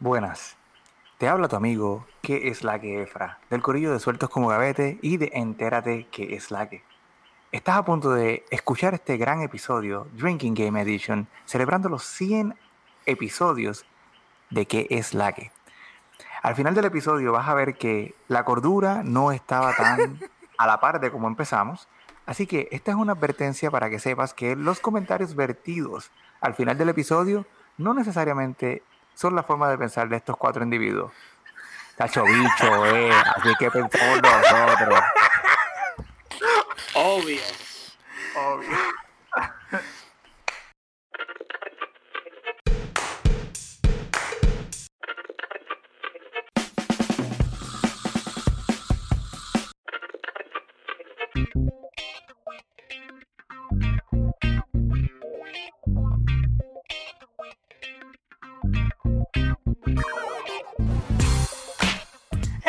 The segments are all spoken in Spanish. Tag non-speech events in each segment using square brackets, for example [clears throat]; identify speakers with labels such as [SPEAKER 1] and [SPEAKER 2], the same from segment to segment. [SPEAKER 1] Buenas. Te habla tu amigo, que es la que Efra, del corillo de Sueltos como Gavete y de Entérate que es la que. Estás a punto de escuchar este gran episodio, Drinking Game Edition, celebrando los 100 episodios de que es la que. Al final del episodio vas a ver que la cordura no estaba tan a la par de como empezamos, así que esta es una advertencia para que sepas que los comentarios vertidos al final del episodio no necesariamente son la forma de pensar de estos cuatro individuos. Tacho bicho, eh, así que pensamos [laughs] nosotros.
[SPEAKER 2] Obvio.
[SPEAKER 1] Obvio.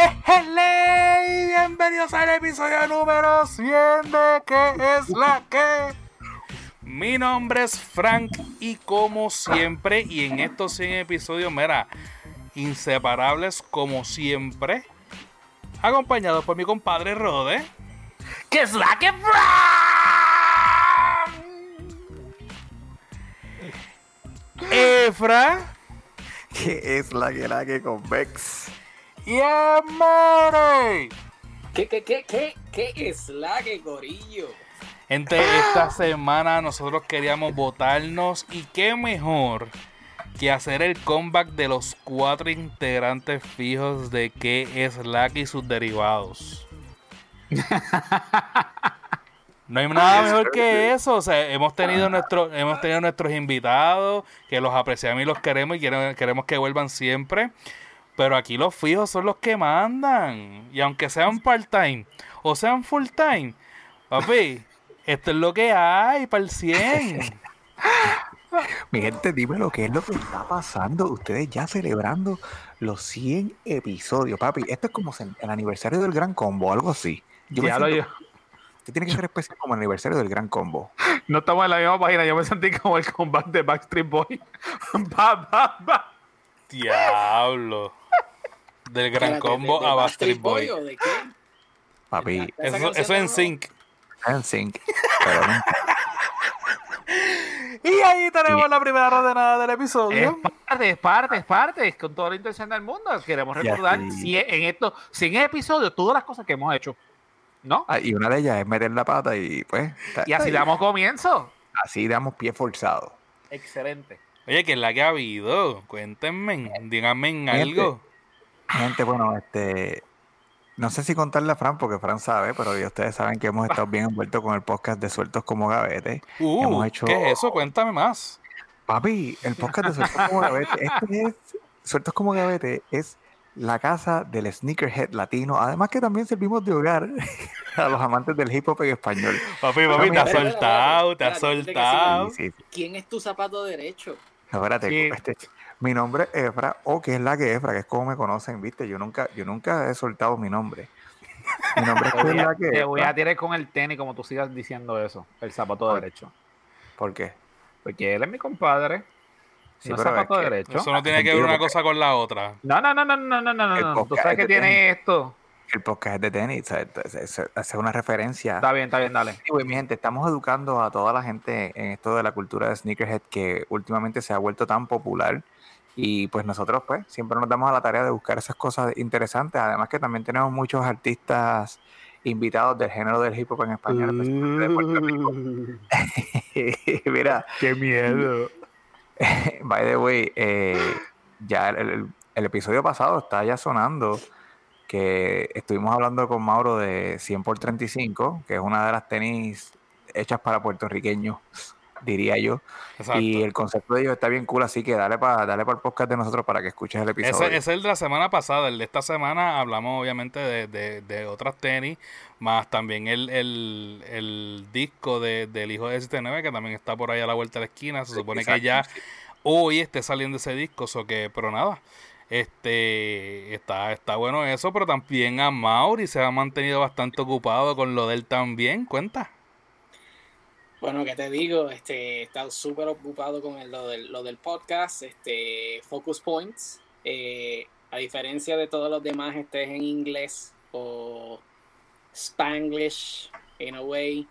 [SPEAKER 2] ¡Ejele! Bienvenidos al episodio número 100 de ¿Qué es la que? Mi nombre es Frank y como siempre, y en estos 100 episodios, mira, inseparables como siempre, acompañados por mi compadre Rode.
[SPEAKER 3] ¿Qué es la que Frank?
[SPEAKER 2] Efra
[SPEAKER 1] Que es la que la que convex?
[SPEAKER 2] y Amore.
[SPEAKER 3] ¿Qué, qué, qué, qué, qué es la que gorillo?
[SPEAKER 2] Gente, esta semana nosotros queríamos votarnos y qué mejor que hacer el comeback de los cuatro integrantes fijos de qué es LAC y sus derivados. No hay nada mejor que eso. O sea, hemos tenido nuestro, hemos tenido nuestros invitados, que los apreciamos y los queremos y queremos, queremos que vuelvan siempre. Pero aquí los fijos son los que mandan. Y aunque sean part-time o sean full-time, papi, esto es lo que hay para el 100.
[SPEAKER 1] Mi gente, dime lo que es lo que está pasando. Ustedes ya celebrando los 100 episodios, papi. Esto es como cel- el aniversario del Gran Combo, algo así. Yo me
[SPEAKER 4] Ya lo
[SPEAKER 1] siento-
[SPEAKER 4] yo-
[SPEAKER 1] Esto tiene que ser especial como el aniversario del Gran Combo.
[SPEAKER 4] No estamos en la misma página. Yo me sentí como el comeback de Backstreet Boy. [laughs] va, va, va.
[SPEAKER 2] [laughs] Diablo. Del gran
[SPEAKER 3] Espérate,
[SPEAKER 2] combo
[SPEAKER 3] ¿de- de
[SPEAKER 2] a Backstreet Boy.
[SPEAKER 3] o ¿De qué?
[SPEAKER 1] Papi,
[SPEAKER 3] ¿Esa
[SPEAKER 2] Eso,
[SPEAKER 3] canción
[SPEAKER 2] eso
[SPEAKER 3] no?
[SPEAKER 2] en sync.
[SPEAKER 1] en sync. Pero no.
[SPEAKER 2] Y ahí tenemos
[SPEAKER 1] Sí.
[SPEAKER 2] la primera rodenada del
[SPEAKER 4] Es
[SPEAKER 2] episodio.
[SPEAKER 4] parte, es parte, es parte. Es con toda la intención del mundo. Queremos
[SPEAKER 1] Ya,
[SPEAKER 4] recordar
[SPEAKER 1] sí.
[SPEAKER 4] si en estos 100 episodios todas las cosas que hemos hecho. ¿No?
[SPEAKER 1] Ah, y una de ellas es meter la pata y pues. ta-
[SPEAKER 4] Y así
[SPEAKER 1] ta-
[SPEAKER 4] damos comienzo.
[SPEAKER 1] así damos pie forzado.
[SPEAKER 4] Excelente.
[SPEAKER 2] Oye, ¿qué es la que ha habido? Cuéntenme, díganme en algo.
[SPEAKER 1] Gente, bueno, este. No sé si contarle a Fran, porque Fran sabe, pero ya ustedes saben que hemos estado bien envueltos con el podcast de Sueltos como Gavete.
[SPEAKER 2] Uh,
[SPEAKER 1] Hemos hecho-
[SPEAKER 2] ¿qué es eso? Cuéntame más.
[SPEAKER 1] Papi, el podcast de Sueltos como Gavete. Este es. Sueltos como Gavete es la casa del sneakerhead latino. Además, que también servimos de hogar [laughs] a los amantes del hip hop en español.
[SPEAKER 2] Papi, papi,
[SPEAKER 1] papi,
[SPEAKER 2] te
[SPEAKER 1] te
[SPEAKER 2] has
[SPEAKER 1] has
[SPEAKER 2] soltado,
[SPEAKER 3] Espérate,
[SPEAKER 2] te has
[SPEAKER 3] espérate,
[SPEAKER 2] soltado.
[SPEAKER 1] Sí, sí, sí.
[SPEAKER 3] ¿Quién es tu zapato derecho?
[SPEAKER 1] No, espérate,
[SPEAKER 4] Ah. Sí.
[SPEAKER 1] este, mi nombre es Efra, o que es la que Efra, que es como me conocen, viste, yo nunca, yo nunca he soltado mi nombre. Mi nombre es
[SPEAKER 4] Te
[SPEAKER 1] que es
[SPEAKER 4] voy, a,
[SPEAKER 1] la que
[SPEAKER 4] te voy
[SPEAKER 1] Efra.
[SPEAKER 4] a tirar con el tenis como tú sigas diciendo eso. El
[SPEAKER 1] Ah.
[SPEAKER 4] zapato derecho.
[SPEAKER 1] ¿Por qué?
[SPEAKER 4] Porque él es mi compadre.
[SPEAKER 1] Sí,
[SPEAKER 4] no es
[SPEAKER 1] pero es
[SPEAKER 4] zapato
[SPEAKER 1] que-
[SPEAKER 4] derecho.
[SPEAKER 2] Eso no tiene que ver
[SPEAKER 1] Sentido,
[SPEAKER 2] una
[SPEAKER 1] porque-
[SPEAKER 2] cosa con la otra.
[SPEAKER 4] No, no, no, no, no, no, no,
[SPEAKER 1] El este
[SPEAKER 4] no. Tú
[SPEAKER 1] podcast
[SPEAKER 4] sabes
[SPEAKER 1] es
[SPEAKER 4] que
[SPEAKER 1] de
[SPEAKER 4] tiene esto.
[SPEAKER 1] El podcast es de tenis, o sea, es- es- es- es- hace una referencia.
[SPEAKER 4] Está bien, está bien, dale.
[SPEAKER 1] Anyway, mi gente, estamos educando a toda la gente en esto de la cultura de sneakerhead que últimamente se ha vuelto tan popular. Y pues nosotros, pues, siempre nos damos a la tarea de buscar esas cosas interesantes. Además, que también tenemos muchos artistas invitados del género del hip hop en español. especialmente de Puerto Rico.
[SPEAKER 4] [laughs]
[SPEAKER 1] Mira,
[SPEAKER 4] Qué miedo.
[SPEAKER 1] [laughs] By the way, eh, ya el, el- el episodio pasado está ya sonando que estuvimos hablando con Mauro de 100 por 35, que es una de las tenis hechas para puertorriqueños, diría yo.
[SPEAKER 2] Exacto.
[SPEAKER 1] Y el concepto de ellos está bien cool, así que dale para dale para el podcast de nosotros para que escuches el episodio.
[SPEAKER 2] Ese, ese es el de la semana pasada. El de esta semana hablamos obviamente de, de- de otras tenis, más también el, el- el disco de, del hijo de 79 que también está por ahí a la vuelta de la esquina. Se supone que
[SPEAKER 1] Exacto,
[SPEAKER 2] ya hoy esté saliendo ese disco, so que, pero nada. Este está, está bueno eso, pero también a Mauri se ha mantenido bastante ocupado con lo de él también. Cuenta.
[SPEAKER 3] Bueno, que te digo, este, he estado súper ocupado con el- lo, del, lo del podcast, este, Focus Points. eh, a diferencia de todos los demás, este es en inglés o spanglish, in a way.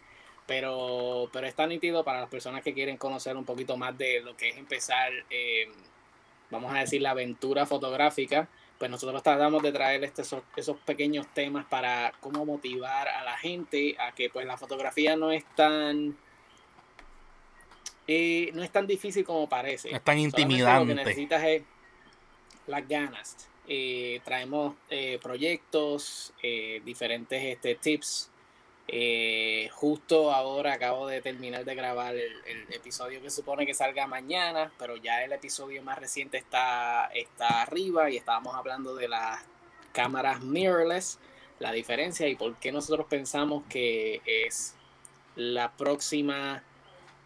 [SPEAKER 3] Pero, pero está nítido para las personas que quieren conocer un poquito más de lo que es empezar, eh, vamos a decir, la aventura fotográfica. Pues nosotros tratamos de traer este, esos, esos pequeños temas para cómo motivar a la gente a que pues la fotografía no es tan... eh, no es tan difícil como parece.
[SPEAKER 2] Es tan
[SPEAKER 3] Solamente
[SPEAKER 2] intimidante.
[SPEAKER 3] Lo que necesitas es las ganas. Eh, traemos eh, proyectos, eh, diferentes este, tips. Eh, justo ahora acabo de terminar de grabar el, el episodio que supone que salga mañana, pero ya el episodio más reciente está, está arriba y estábamos hablando de las cámaras mirrorless, la diferencia y por qué nosotros pensamos que es la próxima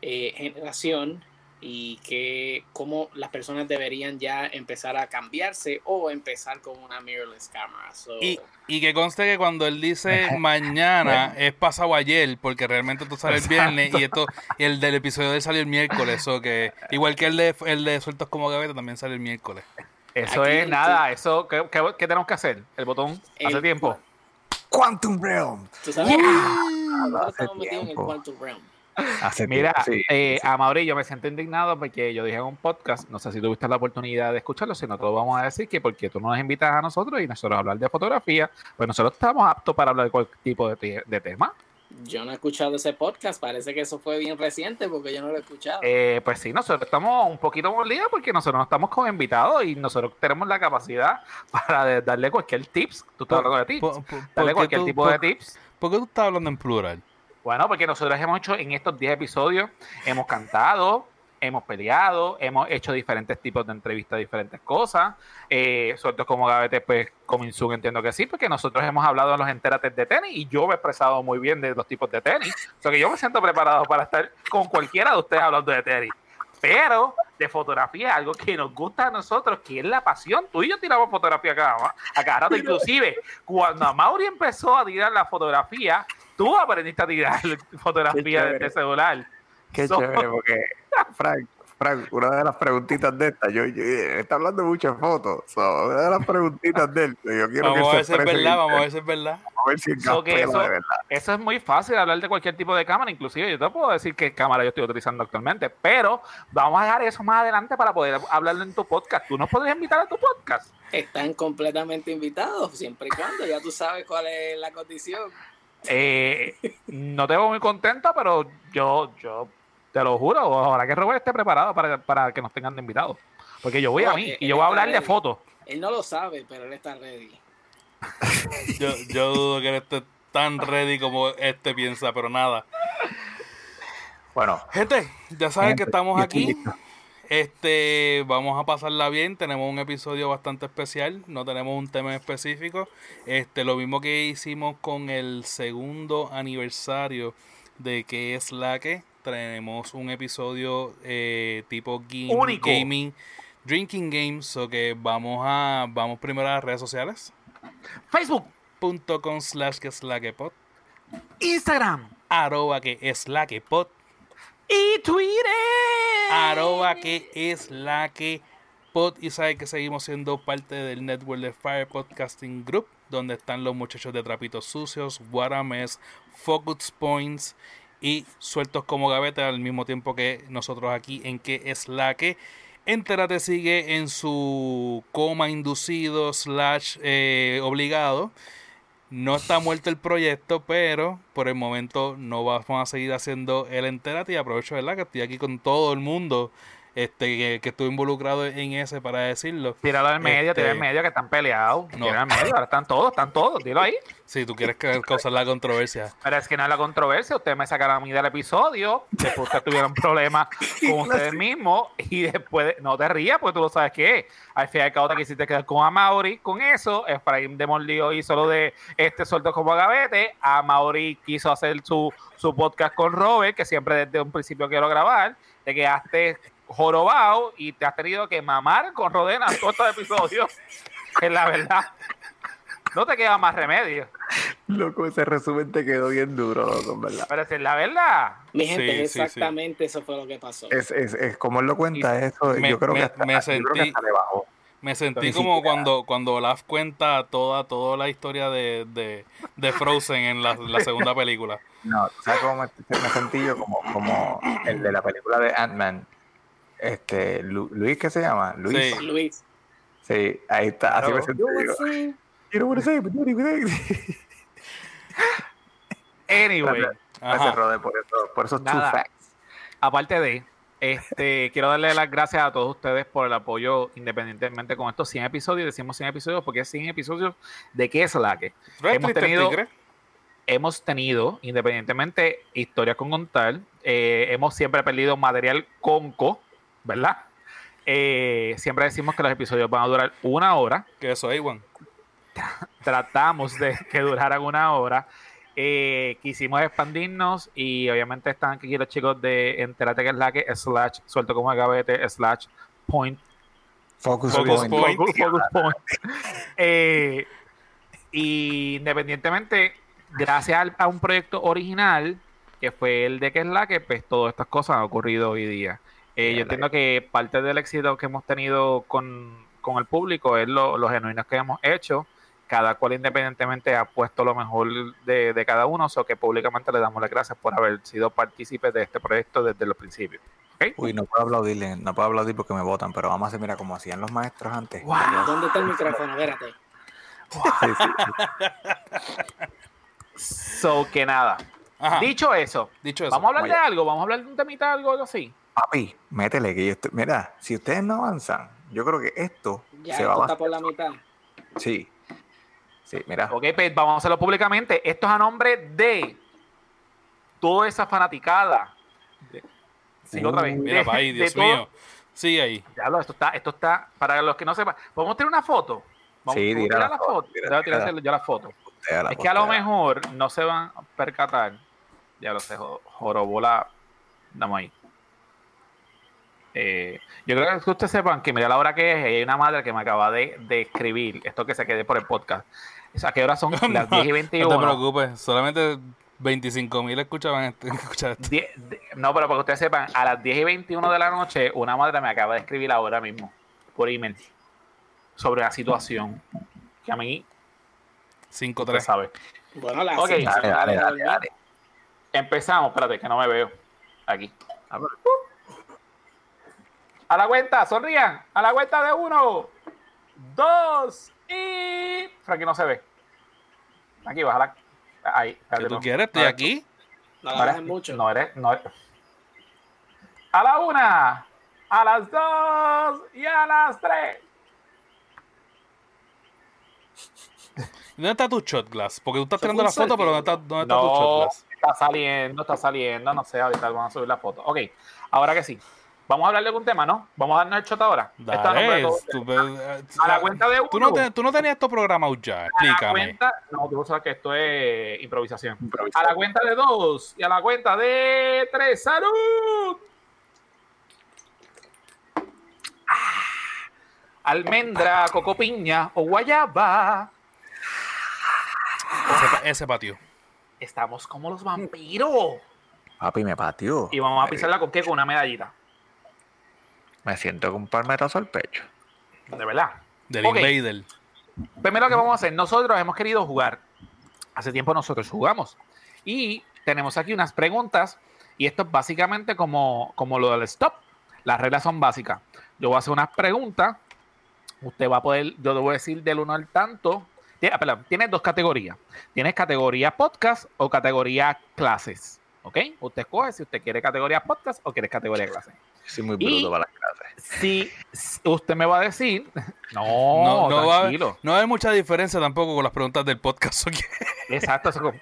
[SPEAKER 3] eh, generación y que cómo las personas deberían ya empezar a cambiarse o empezar con una mirrorless camera. So,
[SPEAKER 2] Y, y que conste que cuando él dice mañana es pasado ayer, porque realmente tú sales el viernes y esto y el del episodio de él salió el miércoles, o que igual que el de, el de Sueltos como Gaveta también sale el miércoles.
[SPEAKER 4] Eso
[SPEAKER 3] Aquí
[SPEAKER 4] es
[SPEAKER 3] el
[SPEAKER 4] nada, eso, ¿qué, qué, qué tenemos que hacer? El botón, hace
[SPEAKER 3] El-
[SPEAKER 4] tiempo.
[SPEAKER 1] Quantum Realm.
[SPEAKER 3] ¿Tú sabes? Ah, Nosotros
[SPEAKER 1] Hace
[SPEAKER 3] estamos metidos en el
[SPEAKER 1] tiempo.
[SPEAKER 3] Quantum Realm.
[SPEAKER 1] Hace
[SPEAKER 4] Mira,
[SPEAKER 1] tiempo, sí.
[SPEAKER 4] eh, Amaury, yo me siento indignado porque yo dije en un podcast, no sé si tuviste la oportunidad de escucharlo, si no, todos vamos a decir que porque tú nos invitas a nosotros y nosotros a hablar de fotografía, pues nosotros estamos aptos para hablar de cualquier tipo de, te- de tema.
[SPEAKER 3] Yo no he escuchado ese podcast, parece que eso fue bien reciente porque yo no lo he escuchado.
[SPEAKER 4] Eh, pues sí, nosotros estamos un poquito molidos porque nosotros no estamos como invitados y nosotros tenemos la capacidad [laughs] para de- darle cualquier tips. Tú
[SPEAKER 2] Por-
[SPEAKER 4] estás hablando de tips.
[SPEAKER 2] ¿Por, por- por
[SPEAKER 4] darle
[SPEAKER 2] qué
[SPEAKER 4] cualquier
[SPEAKER 2] tú-
[SPEAKER 4] tipo
[SPEAKER 2] por-
[SPEAKER 4] de tips.
[SPEAKER 2] ¿Por qué tú estás hablando en plural?
[SPEAKER 4] Bueno, porque nosotros hemos hecho en estos 10 episodios, hemos cantado, hemos peleado, hemos hecho diferentes tipos de entrevistas, diferentes cosas. Eh, sueltos como Gavete, pues como Insug entiendo que sí, porque nosotros hemos hablado en los enterates de tenis y yo me he expresado muy bien de los tipos de tenis. O sea que yo me siento preparado para estar con cualquiera de ustedes hablando de tenis. Pero de fotografía, algo que nos gusta a nosotros, que es la pasión. Tú y yo tiramos fotografía a cada, a cada rato. Inclusive, cuando Mauri empezó a tirar la fotografía, tú aprendiste a tirar [laughs] fotografía
[SPEAKER 1] chévere.
[SPEAKER 4] desde el celular.
[SPEAKER 1] Qué
[SPEAKER 4] so-
[SPEAKER 1] chévere, porque Frank, Frank, una de las preguntitas de esta, yo, yo- está hablando mucho de fotos, so, una de las preguntitas de él, yo quiero que él
[SPEAKER 2] Vamos a
[SPEAKER 1] se
[SPEAKER 2] ver si es
[SPEAKER 1] exprese
[SPEAKER 2] verdad,
[SPEAKER 1] bien.
[SPEAKER 2] vamos a ver si es verdad.
[SPEAKER 1] Vamos a ver si es
[SPEAKER 4] So que
[SPEAKER 1] gaspero
[SPEAKER 4] eso-
[SPEAKER 1] de verdad.
[SPEAKER 4] Eso es muy fácil hablar de cualquier tipo de cámara, inclusive yo te puedo decir qué cámara yo estoy utilizando actualmente, pero vamos a dejar eso más adelante para poder hablarlo en tu podcast. Tú nos podrías invitar a tu podcast.
[SPEAKER 3] Están completamente invitados, siempre y cuando ya tú sabes cuál es la condición.
[SPEAKER 4] Eh, no te veo muy contento, pero yo, yo te lo juro, ahora que Robert esté preparado para, para que nos tengan de invitados. Porque yo voy a
[SPEAKER 3] No,
[SPEAKER 4] mí
[SPEAKER 3] eh,
[SPEAKER 4] y yo voy a
[SPEAKER 3] eh,
[SPEAKER 4] hablar de
[SPEAKER 3] eh,
[SPEAKER 4] fotos.
[SPEAKER 3] Él no lo sabe, pero él está ready.
[SPEAKER 2] Yo, yo dudo que él esté tan ready como este piensa, pero nada.
[SPEAKER 1] Bueno,
[SPEAKER 2] Gente, ya saben
[SPEAKER 1] gente,
[SPEAKER 2] que estamos
[SPEAKER 1] yo estoy
[SPEAKER 2] aquí.
[SPEAKER 1] listo.
[SPEAKER 2] Este, vamos a pasarla bien. Tenemos un episodio bastante especial. No tenemos un tema en específico. Este, lo mismo que hicimos con el segundo aniversario de que es la que tenemos un episodio eh, tipo game-
[SPEAKER 4] Único.
[SPEAKER 2] gaming, drinking games. O que vamos a, vamos primero a las redes sociales.
[SPEAKER 4] Facebook,
[SPEAKER 2] Punto com slash que es la que pod.
[SPEAKER 4] Instagram
[SPEAKER 2] Arroba que es la que pod.
[SPEAKER 4] y Twitter.
[SPEAKER 2] arroba que es la que pod y sabe que seguimos siendo parte del network de Fire Podcasting Group donde están los muchachos de Trapitos Sucios, Guaramés, Focus Points y sueltos como gaveta al mismo tiempo que nosotros aquí en que es la que Entérate sigue en su coma inducido slash eh, obligado no está muerto el proyecto, pero por el momento no vamos a seguir haciendo el entérate y aprovecho, ¿verdad? Que estoy aquí con todo el mundo este, que, que estuvo involucrado en ese para decirlo.
[SPEAKER 4] Tíralo al medio,
[SPEAKER 2] Este-
[SPEAKER 4] tíralo al medio, que están peleados.
[SPEAKER 2] No.
[SPEAKER 4] Tíralo al medio, ahora están todos, están todos, dilo ahí.
[SPEAKER 2] Si tú quieres ca- causar la controversia.
[SPEAKER 4] Pero es que no es la controversia, ustedes me sacaron a mí del episodio, después ustedes tuvieron problemas con ustedes mismos y después, no te rías porque tú lo sabes que es. Al final y al cabo te quisiste quedar con Amaury, con eso, Efraín Demolío hizo lo de este sueldo como agavete, Amaury quiso hacer su, su podcast con Robert, que siempre desde un principio quiero grabar, te quedaste jorobado y te has tenido que mamar con Rodena todos estos episodios, [laughs] es la verdad. No te queda más remedio,
[SPEAKER 1] Loco, ese resumen te quedó bien duro, loco, en ¿verdad?
[SPEAKER 4] pero esa es la verdad.
[SPEAKER 3] Mi
[SPEAKER 2] Sí,
[SPEAKER 3] gente,
[SPEAKER 2] sí, sí.
[SPEAKER 3] exactamente eso fue lo que pasó.
[SPEAKER 1] Es, es, es como él lo cuenta, eso,
[SPEAKER 2] Me-
[SPEAKER 1] yo creo
[SPEAKER 2] me-
[SPEAKER 1] que hasta,
[SPEAKER 2] me
[SPEAKER 1] yo creo que
[SPEAKER 2] sentí-
[SPEAKER 1] hasta le bajó.
[SPEAKER 2] Me sentí como cuando, cuando Olaf cuenta toda, toda la historia de, de, de Frozen en la, la segunda película.
[SPEAKER 1] No, ¿sabes cómo me, me sentí yo? Como, como el de la película de Ant-Man. Este, Lu- Luis, ¿qué se llama? Luis.
[SPEAKER 2] Sí.
[SPEAKER 1] Sí,
[SPEAKER 3] Luis.
[SPEAKER 1] ahí está. Así me
[SPEAKER 4] Claro.
[SPEAKER 1] sentí yo.
[SPEAKER 3] Sí.
[SPEAKER 1] You know what I say, but you know what I say.
[SPEAKER 4] Anyway,
[SPEAKER 1] Gracias, gracias,
[SPEAKER 2] Ajá.
[SPEAKER 1] Roder, por, eso, por esos two
[SPEAKER 4] Nada.
[SPEAKER 1] facts.
[SPEAKER 4] aparte de, este, [laughs] quiero darle las gracias a todos ustedes por el apoyo independientemente con estos 100 episodios. Decimos 100 episodios porque es 100 episodios de qué es la que.
[SPEAKER 2] Red
[SPEAKER 4] Hemos
[SPEAKER 2] Triste
[SPEAKER 4] tenido-
[SPEAKER 2] Tigre.
[SPEAKER 4] hemos tenido, independientemente, historias con contar. eh, hemos siempre perdido material conco, ¿verdad? Eh, siempre decimos que los episodios van a durar una hora.
[SPEAKER 2] Que eso, Iwan.
[SPEAKER 4] Tratamos de que duraran una hora. Eh, quisimos expandirnos y obviamente están aquí los chicos de Entérate que es la que, slash, suelto como el gavete, slash, point
[SPEAKER 1] Focus,
[SPEAKER 2] Focus
[SPEAKER 1] point.
[SPEAKER 2] point.
[SPEAKER 4] Focus- focus point. [laughs] Eh, y independientemente, gracias al- a un proyecto original, que fue el de que es la que, pues todas estas cosas han ocurrido hoy día. Eh,
[SPEAKER 1] Sí,
[SPEAKER 4] yo
[SPEAKER 1] la-
[SPEAKER 4] entiendo que parte del éxito que hemos tenido con, con el público es lo, los genuinos que hemos hecho. Cada cual independientemente ha puesto lo mejor de, de cada uno, o que públicamente le damos las gracias por haber sido partícipes de este proyecto desde los principios.
[SPEAKER 1] Uy, no puedo aplaudirle, no puedo aplaudir porque me votan, pero vamos a hacer, mira, como hacían los maestros antes.
[SPEAKER 4] Wow.
[SPEAKER 3] ¿Dónde está el micrófono? Espérate.
[SPEAKER 1] Sí, sí, sí.
[SPEAKER 4] So que nada.
[SPEAKER 2] Ajá.
[SPEAKER 4] Dicho eso,
[SPEAKER 2] Dicho eso.
[SPEAKER 4] Vamos a hablar de
[SPEAKER 1] vaya.
[SPEAKER 4] algo, vamos a hablar de un temita, algo, algo así.
[SPEAKER 1] Papi, métele que yo estoy- Mira, si ustedes no avanzan, yo creo que esto
[SPEAKER 3] Ya
[SPEAKER 1] se va a
[SPEAKER 3] esto está
[SPEAKER 1] avanzar.
[SPEAKER 3] por la mitad.
[SPEAKER 1] Sí. Sí, mira.
[SPEAKER 4] Ok, pues vamos a hacerlo públicamente. Esto es a nombre de toda esa fanaticada. De- Sí, otra
[SPEAKER 1] Uh,
[SPEAKER 4] vez.
[SPEAKER 2] Mira,
[SPEAKER 4] De-
[SPEAKER 2] pa' ahí,
[SPEAKER 4] de
[SPEAKER 2] Dios
[SPEAKER 4] todo-
[SPEAKER 2] mío. Sigue ahí.
[SPEAKER 4] Diablo, esto está, esto está, para los que no sepan, ¿podemos tirar una foto? Vamos
[SPEAKER 1] Sí,
[SPEAKER 4] ¿puedo
[SPEAKER 1] tira
[SPEAKER 4] tirar
[SPEAKER 1] la
[SPEAKER 4] la
[SPEAKER 1] foto,
[SPEAKER 4] foto.
[SPEAKER 1] tira,
[SPEAKER 4] Debo tirar
[SPEAKER 1] tira.
[SPEAKER 4] yo la foto.
[SPEAKER 1] Postéala,
[SPEAKER 4] Es que a lo
[SPEAKER 1] postéala.
[SPEAKER 4] mejor no se van a percatar. Ya lo sé, jo- jorobó la. Damos ahí. Eh, yo creo que ustedes sepan que mira la hora que es. y Hay una madre que me acaba de, de escribir esto que se quede por el podcast. O sea, ¿qué horas son? Las 10
[SPEAKER 2] [laughs]
[SPEAKER 4] y
[SPEAKER 2] No te
[SPEAKER 4] 21.
[SPEAKER 2] preocupes. Solamente 25 mil escuchaban este- [laughs] escuchar esto.
[SPEAKER 4] Die- de- no, pero para que ustedes sepan, a las 10 y 21 de la noche, una madre me acaba de escribir ahora mismo por email sobre la situación que a mí,
[SPEAKER 2] 5
[SPEAKER 4] usted
[SPEAKER 2] 3.
[SPEAKER 4] sabe.
[SPEAKER 3] Bueno, la
[SPEAKER 4] Ok.
[SPEAKER 3] hacemos,
[SPEAKER 1] Dale,
[SPEAKER 3] no
[SPEAKER 1] dale,
[SPEAKER 3] la
[SPEAKER 1] dale,
[SPEAKER 3] dejo
[SPEAKER 1] dale.
[SPEAKER 4] Empezamos, espérate, que no me veo. Aquí.
[SPEAKER 1] Ah, pero-
[SPEAKER 4] A la cuenta, sonrían. A la cuenta de uno, dos y. Frankie no se ve. Aquí, bájala. Ahí.
[SPEAKER 2] ¿Qué
[SPEAKER 4] espérate,
[SPEAKER 2] tú
[SPEAKER 4] no.
[SPEAKER 2] quieres? Estoy
[SPEAKER 4] No,
[SPEAKER 2] aquí.
[SPEAKER 3] dormir. No
[SPEAKER 4] no
[SPEAKER 3] la
[SPEAKER 4] eres-
[SPEAKER 3] dejen mucho.
[SPEAKER 4] No eres, no eres. A la una, a las dos y a las tres.
[SPEAKER 2] ¿Dónde está tu shot glass? Porque tú estás
[SPEAKER 3] Eso fue
[SPEAKER 2] tirando
[SPEAKER 3] un
[SPEAKER 2] la foto, pero ¿dónde está,
[SPEAKER 3] selfie.
[SPEAKER 2] dónde está tu shot
[SPEAKER 4] No,
[SPEAKER 2] glass?
[SPEAKER 4] está saliendo, está saliendo. No sé, ahorita van a subir la foto. Ok, ahora que sí. Vamos a hablar de algún tema, ¿no? Vamos a darnos el shot ahora. Está a nombre de
[SPEAKER 2] Dale,
[SPEAKER 4] todos ustedes.
[SPEAKER 2] tú, eh,
[SPEAKER 4] A la cuenta de uno.
[SPEAKER 2] tú no, te- tú no tenías esto programado ya,
[SPEAKER 4] A la
[SPEAKER 2] explícame.
[SPEAKER 4] cuenta, no, tú sabes que esto es improvisación. A
[SPEAKER 1] improvisado.
[SPEAKER 4] la cuenta de dos y a la cuenta de tres. ¡Salud! Ah, Almendra, coco piña o guayaba.
[SPEAKER 2] Ese, pa- ese patio.
[SPEAKER 4] Estamos como los vampiros.
[SPEAKER 1] Papi, me pateó.
[SPEAKER 4] Y vamos a
[SPEAKER 1] Me-
[SPEAKER 4] pisarla con qué? Con una medallita.
[SPEAKER 1] Me siento con un palmetazo al pecho.
[SPEAKER 4] De verdad.
[SPEAKER 2] Del
[SPEAKER 4] Ok.
[SPEAKER 2] Invader.
[SPEAKER 4] Primero que vamos a hacer, nosotros hemos querido jugar. Hace tiempo nosotros jugamos. Y tenemos aquí unas preguntas. Y esto es básicamente como, como lo del stop. Las reglas son básicas. Yo voy a hacer unas preguntas. Usted va a poder, yo le voy a decir del uno al tanto. Tiene, ah, perdón, tienes dos categorías. Tienes categoría podcast o categoría clases. ¿Ok? Usted escoge si usted quiere categoría podcast o quiere categoría clases.
[SPEAKER 1] Soy muy
[SPEAKER 4] Y-
[SPEAKER 1] bruto para las clases.
[SPEAKER 4] Si si usted me va a decir, [laughs]
[SPEAKER 2] No,
[SPEAKER 4] no,
[SPEAKER 2] no va a haber-
[SPEAKER 4] tranquilo.
[SPEAKER 2] No hay mucha diferencia tampoco con las preguntas del podcast. [laughs] ¿ok?
[SPEAKER 4] Exacto. eso como-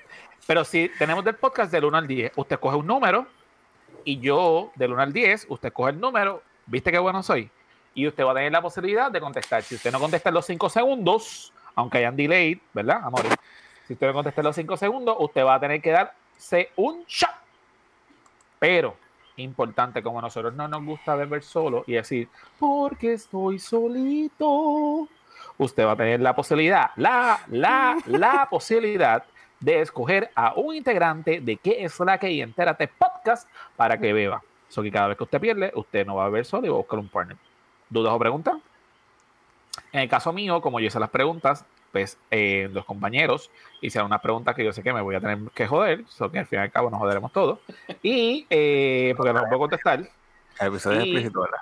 [SPEAKER 4] Pero si tenemos del podcast del 1 al 10, usted coge un número y yo del 1 al 10, usted coge el número, ¿viste qué bueno soy? Y usted va a tener la posibilidad de contestar. Si usted no contesta en los 5 segundos, aunque hayan delay, ¿verdad, amor? Si usted no contesta en los 5 segundos, usted va a tener que darse un shot. Pero, importante, como nosotros no nos gusta beber solo y decir, porque estoy solito usted va a tener la posibilidad, la, la, la posibilidad de escoger a un integrante de qué es la que y entérate podcast para que beba. Eso que cada vez que usted pierde, usted no va a beber solo y va a buscar un partner. ¿Dudas o preguntas? En el caso mío, como yo hice las preguntas, pues eh, los compañeros hicieron unas preguntas que yo sé que me voy a tener que joder, so que al fin y al cabo nos joderemos todos. Y eh, porque no puedo contestar.
[SPEAKER 1] El episodio es
[SPEAKER 4] Y-
[SPEAKER 1] explícito, ¿verdad?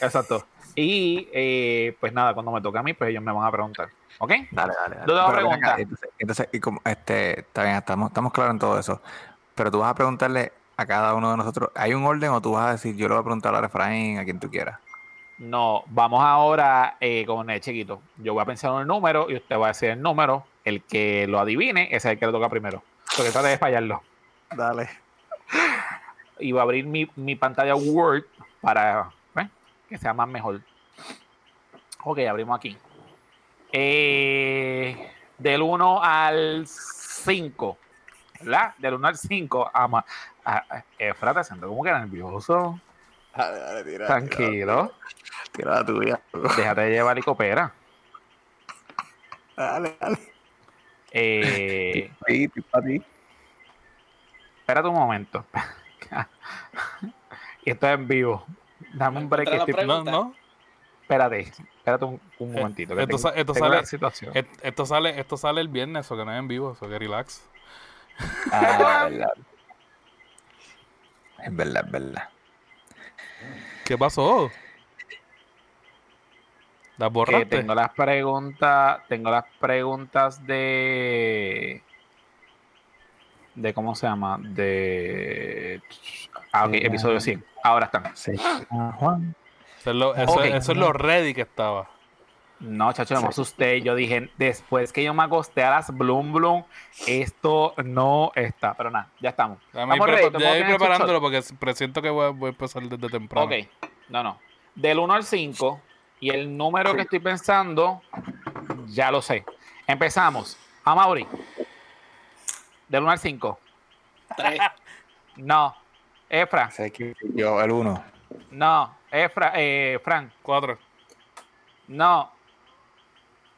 [SPEAKER 4] Exacto. Y eh, pues nada, cuando me toca a mí, pues ellos me van a preguntar. ¿Ok?
[SPEAKER 1] Dale, dale. dale.
[SPEAKER 4] Yo te voy a
[SPEAKER 1] Pero ven acá,
[SPEAKER 4] preguntar.
[SPEAKER 1] Entonces, entonces, y como, este, está bien, estamos, estamos claros en todo eso. Pero tú vas a preguntarle a cada uno de nosotros, ¿hay un orden o tú vas a decir, yo le voy a preguntar a Efraín, a quien tú quieras?
[SPEAKER 4] No, vamos ahora eh, con el chiquito. Yo voy a pensar en el número y usted va a decir el número. El que lo adivine ese es el que le toca primero. Porque trate de fallarlo.
[SPEAKER 1] Dale.
[SPEAKER 4] Y voy a abrir mi, mi pantalla Word para ¿eh? que sea más mejor. Ok, abrimos aquí. Eh, del 1 al 5. ¿Verdad? Del 1 al 5. Ama. Ah, ah, Efra, te siento como que nervioso.
[SPEAKER 1] Dale, dale, tira.
[SPEAKER 4] Tranquilo.
[SPEAKER 1] Tira la tuya.
[SPEAKER 4] Déjate llevar y coopera.
[SPEAKER 1] Dale, dale.
[SPEAKER 4] Eh,
[SPEAKER 1] Sí, sí, para
[SPEAKER 4] [laughs]
[SPEAKER 1] ti.
[SPEAKER 4] espérate un momento. [laughs] y esto es en vivo. Dame un break. que
[SPEAKER 3] Encontrar la
[SPEAKER 4] estoy-
[SPEAKER 3] pre-
[SPEAKER 2] No,
[SPEAKER 3] Pregunta.
[SPEAKER 2] no.
[SPEAKER 4] Espérate, espérate un, un momentito. que
[SPEAKER 2] esto
[SPEAKER 4] tengo-
[SPEAKER 2] sa- esto
[SPEAKER 4] tengo
[SPEAKER 2] sale-
[SPEAKER 4] la situación.
[SPEAKER 2] Et- Esto sale, esto sale el viernes, o que no es en vivo, o que relax.
[SPEAKER 1] Ah, verdad. Es verdad, es verdad.
[SPEAKER 2] ¿Qué pasó? ¿La
[SPEAKER 4] que
[SPEAKER 2] borraste?
[SPEAKER 4] Eh, tengo las preguntas, tengo las preguntas de de cómo se llama, de ah, ok, episodio 100. Ahora están.
[SPEAKER 1] Juan.
[SPEAKER 2] Eso es lo, eso-
[SPEAKER 4] Ok.
[SPEAKER 2] eso es lo ready que estaba.
[SPEAKER 4] No, chacho, me asusté. Yo dije, después que yo me acosté a las Bloom Bloom, esto no está. Pero nada, ya estamos.
[SPEAKER 2] Dame ir
[SPEAKER 4] Estamos
[SPEAKER 2] prepa-
[SPEAKER 4] ready, todo el
[SPEAKER 2] ya
[SPEAKER 4] mundo
[SPEAKER 2] ir
[SPEAKER 4] tiene su
[SPEAKER 2] preparándolo porque s- presiento que voy a, voy a empezar desde temprano.
[SPEAKER 4] Ok, no, no. Del 1 al 5 y el número que estoy pensando, ya lo sé. Empezamos. A Mauri. Del 1 al 5.
[SPEAKER 3] Tres.
[SPEAKER 4] No. Efra.
[SPEAKER 1] Sé que yo, el uno.
[SPEAKER 4] No. Efra. Eh, Fran.
[SPEAKER 2] Cuatro. [laughs]
[SPEAKER 4] No.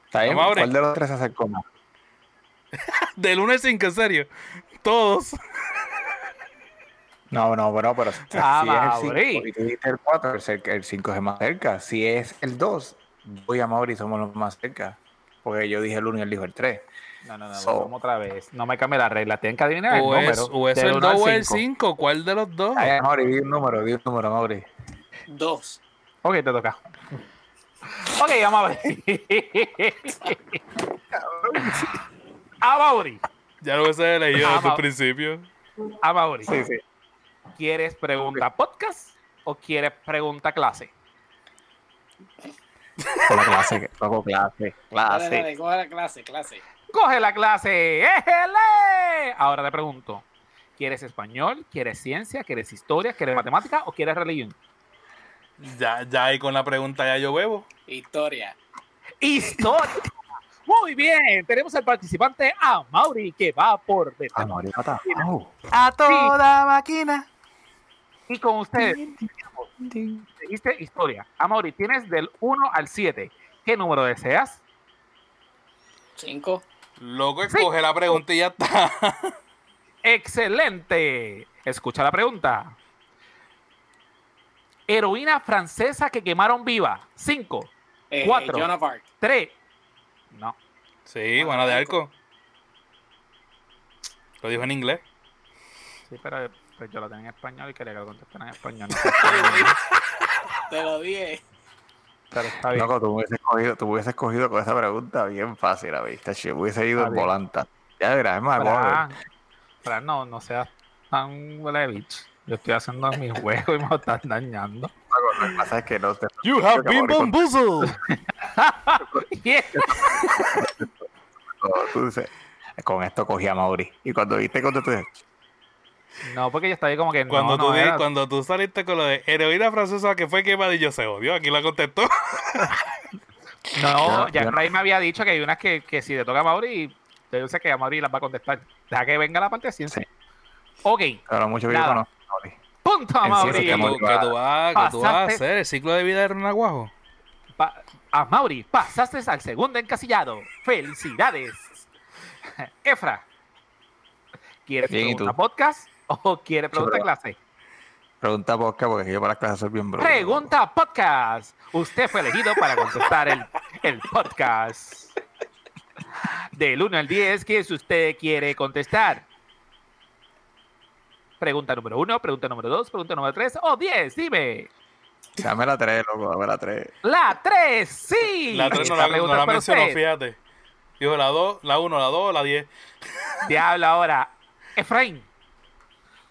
[SPEAKER 1] ¿Está bien?
[SPEAKER 2] Vamos, abre.
[SPEAKER 1] ¿Cuál de los tres se acercó más?
[SPEAKER 2] Del 1 al 5, en serio. Todos.
[SPEAKER 1] No, no, bueno, pero si
[SPEAKER 4] Ah,
[SPEAKER 1] si es el
[SPEAKER 4] Mauri.
[SPEAKER 1] 5 y tú dijiste el 4, el 5 es más cerca. Si es el 2, yo y a Mauri somos los más cerca. Porque yo dije el 1 y él dijo el 3.
[SPEAKER 4] No, no, no.
[SPEAKER 1] So.
[SPEAKER 4] Vamos otra vez. No me cambie la regla. Tienen que adivinar Ah, el
[SPEAKER 2] O
[SPEAKER 4] número.
[SPEAKER 2] es, o es
[SPEAKER 4] del
[SPEAKER 2] el
[SPEAKER 4] 1 al Ah,
[SPEAKER 2] 2 o el
[SPEAKER 4] 5.
[SPEAKER 2] 5. ¿Cuál de los dos?
[SPEAKER 1] Ay, Mauri, di un número, di un número, Mauri.
[SPEAKER 3] Dos.
[SPEAKER 4] Ok, te toca. Ok, vamos a ver. A Mauri.
[SPEAKER 2] Ya lo hubiese leído desde
[SPEAKER 4] Ah,
[SPEAKER 2] el principio.
[SPEAKER 4] A Mauri.
[SPEAKER 1] sí.
[SPEAKER 4] ¿Quieres pregunta podcast o quieres pregunta clase?
[SPEAKER 1] Con la clase, poco clase,
[SPEAKER 3] Dale,
[SPEAKER 1] clase.
[SPEAKER 3] dale, coge la clase, clase.
[SPEAKER 4] ¡Coge la clase! ¡Éjele! Ahora te pregunto. ¿Quieres español? ¿Quieres ciencia? ¿Quieres historia? ¿Quieres matemática o quieres religión?
[SPEAKER 2] Ya, ya ahí con la pregunta ya yo bebo.
[SPEAKER 3] Historia.
[SPEAKER 4] ¡Historia! Muy bien, tenemos al participante a Mauri que va por
[SPEAKER 1] Ah,
[SPEAKER 4] detrás.
[SPEAKER 1] Mauri, pata. Au.
[SPEAKER 2] A
[SPEAKER 4] toda
[SPEAKER 2] máquina.
[SPEAKER 4] Y con ustedes, dijiste historia. A Mauri, tienes del 1 al 7. ¿Qué número deseas?
[SPEAKER 3] Cinco.
[SPEAKER 2] Loco, escoge la pregunta y ya está.
[SPEAKER 4] ¡Excelente! Escucha la pregunta. Heroína francesa que quemaron viva. 5,
[SPEAKER 3] Eh,
[SPEAKER 4] Cuatro.
[SPEAKER 3] Jonah Park.
[SPEAKER 4] 3. No.
[SPEAKER 2] Sí, Juana de Arco. Lo dijo en inglés.
[SPEAKER 4] Sí, pero pues, yo lo tenía en español y quería que lo contestara en español.
[SPEAKER 3] Te lo dije.
[SPEAKER 4] pero
[SPEAKER 1] [laughs]
[SPEAKER 4] está bien.
[SPEAKER 1] Loco, tú hubieses, cogido, tú hubieses cogido con esa pregunta bien fácil, la vista. Che, hubiese ido
[SPEAKER 4] Está
[SPEAKER 1] en
[SPEAKER 4] bien.
[SPEAKER 1] volanta. Ya verás, es más, vamos a ver.
[SPEAKER 4] Fran, Fran, no, no seas tan huele de bitch. Yo estoy haciendo mi [laughs] juego y me lo estás dañando. [laughs]
[SPEAKER 1] Loco, Lo que pasa es que no te
[SPEAKER 2] You
[SPEAKER 1] have been
[SPEAKER 2] bamboozled.
[SPEAKER 4] Yeah.
[SPEAKER 1] tú dices, Con esto cogí a Mauri. Y cuando viste, cuando tú dices,
[SPEAKER 4] No, porque yo estaba ahí como que
[SPEAKER 2] [laughs] Cuando,
[SPEAKER 4] no,
[SPEAKER 2] tú
[SPEAKER 4] no
[SPEAKER 2] di-
[SPEAKER 4] era-
[SPEAKER 2] cuando tú saliste con lo de heroína francesa que fue quemada y yo se odió, aquí la contestó.
[SPEAKER 4] No,
[SPEAKER 1] Yo-
[SPEAKER 4] ya
[SPEAKER 1] yo no-
[SPEAKER 4] Ray me había dicho que hay unas que, que si le toca a Mauri, yo sé que a Mauri las va a contestar. Deja que venga la parte de ciencia. Ok,
[SPEAKER 1] ahora mucho que yo
[SPEAKER 4] Nada.
[SPEAKER 1] conozco a Mauri.
[SPEAKER 4] punto a
[SPEAKER 1] En ciencia
[SPEAKER 2] Eso
[SPEAKER 4] Mauri.
[SPEAKER 2] que, tú, que tú vas, que tú vas a
[SPEAKER 4] Pasaste.
[SPEAKER 2] hacer el ciclo de vida de un aguajo.
[SPEAKER 4] Pa- a Mauri, pasaste al segundo encasillado. ¡Felicidades! [laughs] Efra, ¿quieres
[SPEAKER 1] Bien, ¿y tú?
[SPEAKER 4] pregunta podcast o quieres
[SPEAKER 1] Sí, pero-
[SPEAKER 4] pregunta clase?
[SPEAKER 1] Pregunta a Bosca porque yo para las clases soy bien bruto.
[SPEAKER 4] Pregunta podcast. Usted fue elegido para contestar el el podcast. Del 1 al 10, ¿qué es usted quiere contestar? Pregunta número 1, pregunta número 2, pregunta número 3 o 10, dime.
[SPEAKER 1] Dame la 3, loco, dame la 3.
[SPEAKER 4] La 3, sí.
[SPEAKER 2] La 3 no
[SPEAKER 4] Esta
[SPEAKER 2] la, no
[SPEAKER 4] pregunta
[SPEAKER 2] la
[SPEAKER 4] es para
[SPEAKER 2] mencionó,
[SPEAKER 4] usted.
[SPEAKER 2] fíjate. Dijo la 2, la 1, la 2, la 10.
[SPEAKER 4] Diablo ahora. Efraín,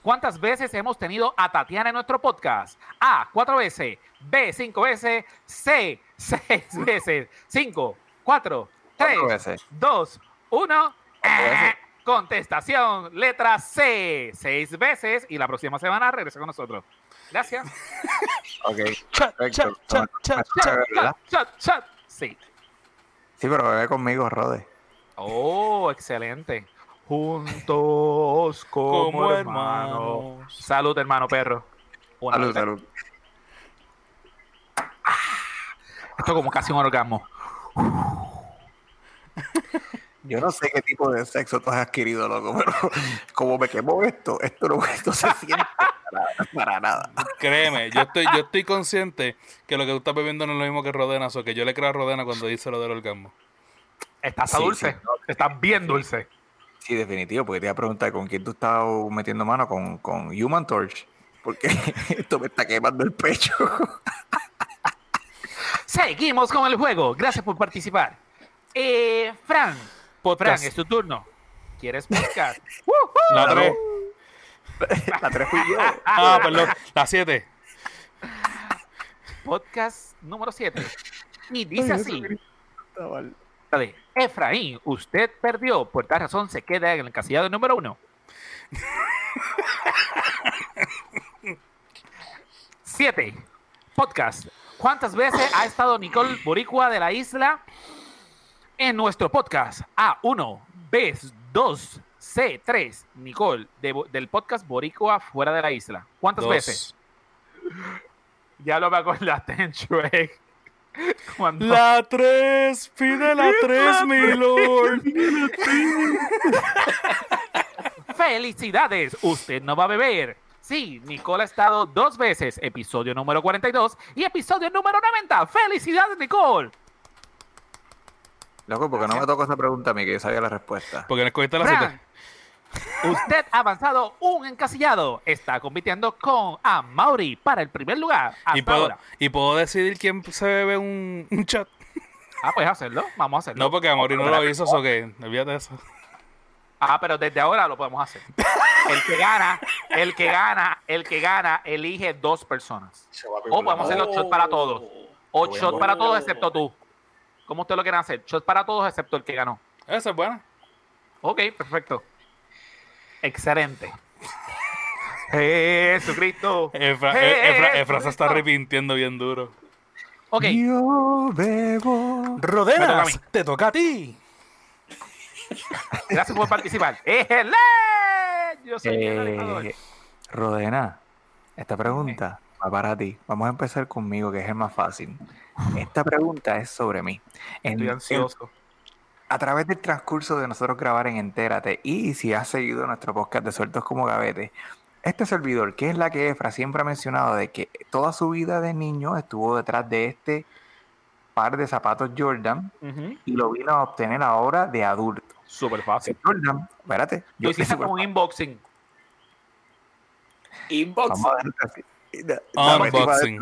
[SPEAKER 4] ¿cuántas veces hemos tenido a Tatiana en nuestro podcast? A, cuatro veces. B, cinco veces. C, seis [laughs] veces. Cinco, cuatro, tres,
[SPEAKER 1] Cuatro veces.
[SPEAKER 4] dos, uno. Eh,
[SPEAKER 1] Cuatro veces.
[SPEAKER 4] Contestación, letra C, seis veces. Y la próxima semana regresa con nosotros.
[SPEAKER 1] [laughs]
[SPEAKER 4] Gracias.
[SPEAKER 1] Ok.
[SPEAKER 2] Cha, cha,
[SPEAKER 1] Perfecto. pues,
[SPEAKER 2] cha, cha,
[SPEAKER 4] Chat,
[SPEAKER 2] cha.
[SPEAKER 1] ¿Verdad?
[SPEAKER 4] chat, chat. Sí.
[SPEAKER 1] Sí, pero bebé conmigo, Rode.
[SPEAKER 4] Oh, excelente. Juntos como,
[SPEAKER 2] Como
[SPEAKER 4] hermanos.
[SPEAKER 2] hermanos.
[SPEAKER 4] Salud, hermano perro. Una
[SPEAKER 1] Salud,
[SPEAKER 4] vez.
[SPEAKER 1] salud.
[SPEAKER 4] Esto como casi un orgasmo.
[SPEAKER 1] Yo no sé qué tipo de sexo tú has adquirido, loco, pero [laughs] como me quemó esto, esto no [laughs] esto se siente para, para nada.
[SPEAKER 2] Créeme, yo estoy, yo estoy consciente que lo que tú estás bebiendo no es lo mismo que Rodena, o que yo le creo a Rodena cuando dice lo del orgasmo.
[SPEAKER 4] Está hasta
[SPEAKER 1] Sí,
[SPEAKER 4] dulce.
[SPEAKER 1] sí.
[SPEAKER 4] Está bien dulce.
[SPEAKER 1] Sí, definitivo, porque te iba a preguntar con quién tú estabas metiendo mano, con, con Human Torch, porque [laughs] esto me está quemando el pecho.
[SPEAKER 4] Seguimos con el juego. Gracias por participar. Eh, Fran. Fran,
[SPEAKER 2] Podcast.
[SPEAKER 4] es tu turno.
[SPEAKER 1] [laughs]
[SPEAKER 4] ¿Quieres podcast?
[SPEAKER 2] La 3.
[SPEAKER 1] [laughs] La tres fui yo.
[SPEAKER 2] Ah, perdón. La 7.
[SPEAKER 4] podcast número 7. Y dice
[SPEAKER 1] Ay,
[SPEAKER 4] así.
[SPEAKER 1] Está mal.
[SPEAKER 4] Dale. Efraín, usted perdió. Por tal razón se queda en el encasillado número uno. [laughs] Siete. Podcast. ¿Cuántas veces ha estado Nicole Boricua de la isla en nuestro podcast? A1, B2, C3. Nicole, de Bo- del podcast Boricua fuera de la isla. ¿Cuántas veces? Ya lo me acordaste en Shrek. [laughs] Cuando-
[SPEAKER 2] La 3. Pide la 3,
[SPEAKER 4] [laughs]
[SPEAKER 2] mi lord.
[SPEAKER 4] ¡Felicidades! Usted no va a beber. Sí, Nicole ha estado dos veces, episodio número 42 y episodio número 90. ¡Felicidades, Nicole!
[SPEAKER 1] Loco, porque no me tocó esa pregunta a mí, que yo sabía la respuesta.
[SPEAKER 4] Pues,
[SPEAKER 2] Porque no escogiste la 7.
[SPEAKER 4] Fran, usted ha avanzado un encasillado. Está compitiendo con a Mauri para el primer lugar hasta
[SPEAKER 2] Y puedo,
[SPEAKER 4] ahora.
[SPEAKER 2] y puedo decidir quién se bebe un, un chat.
[SPEAKER 4] Ah, pues hacerlo. Vamos a hacerlo.
[SPEAKER 2] No, porque Amaury no lo hizo, o que olvídate de eso.
[SPEAKER 4] Ah, pero desde ahora lo podemos hacer. El que gana, el que gana, el que gana, elige dos personas.
[SPEAKER 5] Se va a
[SPEAKER 4] Oh, podemos hacer los shots para todos. O shot para todos excepto tú. ¿Cómo usted lo quiere hacer? Shot para todos excepto el que ganó.
[SPEAKER 2] Esa es buena.
[SPEAKER 4] Ok, perfecto. Excelente. [laughs] Jesucristo.
[SPEAKER 2] Efra,
[SPEAKER 4] ¡Eh, eh,
[SPEAKER 2] Efra-
[SPEAKER 4] eh,
[SPEAKER 2] Efra se está arrepintiendo bien duro.
[SPEAKER 4] Ok,
[SPEAKER 1] Yo bebo.
[SPEAKER 4] Me toca a mí.
[SPEAKER 2] Rodenas, te toca a ti.
[SPEAKER 4] gracias por participar. ¡Ejele! Yo soy el ganador.
[SPEAKER 1] Eh, Rodena, esta pregunta va para ti. Vamos a empezar conmigo, que es el más fácil. Esta pregunta es sobre mí. En-
[SPEAKER 4] Estoy ansioso.
[SPEAKER 1] a través del transcurso de nosotros grabar en Entérate y si has seguido nuestro podcast de Sueltos como Gavete, este servidor, que es la que Efra siempre ha mencionado de que toda su vida de niño estuvo detrás de este par de zapatos Jordan
[SPEAKER 4] Ujú.
[SPEAKER 1] y lo vino a obtener ahora de adulto.
[SPEAKER 4] Súper fácil.
[SPEAKER 1] Jordan, espérate.
[SPEAKER 4] Lo
[SPEAKER 1] yo-
[SPEAKER 4] hiciste como un unboxing.
[SPEAKER 3] Inbox.
[SPEAKER 1] Vamos a darle así.
[SPEAKER 4] Ah,
[SPEAKER 1] Dame, tipo,
[SPEAKER 2] Unboxing.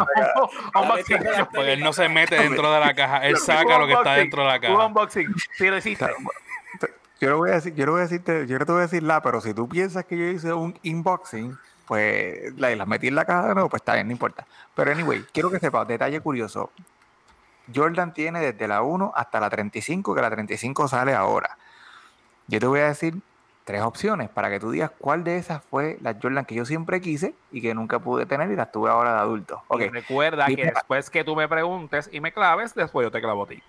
[SPEAKER 4] unboxing.
[SPEAKER 2] Porque
[SPEAKER 4] pues,
[SPEAKER 2] él no se mete dentro de la caja, él saca lo que está
[SPEAKER 4] Unboxing.
[SPEAKER 2] dentro de la
[SPEAKER 4] [laughs] Un
[SPEAKER 2] caja.
[SPEAKER 4] unboxing. Sí, lo hiciste.
[SPEAKER 1] Yo no voy a decir, yo no voy a decirte, yo no te voy a decir la, pero si tú piensas que yo hice un unboxing, pues la, y las metí en la caja de nuevo, pues está bien, no importa. Pero anyway, quiero que sepas, detalle curioso. Jordan tiene desde la 1 hasta la 35, que la 35 sale ahora. Yo te voy a decir tres opciones para que tú digas cuál de esas fue la Jordan que yo siempre quise y que nunca pude tener y las tuve ahora de adulto. Ok,
[SPEAKER 4] Y recuerda que
[SPEAKER 1] Dime.
[SPEAKER 4] después que tú me preguntes y me claves, después yo te clavo a ti.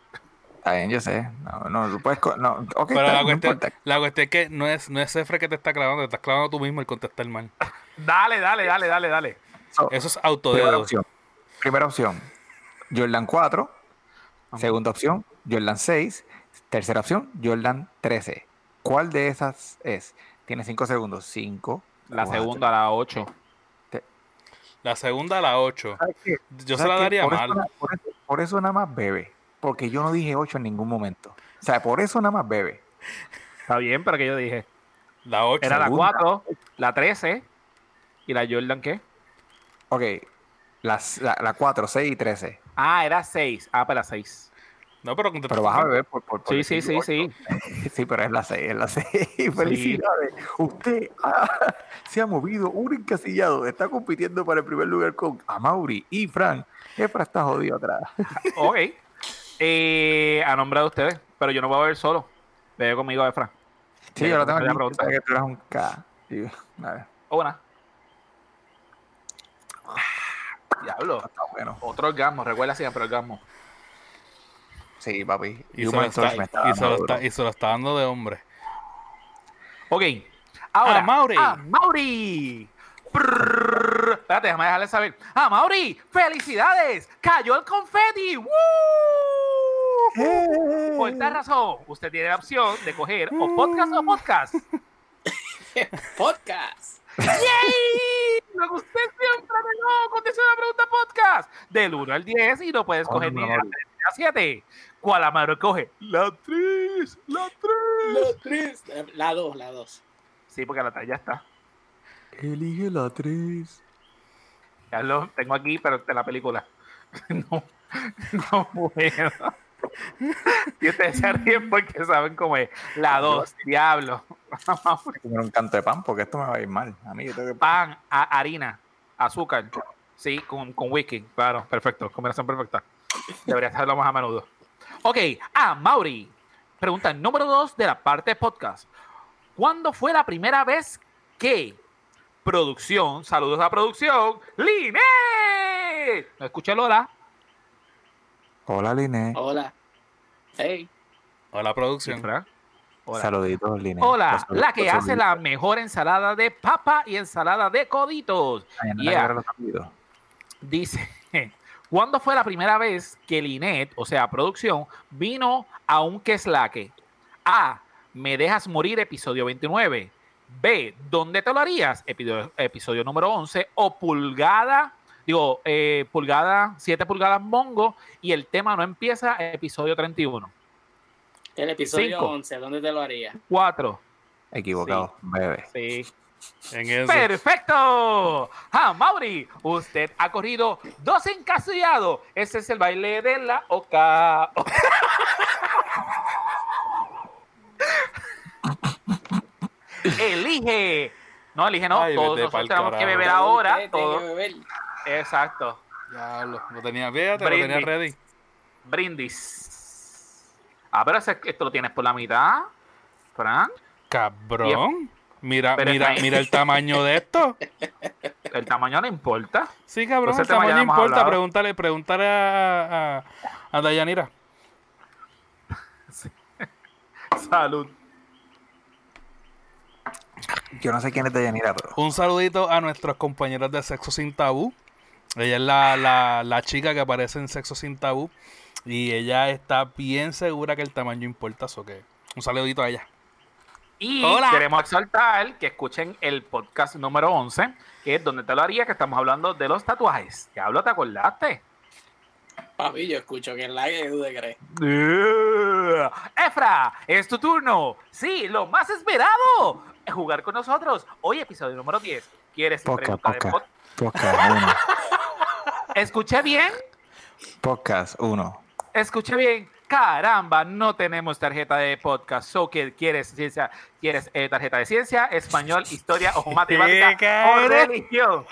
[SPEAKER 1] está bien, yo sé. No, no, tú puedes... co- No, ok,
[SPEAKER 2] Pero
[SPEAKER 1] está bien,
[SPEAKER 2] la
[SPEAKER 1] no
[SPEAKER 2] cuestión,
[SPEAKER 1] importa.
[SPEAKER 2] la cuestión es que no es, no es Efra que te está clavando, te estás clavando tú mismo el contestar mal.
[SPEAKER 4] Dale, dale, dale, dale, dale.
[SPEAKER 1] So,
[SPEAKER 2] Eso es
[SPEAKER 1] Primera
[SPEAKER 2] autodedo.
[SPEAKER 1] opción. Primera opción, Jordan 4. Segunda opción, Jordan 6. Tercera opción, Jordan 13. ¿Cuál de esas es? Tiene 5 segundos. 5.
[SPEAKER 4] La segunda, la ocho.
[SPEAKER 2] La segunda, la 8. Yo se la daría
[SPEAKER 1] por
[SPEAKER 2] mal.
[SPEAKER 1] Eso, na- por, eso, por eso nada más bebe. porque yo no dije 8 en ningún momento. O sea, por eso nada más bebe.
[SPEAKER 4] Está bien, pero que yo dije.
[SPEAKER 2] La 8.
[SPEAKER 4] Era la
[SPEAKER 1] Segunda.
[SPEAKER 4] 4, la 13 y la Jordan, ¿qué?
[SPEAKER 1] Ok, las, la, la 4, 6 y 13.
[SPEAKER 4] Ah, era 6. Ah, para la 6.
[SPEAKER 2] No, pero, contestaste
[SPEAKER 1] Pero vas a
[SPEAKER 2] mal.
[SPEAKER 1] beber por... por, por
[SPEAKER 4] Sí, sí, sí,
[SPEAKER 1] decir
[SPEAKER 4] sí.
[SPEAKER 1] ocho. [laughs] Sí, pero es la 6, es la 6. [laughs] Felicidades. Usted ah, se ha [laughs] movido un encasillado. Está compitiendo para el primer lugar con Amauri y Fran. Efra está jodido atrás.
[SPEAKER 4] Ok. Eh, a nombre de ustedes, pero yo no voy a beber solo. Bebe conmigo, Efra.
[SPEAKER 1] Sí, yo lo tengo
[SPEAKER 4] Voy a
[SPEAKER 1] aquí.
[SPEAKER 4] preguntar.
[SPEAKER 1] pensaba que tú eras un K. Sí, a ver,
[SPEAKER 4] O una. Ah, Diablo.
[SPEAKER 1] está bueno.
[SPEAKER 4] Otro orgasmo, recuerda siempre orgasmo.
[SPEAKER 1] Sí, papi.
[SPEAKER 2] Y se, lo
[SPEAKER 1] Human
[SPEAKER 2] está,
[SPEAKER 1] Torch me está
[SPEAKER 2] y, se lo
[SPEAKER 1] dando
[SPEAKER 2] está,
[SPEAKER 1] duro.
[SPEAKER 2] y se lo está dando de hombre.
[SPEAKER 4] Ok. Ahora,
[SPEAKER 2] Ah, Mauri.
[SPEAKER 4] ¡A Mauri! Prrrr. Espérate, déjame dejarle saber. ¡A Mauri! ¡Felicidades! ¡Cayó el confeti! ¡Woo!
[SPEAKER 1] ¡Eh!
[SPEAKER 4] Por esta razón, usted tiene la opción de coger o podcast o podcast.
[SPEAKER 3] Podcast.
[SPEAKER 4] ¡Yay! Lo que usted siempre anheló, contestó la pregunta podcast. Del 1 al 10 y no puedes
[SPEAKER 1] Oh,
[SPEAKER 4] coger ni la
[SPEAKER 1] Mauri.
[SPEAKER 4] 3 ni la 7. ¿Cuál Amaro coge? La 3, la 3.
[SPEAKER 3] Los tres. La 2, la 2.
[SPEAKER 4] Sí, porque la 3 ya está.
[SPEAKER 1] Elige la 3.
[SPEAKER 4] Ya lo tengo aquí, pero de la película. [laughs] No, no puedo. [laughs] Y ustedes se ríen porque saben cómo es. La 2, diablo.
[SPEAKER 1] Comer un canto de pan porque esto me va a ir mal. A mí yo tengo que
[SPEAKER 4] Pan, a- harina, azúcar. Sí, con, con whisky. Claro, perfecto. Combinación perfecta. Debería hacerlo más a menudo. Ok, a Mauri. Pregunta número 2 de la parte de podcast. ¿Cuándo fue la primera vez que producción, saludos a producción, Linet? No escuché Lola.
[SPEAKER 1] Hola, Liné.
[SPEAKER 3] Hola. Hey.
[SPEAKER 2] Hola, producción.
[SPEAKER 4] Fran. Hola.
[SPEAKER 1] Saluditos, Liné. Los
[SPEAKER 4] Hola,
[SPEAKER 1] saludos,
[SPEAKER 4] la que
[SPEAKER 1] los
[SPEAKER 4] hace la mejor ensalada de papa y ensalada de coditos.
[SPEAKER 1] saluditos. Ay, anda,
[SPEAKER 4] Yeah.
[SPEAKER 1] agarra los saluditos.
[SPEAKER 4] Dice, [laughs] ¿cuándo fue la primera vez que Linet, o sea, producción, vino a un queslaque? A, me dejas morir, episodio 29. B, ¿dónde te lo harías? Episodio, episodio número 11. O pulgada, digo, eh, pulgada, 7 pulgadas mongo y el tema no empieza, episodio 31.
[SPEAKER 3] El episodio
[SPEAKER 4] Cinco.
[SPEAKER 3] 11, ¿dónde te lo haría?
[SPEAKER 4] 4.
[SPEAKER 1] Equivocado, bebé.
[SPEAKER 4] Sí.
[SPEAKER 2] En eso.
[SPEAKER 4] ¡Perfecto! ¡Ah, Mauri! Usted ha corrido dos encasillados. Ese es el baile de la oca. [laughs] elige. No, elige no.
[SPEAKER 2] Ay,
[SPEAKER 4] Todos
[SPEAKER 2] vete pa'l
[SPEAKER 4] nosotros tenemos que
[SPEAKER 2] carajo.
[SPEAKER 4] beber ahora.
[SPEAKER 3] Ustedes tienen
[SPEAKER 4] todos.
[SPEAKER 3] que beber.
[SPEAKER 4] Exacto.
[SPEAKER 2] Diablo, lo tenía, fíjate, lo
[SPEAKER 4] Brindis.
[SPEAKER 2] tenía ready.
[SPEAKER 4] Brindis. Ah, pero ese- esto lo tienes por la mitad, Frank.
[SPEAKER 2] Cabrón. Mira,
[SPEAKER 4] Pero
[SPEAKER 2] mira,
[SPEAKER 4] está-
[SPEAKER 2] mira el tamaño de esto.
[SPEAKER 4] El tamaño no importa.
[SPEAKER 2] Sí, cabrón,
[SPEAKER 4] Ese
[SPEAKER 2] el
[SPEAKER 4] tema ya
[SPEAKER 2] tamaño
[SPEAKER 4] hemos
[SPEAKER 2] importa.
[SPEAKER 4] hablado.
[SPEAKER 2] Pregúntale, pregúntale a, a, a Dayanira.
[SPEAKER 4] Salud.
[SPEAKER 1] Yo no sé quién es Deyanira, pero.
[SPEAKER 2] Un saludito a nuestros compañeros de Sexo Sin Tabú. Ella es la, la- la chica que aparece en Sexo Sin Tabú. Y ella está bien segura que el tamaño importa. So que un saludito a ella.
[SPEAKER 4] Y
[SPEAKER 2] Hola.
[SPEAKER 4] queremos exaltar que escuchen el podcast número 11, que es donde te lo haría, que estamos hablando de los tatuajes. Diablo, ¿te acordaste?
[SPEAKER 3] Papi, yo escucho que es la que tú te crees.
[SPEAKER 4] Yeah. Efra, es tu turno. Sí, lo más esperado. Jugar con nosotros. Hoy, episodio número 10. ¿Quieres
[SPEAKER 1] Poca,
[SPEAKER 4] preguntar
[SPEAKER 1] poca.
[SPEAKER 4] en pod-
[SPEAKER 1] Podcast 1.
[SPEAKER 4] ¿Escuché bien?
[SPEAKER 1] Podcast 1.
[SPEAKER 4] Escuché bien. Caramba, no tenemos tarjeta de podcast. So que quieres ciencia, quieres eh, tarjeta de ciencia, español, historia o matemática o
[SPEAKER 2] cabrón.
[SPEAKER 4] religión.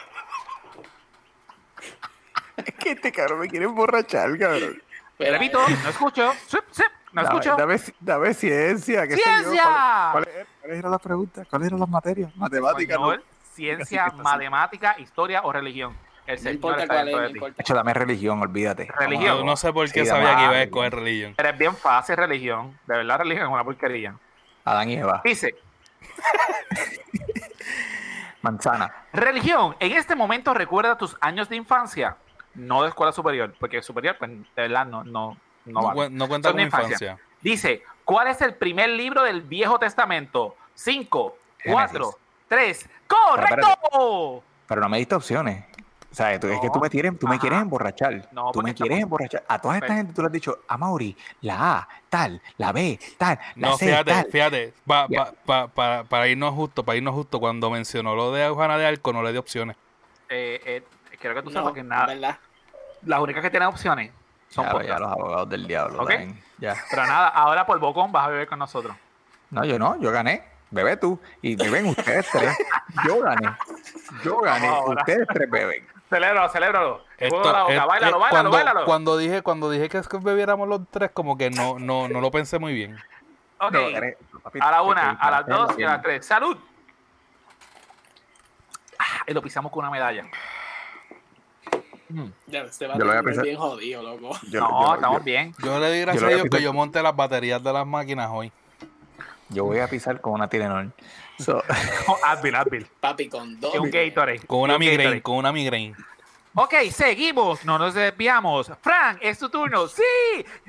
[SPEAKER 1] Es que este cabrón me quiere emborrachar, cabrón.
[SPEAKER 3] Pero, eh,
[SPEAKER 4] Repito, no escucho. Sup, sup, no
[SPEAKER 1] Dame-
[SPEAKER 4] escucho.
[SPEAKER 1] Dame, dame ciencia. qué sé yo.
[SPEAKER 4] ¡Ciencia!
[SPEAKER 1] ¿Cuál- ¿Cuáles cuáles eran las preguntas? ¿Cuáles eran las materias? Matemáticas. ¿no?
[SPEAKER 4] Español, ciencia,
[SPEAKER 1] Así que está
[SPEAKER 4] matemática, historia o religión. El
[SPEAKER 3] No
[SPEAKER 4] señor
[SPEAKER 3] importa
[SPEAKER 4] está
[SPEAKER 3] cuál es,
[SPEAKER 4] dentro
[SPEAKER 3] no
[SPEAKER 4] de ti.
[SPEAKER 1] De
[SPEAKER 3] importa.
[SPEAKER 1] hecho, dame religión, olvídate.
[SPEAKER 4] Religión.
[SPEAKER 2] Yo no sé por qué
[SPEAKER 1] Sí,
[SPEAKER 2] sabía que iba a
[SPEAKER 1] madre.
[SPEAKER 2] escoger religión.
[SPEAKER 4] Pero es bien fácil religión. De verdad, religión es una porquería.
[SPEAKER 1] Adán y Eva.
[SPEAKER 4] Dice,
[SPEAKER 1] Manzana.
[SPEAKER 4] religión, en este momento recuerda tus años de infancia, no de escuela superior, porque superior, pues, de verdad, no, no, no
[SPEAKER 2] No,
[SPEAKER 4] vale.
[SPEAKER 2] cuen- no cuenta
[SPEAKER 4] Son
[SPEAKER 2] con
[SPEAKER 4] de
[SPEAKER 2] infancia.
[SPEAKER 4] Dice, ¿cuál es el primer libro del Viejo Testamento? Cinco,
[SPEAKER 1] Génesis.
[SPEAKER 4] cuatro, tres.
[SPEAKER 1] espérate.
[SPEAKER 4] ¡Correcto!
[SPEAKER 1] Pero no me diste opciones. O sea, tú- es que tú me quieres, tú me
[SPEAKER 4] Ajá.
[SPEAKER 1] quieres emborrachar.
[SPEAKER 4] No,
[SPEAKER 1] tú
[SPEAKER 4] porque
[SPEAKER 1] me
[SPEAKER 4] estamos-
[SPEAKER 1] quieres emborrachar. A toda esta
[SPEAKER 4] Pero-
[SPEAKER 1] gente tú le has dicho, a Mauri, la A, tal, la B, tal, la
[SPEAKER 2] No,
[SPEAKER 1] C,
[SPEAKER 2] fíjate,
[SPEAKER 1] tal.
[SPEAKER 2] fíjate, pa-
[SPEAKER 1] Ya.
[SPEAKER 2] pa- pa- pa- para irnos justo, para irnos justo, cuando mencionó lo de Juana de Arco no le dio opciones.
[SPEAKER 4] Eh, eh, quiero que tú sepas
[SPEAKER 3] No,
[SPEAKER 4] que nada,
[SPEAKER 3] ¿verdad?
[SPEAKER 4] las únicas que tienen opciones son
[SPEAKER 1] Claro, ya
[SPEAKER 4] podcasts.
[SPEAKER 1] los abogados del diablo.
[SPEAKER 4] Ok.
[SPEAKER 1] también, Ya.
[SPEAKER 4] Pero nada, ahora por Bocón vas a beber con nosotros.
[SPEAKER 1] No, yo no, yo gané. Bebé tú y beben ustedes tres.
[SPEAKER 4] [laughs]
[SPEAKER 1] Yo gané. Yo gané.
[SPEAKER 4] Ahora.
[SPEAKER 1] Ustedes tres beben.
[SPEAKER 4] Celébralo, celébralo. El
[SPEAKER 2] Esto-
[SPEAKER 4] juego de la boca,
[SPEAKER 2] esto-
[SPEAKER 4] báilalo,
[SPEAKER 2] eh,
[SPEAKER 4] báilalo,
[SPEAKER 2] cuando,
[SPEAKER 4] báilalo.
[SPEAKER 2] cuando dije, cuando dije que es que bebiéramos los tres, como que no, no, no lo pensé muy bien.
[SPEAKER 4] Ok,
[SPEAKER 1] No, gané. Papi,
[SPEAKER 4] a la
[SPEAKER 1] te-
[SPEAKER 4] una,
[SPEAKER 1] te-
[SPEAKER 4] a las
[SPEAKER 1] te-
[SPEAKER 4] dos y
[SPEAKER 1] te-
[SPEAKER 4] a las tres. ¡Salud! Ah, y lo pisamos con una medalla. Mm.
[SPEAKER 3] Ya, este va a
[SPEAKER 1] Yo lo había pensado.
[SPEAKER 3] terminar bien jodido, loco.
[SPEAKER 1] yo-
[SPEAKER 4] no,
[SPEAKER 1] yo-
[SPEAKER 4] estamos
[SPEAKER 1] yo-
[SPEAKER 4] bien. [laughs]
[SPEAKER 2] Yo le di gracias
[SPEAKER 1] Yo
[SPEAKER 2] a
[SPEAKER 1] lo
[SPEAKER 2] Dios
[SPEAKER 1] había
[SPEAKER 2] que yo monté las baterías de las máquinas hoy.
[SPEAKER 1] Yo voy a pisar con una Tylenol. So,
[SPEAKER 4] Oh, Advil, Advil.
[SPEAKER 3] Papi, con dos.
[SPEAKER 4] Y un Gatorade.
[SPEAKER 2] Con una
[SPEAKER 4] Y un
[SPEAKER 2] migraine,
[SPEAKER 4] Gatorade.
[SPEAKER 2] con una migraine.
[SPEAKER 4] Ok, seguimos. No nos desviamos. Frank, es tu turno. ¡Sí!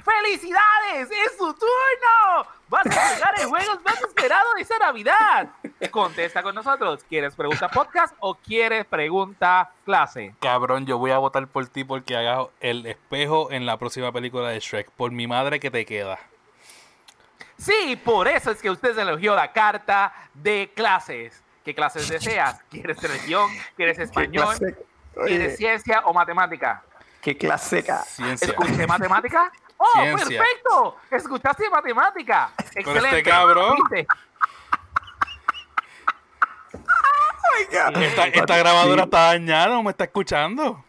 [SPEAKER 4] ¡Felicidades! ¡Es tu turno! ¡Vas a jugar el juego más esperado de esta Navidad! Contesta con nosotros. ¿Quieres pregunta podcast o quieres pregunta clase?
[SPEAKER 2] Cabrón, yo voy a votar por ti porque hagas el espejo en la próxima película de Shrek. Por mi madre que te queda.
[SPEAKER 4] Sí, por eso es que usted eligió la carta de clases. ¿Qué clases deseas? ¿Quieres religión? ¿Quieres [laughs] español? ¿Quieres ciencia o matemática?
[SPEAKER 1] qué claseca.
[SPEAKER 2] Ciencia.
[SPEAKER 4] ¿Escuché matemática?
[SPEAKER 2] [laughs]
[SPEAKER 4] ¡Oh,
[SPEAKER 2] Ciencia.
[SPEAKER 4] perfecto! ¡Escuchaste matemática!
[SPEAKER 2] este
[SPEAKER 4] ¡Excelente!
[SPEAKER 2] cabrón.
[SPEAKER 4] ¿Viste?
[SPEAKER 2] Esta, esta grabadora está dañada, no me está escuchando.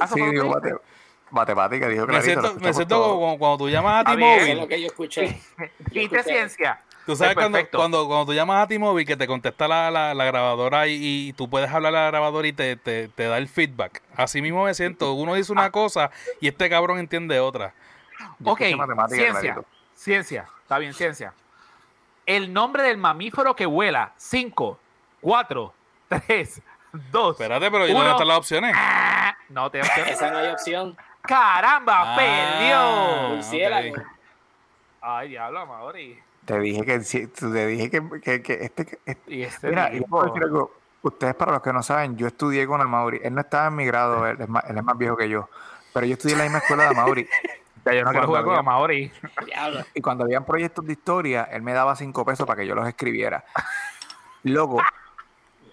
[SPEAKER 4] Ah, eso
[SPEAKER 1] Sí,
[SPEAKER 4] fue lo que
[SPEAKER 1] digo,
[SPEAKER 4] dije.
[SPEAKER 1] mate- matemática, dijo
[SPEAKER 2] Me
[SPEAKER 1] clarito. lo
[SPEAKER 2] siento, me
[SPEAKER 1] escuchamos
[SPEAKER 2] siento
[SPEAKER 1] todos.
[SPEAKER 2] como, como cuando tú llamas a
[SPEAKER 4] Está bien.
[SPEAKER 3] Eso es
[SPEAKER 2] T-Mobile.
[SPEAKER 3] lo que yo escuché. Yo
[SPEAKER 4] Dijiste
[SPEAKER 3] escuché-
[SPEAKER 4] ciencia.
[SPEAKER 2] Tú sabes
[SPEAKER 4] Pues
[SPEAKER 2] cuando,
[SPEAKER 4] perfecto.
[SPEAKER 2] cuando, cuando tú llamas a T-Mobile que te contesta la, la- la grabadora y, y tú puedes hablar a la grabadora y te, te- te da el feedback. Así mismo me siento. Uno dice
[SPEAKER 4] Ah.
[SPEAKER 2] una cosa y este cabrón entiende otra.
[SPEAKER 1] Yo
[SPEAKER 4] Ok,
[SPEAKER 1] escuché matemática
[SPEAKER 4] ciencia.
[SPEAKER 1] clarito.
[SPEAKER 4] Ciencia. Está bien, ciencia. El nombre del mamífero que vuela. 5, 4, 3, 2.
[SPEAKER 2] Espérate, pero ¿y dónde
[SPEAKER 4] Uno.
[SPEAKER 2] están las opciones?
[SPEAKER 4] [laughs] No te opciones.
[SPEAKER 3] Esa no hay opción.
[SPEAKER 4] ¡Caramba!
[SPEAKER 2] Ah.
[SPEAKER 4] ¡Perdió!
[SPEAKER 3] Murciélago.
[SPEAKER 2] ok.
[SPEAKER 4] Ay, diablo, Maori.
[SPEAKER 1] Te dije que, sí, te dije que, que- que este, este-
[SPEAKER 4] Y este
[SPEAKER 1] Mira, yo
[SPEAKER 4] tipo.
[SPEAKER 1] puedo decir algo. Ustedes, para los que no saben, yo estudié con Amauri. Él no estaba en mi grado, él es más, él es más viejo que yo. Pero yo estudié en la misma escuela de Amauri.
[SPEAKER 4] Ya yo no quiero
[SPEAKER 1] cuando
[SPEAKER 4] jugar con
[SPEAKER 1] había-
[SPEAKER 4] Maori.
[SPEAKER 3] Diablo.
[SPEAKER 1] Y cuando habían proyectos de historia, él me daba cinco pesos para que yo los escribiera. Loco,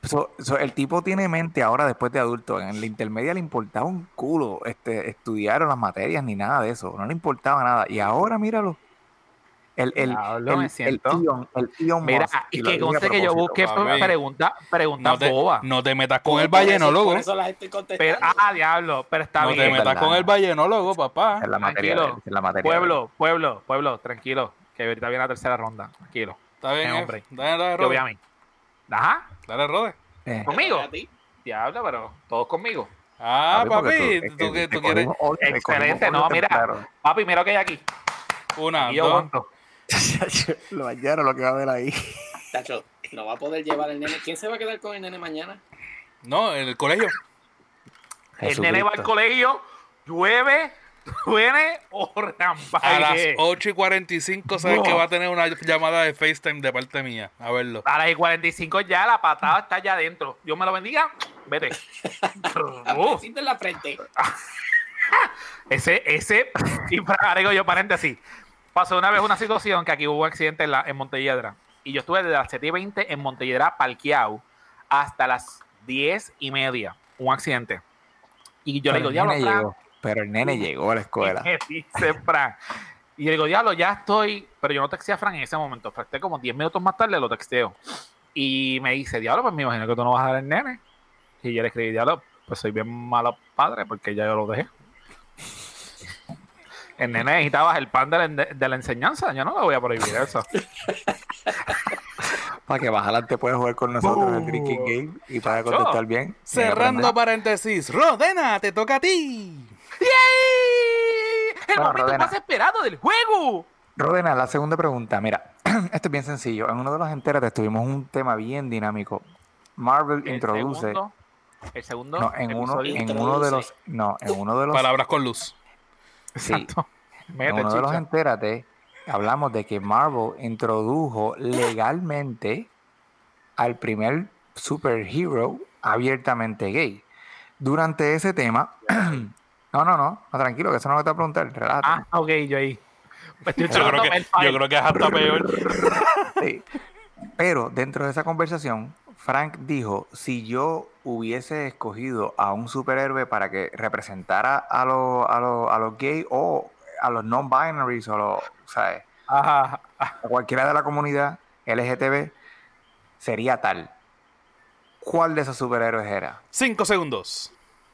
[SPEAKER 1] so- so, el tipo tiene mente ahora después de adulto. En la intermedia le importaba un culo este, estudiar las materias ni nada de eso. No le importaba nada. Y ahora míralo. El, el,
[SPEAKER 4] Diablo,
[SPEAKER 1] el,
[SPEAKER 4] me
[SPEAKER 1] el
[SPEAKER 4] siento.
[SPEAKER 1] Elon- el Elon
[SPEAKER 4] Mira,
[SPEAKER 1] Musk,
[SPEAKER 4] y
[SPEAKER 1] lo
[SPEAKER 4] que
[SPEAKER 1] dije a
[SPEAKER 4] conste que yo
[SPEAKER 1] propósito.
[SPEAKER 4] busqué
[SPEAKER 2] papi.
[SPEAKER 4] pregunta, pregunta
[SPEAKER 2] No te,
[SPEAKER 4] boba.
[SPEAKER 2] no te metas con el
[SPEAKER 3] Por eso-
[SPEAKER 2] vallenólogo.
[SPEAKER 3] Por eso las estoy
[SPEAKER 4] Pero,
[SPEAKER 3] contestando.
[SPEAKER 4] ah, diablo, pero está
[SPEAKER 2] No te
[SPEAKER 4] bien.
[SPEAKER 1] me-
[SPEAKER 2] metas con el vallenólogo, papá.
[SPEAKER 1] Es la materia. de él,
[SPEAKER 4] Tranquilo.
[SPEAKER 1] es la materia de él.
[SPEAKER 4] Pueblo, pueblo, pueblo, tranquilo. Que ahorita viene la tercera ronda. Tranquilo.
[SPEAKER 2] Está bien,
[SPEAKER 4] Eh,
[SPEAKER 2] eh.
[SPEAKER 4] hombre.
[SPEAKER 2] Dale, dale,
[SPEAKER 4] Yo voy a
[SPEAKER 2] Rode.
[SPEAKER 4] mí. Ajá,
[SPEAKER 2] Dale, Rode.
[SPEAKER 1] Eh,
[SPEAKER 4] conmigo.
[SPEAKER 3] A ti.
[SPEAKER 4] Diablo, pero todos conmigo.
[SPEAKER 2] Ah,
[SPEAKER 1] porque
[SPEAKER 2] papi,
[SPEAKER 1] es
[SPEAKER 2] tú,
[SPEAKER 1] que
[SPEAKER 2] que,
[SPEAKER 1] te
[SPEAKER 2] tú quieres.
[SPEAKER 1] cogimos hoy, te cogimos
[SPEAKER 4] Excelente,
[SPEAKER 1] hoy
[SPEAKER 4] no, mira.
[SPEAKER 1] temprano.
[SPEAKER 4] Papi, mira lo que hay aquí.
[SPEAKER 2] Una,
[SPEAKER 4] Y yo
[SPEAKER 2] dos.
[SPEAKER 4] aguanto.
[SPEAKER 1] [laughs] lo hallaron lo que va a ver ahí.
[SPEAKER 3] Tacho, no va a poder llevar el nene. ¿Quién se va a quedar con el nene mañana?
[SPEAKER 4] Oh.
[SPEAKER 2] No, en el
[SPEAKER 4] [laughs]
[SPEAKER 2] colegio.
[SPEAKER 4] El nene va al colegio, llueve, duele o [laughs]
[SPEAKER 2] A las
[SPEAKER 4] rampague.
[SPEAKER 2] 8 y 45 sabes
[SPEAKER 4] No.
[SPEAKER 2] que va a tener una llamada de FaceTime de parte mía. A verlo.
[SPEAKER 4] A las 45 ya la patada está allá adentro. Dios me lo bendiga. Vete.
[SPEAKER 3] A
[SPEAKER 4] Uf.
[SPEAKER 3] Ah, pues, en la frente.
[SPEAKER 4] Pues, Ese, ese, [laughs] y para agrego yo paréntesis. Pasó una vez una situación que aquí hubo un accidente en, la, en Montelledra. Y yo estuve desde las 7 y 20 en Montelledra parqueado hasta las 10 y media. Un accidente. Y yo le digo, diablo, Fran".
[SPEAKER 1] llegó, pero el nene llegó a la escuela.
[SPEAKER 4] Y me dice Fran. Y yo le digo, diablo, ya estoy. Pero yo no texté a Fran en ese momento. Texté como 10 minutos más tarde, lo texteo. Y me dice, diablo, pues me imagino que tú no vas a dar el nene. Y yo le escribí, diablo, pues soy bien malo padre porque ya yo lo dejé. El nene necesitaba el pan de la, de la enseñanza. Yo no le voy a prohibir [laughs] eso.
[SPEAKER 1] Para que más adelante puedas jugar con nosotros en el Drinking Game y para
[SPEAKER 4] Chacho.
[SPEAKER 1] contestar bien.
[SPEAKER 2] Cerrando paréntesis. Rodena, te toca a ti.
[SPEAKER 4] ¡Yay! ¡El
[SPEAKER 1] Bueno,
[SPEAKER 4] momento
[SPEAKER 1] Rodena.
[SPEAKER 4] más esperado del juego!
[SPEAKER 1] Rodena, la segunda pregunta. Mira, [clears throat] esto es bien sencillo. En uno de los enteras tuvimos un tema bien dinámico. Marvel
[SPEAKER 4] El
[SPEAKER 1] introduce.
[SPEAKER 4] segundo. El segundo.
[SPEAKER 1] no, en uno,
[SPEAKER 4] episodio.
[SPEAKER 1] en uno de los.
[SPEAKER 3] Introduce.
[SPEAKER 1] No, en uno de los.
[SPEAKER 2] Palabras con luz.
[SPEAKER 1] sí,
[SPEAKER 4] Exacto.
[SPEAKER 1] en
[SPEAKER 4] Mete,
[SPEAKER 1] uno de los
[SPEAKER 4] chicha.
[SPEAKER 1] entérate, hablamos de que Marvel introdujo legalmente al primer superhero abiertamente gay. durante ese tema. [clears throat] no, no, no, no, tranquilo, que eso no lo te voy a preguntar, relájate.
[SPEAKER 4] Ah, ok, yo ahí. Estoy
[SPEAKER 2] Yo creo,
[SPEAKER 4] tratando
[SPEAKER 2] que,
[SPEAKER 4] el file.
[SPEAKER 2] yo creo que es hasta peor.
[SPEAKER 1] Sí. Pero dentro de esa conversación, Frank dijo, si yo hubiese escogido a un superhéroe para que representara a los a los- a los gays o a los non-binaries o los, ¿sabes?
[SPEAKER 4] Ajá.
[SPEAKER 1] a cualquiera de la comunidad LGTB, sería tal. ¿Cuál de esos superhéroes era?
[SPEAKER 2] Cinco segundos.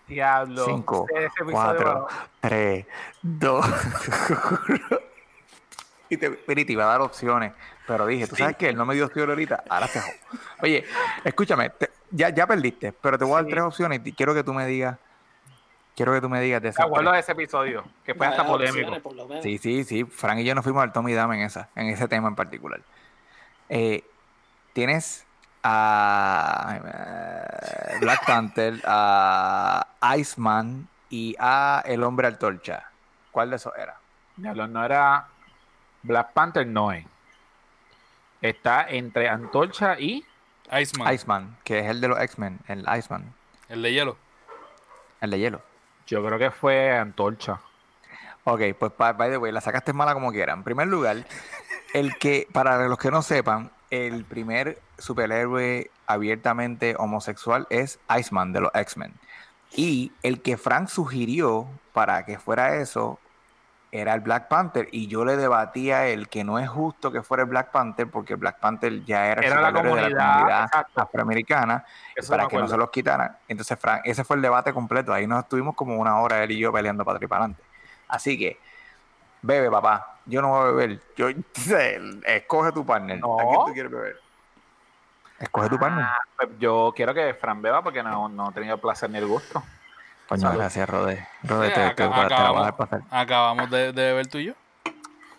[SPEAKER 4] Diablo.
[SPEAKER 1] Cinco,
[SPEAKER 4] Ese episodio,
[SPEAKER 1] cuatro, tres, dos. [laughs] y te, mira, y te iba a dar opciones, pero dije, tú sabes que él no me dio opciones ahorita, ahora te jodo. Oye, escúchame, te- ya, ya perdiste, pero te voy a dar
[SPEAKER 4] Sí.
[SPEAKER 1] tres opciones y quiero que tú me digas, quiero que tú me digas de
[SPEAKER 4] Me
[SPEAKER 1] esas
[SPEAKER 4] acuerdo
[SPEAKER 1] tres.
[SPEAKER 4] de ese episodio, que fue
[SPEAKER 3] Para
[SPEAKER 4] hasta
[SPEAKER 3] las opciones,
[SPEAKER 4] pues, polémico.
[SPEAKER 3] por lo menos.
[SPEAKER 1] Sí, sí, sí. Frank y yo nos fuimos al Tommy Dame en esa, en ese tema en particular. Eh, tienes a eh, Black Panther, a Iceman y a El Hombre Antorcha. ¿Cuál de esos era?
[SPEAKER 4] Diablo, no era. Black Panther no es. Está entre Antorcha y.
[SPEAKER 2] Iceman,
[SPEAKER 1] Iceman, que es el de los X-Men, el Iceman,
[SPEAKER 2] el de hielo.
[SPEAKER 1] el de hielo.
[SPEAKER 4] Yo creo que fue Antorcha.
[SPEAKER 1] Ok, pues pa- by the way, la sacaste mala como quieran. En primer lugar, el que, para los que no sepan, el primer superhéroe abiertamente homosexual es Iceman de los X-Men. Y el que Frank sugirió para que fuera eso era el Black Panther. Y yo le debatí a él que no es justo que fuera el Black Panther porque Black Panther ya era, el
[SPEAKER 4] Era la
[SPEAKER 1] superhéroe de
[SPEAKER 4] comunidad, exacto.
[SPEAKER 1] afroamericana
[SPEAKER 4] Eso
[SPEAKER 1] para
[SPEAKER 4] me
[SPEAKER 1] que no
[SPEAKER 4] acuerdo.
[SPEAKER 1] se los quitaran. Entonces, Frank, ese fue el debate completo. Ahí nos estuvimos como una hora él y yo peleando para atrás y para adelante. Así que, bebe, papá. Yo no voy a beber. Yo, [laughs] escoge tu partner.
[SPEAKER 4] No.
[SPEAKER 1] ¿A quién tú quieres beber? Escoge tu partner.
[SPEAKER 4] Ah, pues yo quiero que Fran beba porque no, no he tenido el placer ni el gusto.
[SPEAKER 1] Coño,
[SPEAKER 4] salud.
[SPEAKER 1] gracias, Rode. Rode,
[SPEAKER 2] Eh,
[SPEAKER 1] te,
[SPEAKER 2] acá-
[SPEAKER 1] te- te la voy a
[SPEAKER 2] acabamos.
[SPEAKER 1] dejar pasar.
[SPEAKER 2] Acabamos de, de beber tú y yo.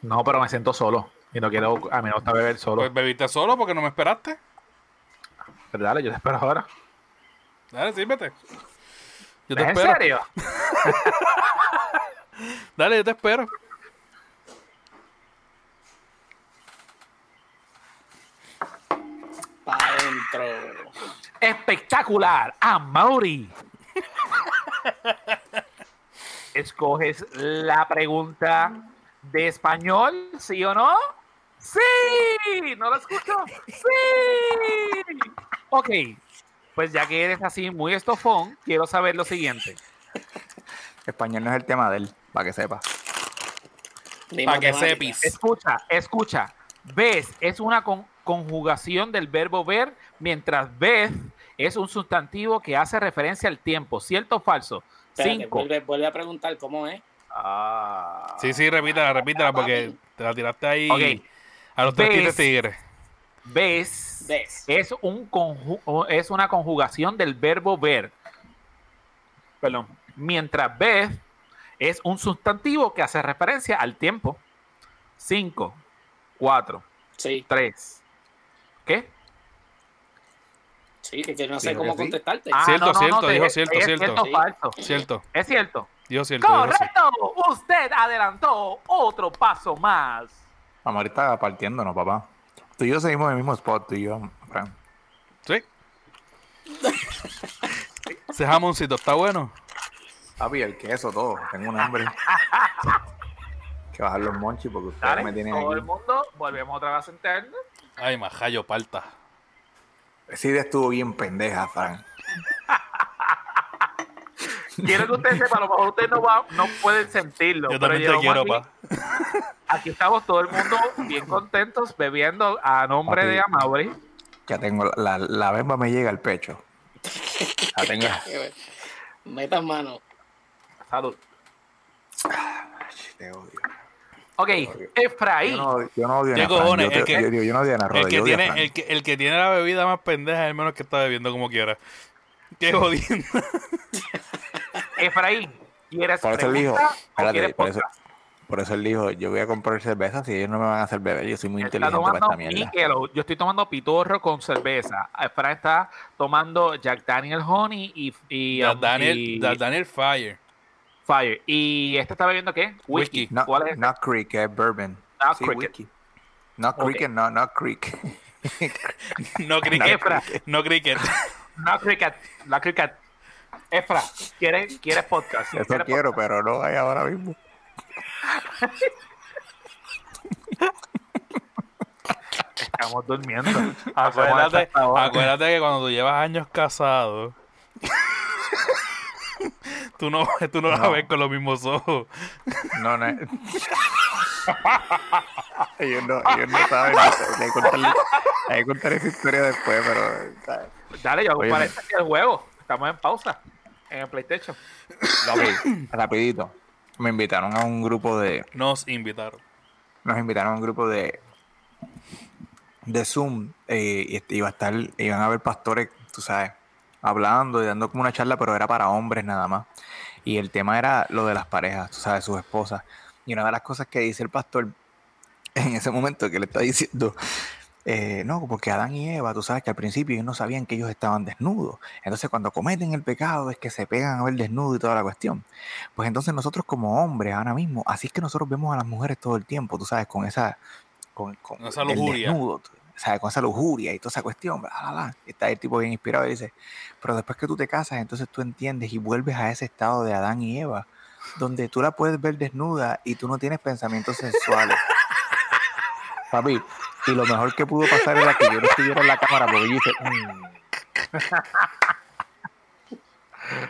[SPEAKER 4] No, pero me siento solo. Y no quiero. A mí no me gusta beber solo.
[SPEAKER 2] Pues bebiste solo porque no me esperaste.
[SPEAKER 4] pero dale, yo te espero ahora.
[SPEAKER 2] Dale, sírvete. Yo te
[SPEAKER 4] ¿Es ¿En
[SPEAKER 2] espero.
[SPEAKER 4] serio?
[SPEAKER 2] Dale, yo te espero.
[SPEAKER 3] Para adentro.
[SPEAKER 4] Espectacular. A Mauri. Escoges la pregunta de español, ¿sí o no? ¡Sí! ¿No lo escucho? ¡Sí! Ok, pues ya que eres así muy estofón, quiero saber lo siguiente.
[SPEAKER 1] Español no es el tema de él, para que sepa.
[SPEAKER 3] Ni
[SPEAKER 2] Pa' que
[SPEAKER 3] matemáticas.
[SPEAKER 2] sepis.
[SPEAKER 4] Escucha, escucha. Ves es una con- conjugación del verbo ver, mientras ves es un sustantivo que hace referencia al tiempo, ¿cierto o falso?
[SPEAKER 3] Espérate,
[SPEAKER 4] Cinco.
[SPEAKER 3] Vuelve, vuelve a preguntar cómo es.
[SPEAKER 4] Ah.
[SPEAKER 2] Sí, sí, repítela, repítela porque te la tiraste ahí
[SPEAKER 4] Ok.
[SPEAKER 2] a los tres
[SPEAKER 4] Ves.
[SPEAKER 2] tigres tigres.
[SPEAKER 4] Ves
[SPEAKER 3] Ves.
[SPEAKER 4] es, un conju- o es una conjugación del verbo ver. Perdón. Mientras ves es un sustantivo que hace referencia al tiempo. Cinco, cuatro,
[SPEAKER 3] Sí,
[SPEAKER 4] tres. ¿Qué?
[SPEAKER 3] sí, que, que no sé
[SPEAKER 1] Creo
[SPEAKER 3] cómo
[SPEAKER 1] que sí.
[SPEAKER 3] contestarte.
[SPEAKER 4] Ah,
[SPEAKER 2] Cierto, cierto,
[SPEAKER 4] te
[SPEAKER 2] dijo
[SPEAKER 4] dije-
[SPEAKER 2] cierto,
[SPEAKER 4] te dije
[SPEAKER 2] cierto.
[SPEAKER 4] o falso.
[SPEAKER 2] Cierto,
[SPEAKER 4] Es cierto.
[SPEAKER 2] Dios cierto. dijo sí.
[SPEAKER 4] Correcto. Usted adelantó otro paso más.
[SPEAKER 1] Vamos, ahorita partiéndonos, papá. Tú y yo seguimos en el mismo spot, tú y yo, Fran.
[SPEAKER 2] Sí. Ese jamoncito está bueno.
[SPEAKER 1] Papi, el queso, todo. Tengo un
[SPEAKER 4] [laughs]
[SPEAKER 1] hambre. que bajar los monchis porque ustedes
[SPEAKER 4] Dale,
[SPEAKER 1] me tienen
[SPEAKER 4] todo el
[SPEAKER 1] aquí.
[SPEAKER 4] mundo, volvemos otra vez a sentarnos.
[SPEAKER 2] Ay, majayo palta.
[SPEAKER 1] Sí, estuvo bien pendeja, Fran.
[SPEAKER 4] Quiero que ustedes sepan, a lo mejor ustedes no, va- no pueden sentirlo.
[SPEAKER 2] Yo
[SPEAKER 4] pero
[SPEAKER 2] también te quiero,
[SPEAKER 4] llevamos
[SPEAKER 2] pa.
[SPEAKER 4] aquí, aquí estamos todo el mundo bien contentos bebiendo a nombre
[SPEAKER 1] Papi.
[SPEAKER 4] de Amaury.
[SPEAKER 1] Ya tengo, la, la bemba me llega al pecho. La tengo.
[SPEAKER 3] Metas mano.
[SPEAKER 4] Salud.
[SPEAKER 1] Te odio.
[SPEAKER 4] Ok,
[SPEAKER 1] Yo
[SPEAKER 4] Efraín.
[SPEAKER 1] no, yo no odio a
[SPEAKER 2] ¿Qué
[SPEAKER 1] Ana Fran,
[SPEAKER 2] cojones?
[SPEAKER 1] Yo, te-
[SPEAKER 2] El que-
[SPEAKER 1] yo digo, yo no odio a Ana Rosa,
[SPEAKER 2] El que,
[SPEAKER 1] yo odio a
[SPEAKER 2] tiene,
[SPEAKER 1] Fran.
[SPEAKER 2] el, que, el que tiene la bebida más pendeja es el menos que está bebiendo como quiera. Qué jodiendo.
[SPEAKER 4] Efraín, ¿quieres
[SPEAKER 1] Por eso él dijo,
[SPEAKER 4] pregunta o
[SPEAKER 1] espérate,
[SPEAKER 4] quieres
[SPEAKER 1] por eso,
[SPEAKER 4] podcast?
[SPEAKER 1] por eso él dijo, yo voy a comprar cerveza si ellos no me van a hacer beber, yo soy muy
[SPEAKER 4] Está
[SPEAKER 1] inteligente para
[SPEAKER 4] tomando
[SPEAKER 1] esta mierda.
[SPEAKER 4] Michelob. Yo estoy tomando pitorro con cerveza. Efraín está tomando Jack Daniel Honey y, y,
[SPEAKER 2] Da
[SPEAKER 4] um,
[SPEAKER 2] Daniel,
[SPEAKER 4] y
[SPEAKER 2] da Daniel Fire. [laughs]
[SPEAKER 4] Fire. ¿Y este está bebiendo qué? Whisky.
[SPEAKER 2] Whisky.
[SPEAKER 1] No,
[SPEAKER 4] ¿Cuál es? Ah,
[SPEAKER 1] Not Creek, es bourbon.
[SPEAKER 4] Knock
[SPEAKER 1] sí,
[SPEAKER 4] Creek.
[SPEAKER 1] whisky. Not
[SPEAKER 4] Ok.
[SPEAKER 1] Creek, no, Not Creek.
[SPEAKER 2] No cricket.
[SPEAKER 4] Efra.
[SPEAKER 2] No cricket.
[SPEAKER 4] No cricket. La cricket. Efra, ¿quieres, quieres podcast?
[SPEAKER 1] [laughs] Eso
[SPEAKER 4] ¿Quieres
[SPEAKER 1] quiero, pero no hay ahora mismo.
[SPEAKER 4] podcast? Estamos durmiendo. [laughs] Hacemos esto
[SPEAKER 2] Acuérdate,
[SPEAKER 4] hasta ahora.
[SPEAKER 2] acuérdate que cuando tú llevas años casado, [laughs] tú no, tú no, la
[SPEAKER 1] No.
[SPEAKER 2] ves con los mismos ojos.
[SPEAKER 1] No, [laughs] no. es- ellos, no ellos no saben. Hay que contarle, hay que contar esa historia después, pero. ¿sabes?
[SPEAKER 4] Dale, yo hago
[SPEAKER 1] Oye,
[SPEAKER 4] paréntesis al juego. Estamos en pausa. En el PlayStation.
[SPEAKER 1] Ok, rapidito. Me invitaron a un grupo de.
[SPEAKER 2] Nos invitaron.
[SPEAKER 1] Nos invitaron a un grupo de. De Zoom. eh, y este, iba a estar. Iban a haber pastores, tú sabes, hablando y dando como una charla, pero era para hombres nada más. Y el tema era lo de las parejas, tú sabes, sus esposas. Y una de las cosas que dice el pastor en ese momento que le está diciendo, eh, no, porque Adán y Eva, tú sabes que al principio ellos no sabían que ellos estaban desnudos. Entonces cuando cometen el pecado es que se pegan a ver desnudo y toda la cuestión. Pues entonces nosotros como hombres ahora mismo, así es que nosotros vemos a las mujeres todo el tiempo, tú sabes, con esa... Con, con
[SPEAKER 2] Con esa
[SPEAKER 1] el
[SPEAKER 2] lujuria.
[SPEAKER 1] desnudo, tú ¿sabes? Con esa lujuria y toda esa cuestión. bla, bla, bla. Y Está el tipo bien inspirado y dice, pero después que tú te casas, entonces tú entiendes y vuelves a ese estado de Adán y Eva, donde tú la puedes ver desnuda y tú no tienes pensamientos sensuales. Papi, y lo mejor que pudo pasar era que yo no estuviera en la cámara porque yo dije, "Mm".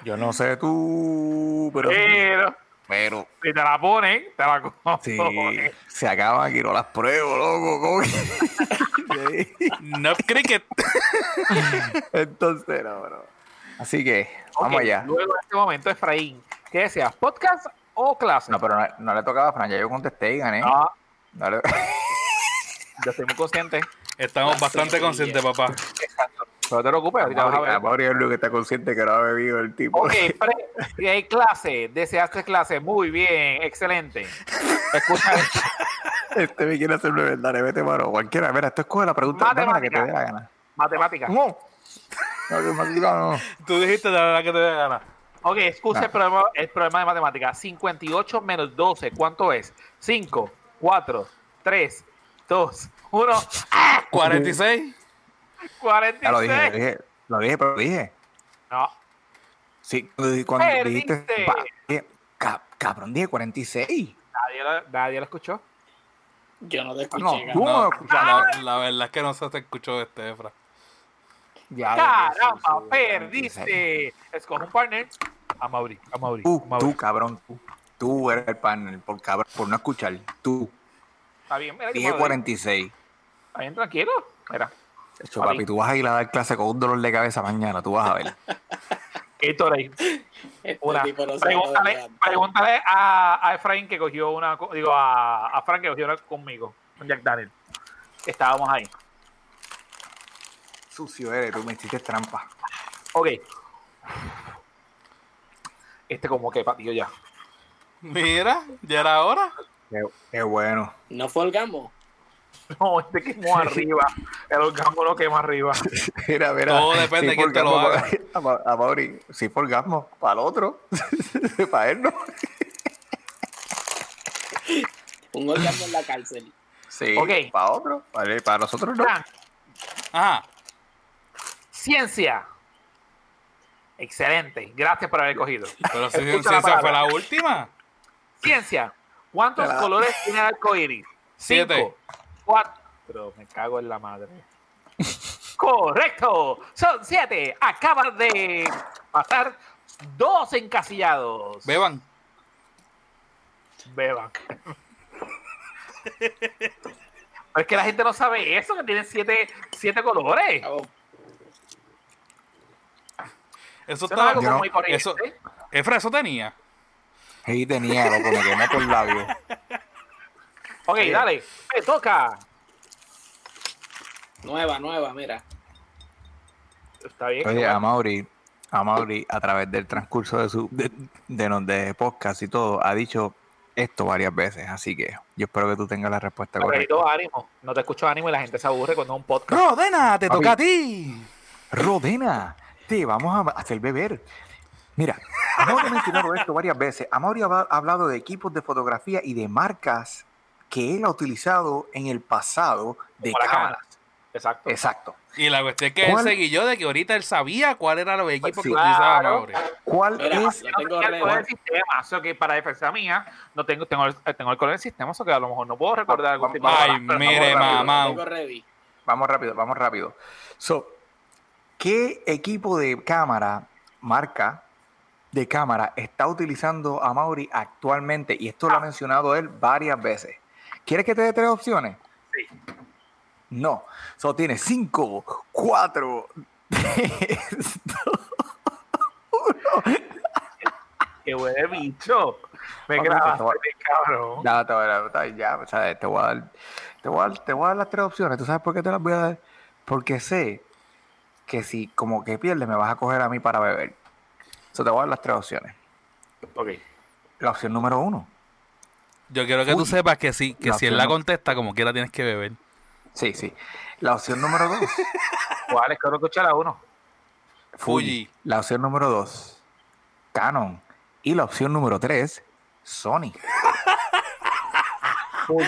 [SPEAKER 1] yo no sé tú, pero,
[SPEAKER 4] Pero
[SPEAKER 1] pero
[SPEAKER 4] si te la ponen, te la cojo.
[SPEAKER 1] sí, se acaban aquí, no las pruebo, loco. ¿cómo que? [laughs] Sí.
[SPEAKER 2] No cricket.
[SPEAKER 1] Entonces, no, bro. Así que, vamos
[SPEAKER 4] Ok,
[SPEAKER 1] allá.
[SPEAKER 4] Luego en este momento, Efraín, ¿qué deseas? ¿Podcast o clase?
[SPEAKER 1] No, pero ¿eh? no, no le tocaba a Fran, ya yo contesté y gané.
[SPEAKER 4] Ah,
[SPEAKER 1] No le-
[SPEAKER 4] yo estoy muy consciente.
[SPEAKER 2] Estamos bastante conscientes, papá.
[SPEAKER 4] No te
[SPEAKER 1] [laughs]
[SPEAKER 4] preocupes, ahorita vas Pues, a ver.
[SPEAKER 1] Pobre Luis que está consciente que no ha bebido el tipo.
[SPEAKER 4] Ok, pre- y hay clase, deseaste clase, muy bien, excelente. Escucha,
[SPEAKER 1] [laughs] Este me quiere hacerme verdad, le vete mano. Cualquiera, mira, esto es coge la pregunta, dame la que te dé la gana.
[SPEAKER 4] matemática.
[SPEAKER 1] No, no, que me diga, no.
[SPEAKER 2] [laughs] Tú dijiste la verdad que te dé gana.
[SPEAKER 4] Ok, excusa
[SPEAKER 1] Ah.
[SPEAKER 4] el, problema, el problema de matemática. 58 menos 12, ¿cuánto es? 5, 4, 3, 2, 1,
[SPEAKER 1] [laughs]
[SPEAKER 2] 46.
[SPEAKER 4] 46.
[SPEAKER 1] Ya lo dije, lo dije, lo dije, pero lo dije.
[SPEAKER 4] No,
[SPEAKER 1] Sí, cuando
[SPEAKER 4] Perdiste.
[SPEAKER 1] dijiste, pa, dije, ca- cabrón, dije 46.
[SPEAKER 4] nadie lo, nadie lo escuchó.
[SPEAKER 3] Yo no te escuché.
[SPEAKER 1] No,
[SPEAKER 3] cabrón.
[SPEAKER 1] tú no
[SPEAKER 2] No,
[SPEAKER 1] lo escuchaste.
[SPEAKER 2] la, la verdad es que no se te escuchó este, Efra.
[SPEAKER 1] Ya,
[SPEAKER 4] Caramba,
[SPEAKER 1] lo dije,
[SPEAKER 4] perdiste. Escoge un partner. A Mauri, a Mauri.
[SPEAKER 1] Tú,
[SPEAKER 4] a Mauri.
[SPEAKER 1] Uh, tú, cabrón, tú. Tú eres el panel, por cabrón, por no escuchar. Tú,
[SPEAKER 4] Está bien, mira que
[SPEAKER 1] dije
[SPEAKER 4] Mauri.
[SPEAKER 1] 46.
[SPEAKER 4] Está bien, tranquilo. Mira.
[SPEAKER 1] Hecho, papi, tú vas a ir a dar clase con un dolor de cabeza mañana, tú vas a ver.
[SPEAKER 4] Gatorade.
[SPEAKER 3] Este
[SPEAKER 4] Una.
[SPEAKER 3] tipo no sabe lo
[SPEAKER 4] Pregúntale,
[SPEAKER 3] que habla.
[SPEAKER 4] pregúntale a, a Efraín que cogió una. co- Digo, a, a Frank que cogió una conmigo, con Jack Daniel. Estábamos ahí.
[SPEAKER 1] [laughs] Sucio eres, tú me hiciste trampa.
[SPEAKER 4] Ok. Este, como que patillo ya. [laughs]
[SPEAKER 2] Mira, ya era hora.
[SPEAKER 1] Qué, qué bueno. [laughs]
[SPEAKER 3] No fue orgasmo.
[SPEAKER 4] No, este quemó arriba. El orgasmo lo quema arriba.
[SPEAKER 1] Mira, mira.
[SPEAKER 2] Todo depende de quién te lo haga.
[SPEAKER 1] A, Ma- a Mauri, sí por gasmo, para el otro, [laughs] para él no.
[SPEAKER 3] Un orgasmo en la cárcel.
[SPEAKER 1] Sí,
[SPEAKER 4] Ok.
[SPEAKER 1] para otro, para, para nosotros no.
[SPEAKER 4] Frank,
[SPEAKER 2] Ajá.
[SPEAKER 4] ciencia. Excelente. Gracias por haber cogido.
[SPEAKER 2] Pero si,
[SPEAKER 4] Escucha
[SPEAKER 2] si
[SPEAKER 4] la
[SPEAKER 2] esa fue
[SPEAKER 4] palabra.
[SPEAKER 2] la última.
[SPEAKER 4] Ciencia. ¿Cuántos
[SPEAKER 1] Claro.
[SPEAKER 4] colores tiene el arco iris?
[SPEAKER 2] Siete.
[SPEAKER 4] Cinco. Cuatro. Me cago en la madre. Correcto. Son siete. Acabas de pasar dos encasillados.
[SPEAKER 2] Beban.
[SPEAKER 4] Beban. Pero es que la gente no sabe eso, que tienen siete, siete colores.
[SPEAKER 3] Cabo,
[SPEAKER 2] Eso
[SPEAKER 4] Eso no es
[SPEAKER 2] estaba.
[SPEAKER 4] algo
[SPEAKER 1] yo no-
[SPEAKER 4] muy corriente.
[SPEAKER 2] eso- Efra, eso tenía.
[SPEAKER 1] Sí, tenía, loco, me quemé por el
[SPEAKER 4] [laughs]
[SPEAKER 1] labio.
[SPEAKER 4] Ok, dale. Me toca.
[SPEAKER 3] Nueva, nueva, mira.
[SPEAKER 4] Está bien.
[SPEAKER 1] Oye, ah, a Mauri, a Mauri, a través del transcurso de su de, de, no- de podcast y todo, ha dicho esto varias veces, así que yo espero que tú tengas la respuesta correcta.
[SPEAKER 4] Correcto, ánimo. No te escucho ánimo y la gente se aburre cuando es un podcast.
[SPEAKER 2] Rodena, te
[SPEAKER 1] Papi.
[SPEAKER 2] toca a ti.
[SPEAKER 1] Rodena, te vamos a hacer beber. Mira, Amaury ha mencionado esto varias veces. Amaury ha habla- ha hablado de equipos de fotografía y de marcas que él ha utilizado en el pasado de
[SPEAKER 4] Como la cámara.
[SPEAKER 1] cámaras.
[SPEAKER 4] Exacto.
[SPEAKER 1] Exacto.
[SPEAKER 2] Y la cuestión es que él
[SPEAKER 1] ¿Cuál?
[SPEAKER 2] se guilló de que ahorita él sabía cuál era los equipos
[SPEAKER 1] Sí.
[SPEAKER 2] que utilizaban
[SPEAKER 4] Pues Claro.
[SPEAKER 2] ahora.
[SPEAKER 1] ¿Cuál
[SPEAKER 3] Mira,
[SPEAKER 1] es?
[SPEAKER 3] yo tengo
[SPEAKER 4] el color del
[SPEAKER 3] redes.
[SPEAKER 4] sistema. O sea, que para defensa mía, no tengo, tengo, el, tengo el color del sistema, o sea, que a lo mejor no puedo recordar algún tipo de-
[SPEAKER 2] Ay,
[SPEAKER 4] pero no
[SPEAKER 2] mire,
[SPEAKER 4] puedo-
[SPEAKER 2] mamá. Mau.
[SPEAKER 3] Tengo ready.
[SPEAKER 1] Vamos rápido, vamos rápido. So, ¿qué equipo de cámara, marca de cámara, está utilizando a Mauri actualmente? Y esto lo ha mencionado él varias veces. ¿Quieres que te dé tres opciones?
[SPEAKER 4] Sí.
[SPEAKER 1] No. Solo tiene cinco, cuatro, [laughs] tres,
[SPEAKER 4] Que huele bicho. Me
[SPEAKER 1] Ok,
[SPEAKER 4] grabas,
[SPEAKER 1] por favor.
[SPEAKER 4] cabrón.
[SPEAKER 1] No, te voy a dar, ya, o sea, te voy a dar, te voy a dar- te voy a dar las tres opciones. ¿Tú sabes por qué te las voy a dar? Porque sé que si como que pierdes me vas a coger a mí para beber. Eso te voy a dar las tres opciones.
[SPEAKER 4] Ok.
[SPEAKER 1] La opción número uno.
[SPEAKER 2] Yo quiero que tú
[SPEAKER 1] Uy.
[SPEAKER 2] sepas que sí, que
[SPEAKER 1] La
[SPEAKER 2] si él
[SPEAKER 1] opción
[SPEAKER 2] la
[SPEAKER 1] no.
[SPEAKER 2] contesta, como quiera tienes que beber.
[SPEAKER 1] Sí, sí. La opción número dos.
[SPEAKER 4] ¿Cuál es? Creo que escuché la uno.
[SPEAKER 2] Fuji.
[SPEAKER 1] La opción número dos. Canon. Y la opción número tres. Sony.
[SPEAKER 4] Full.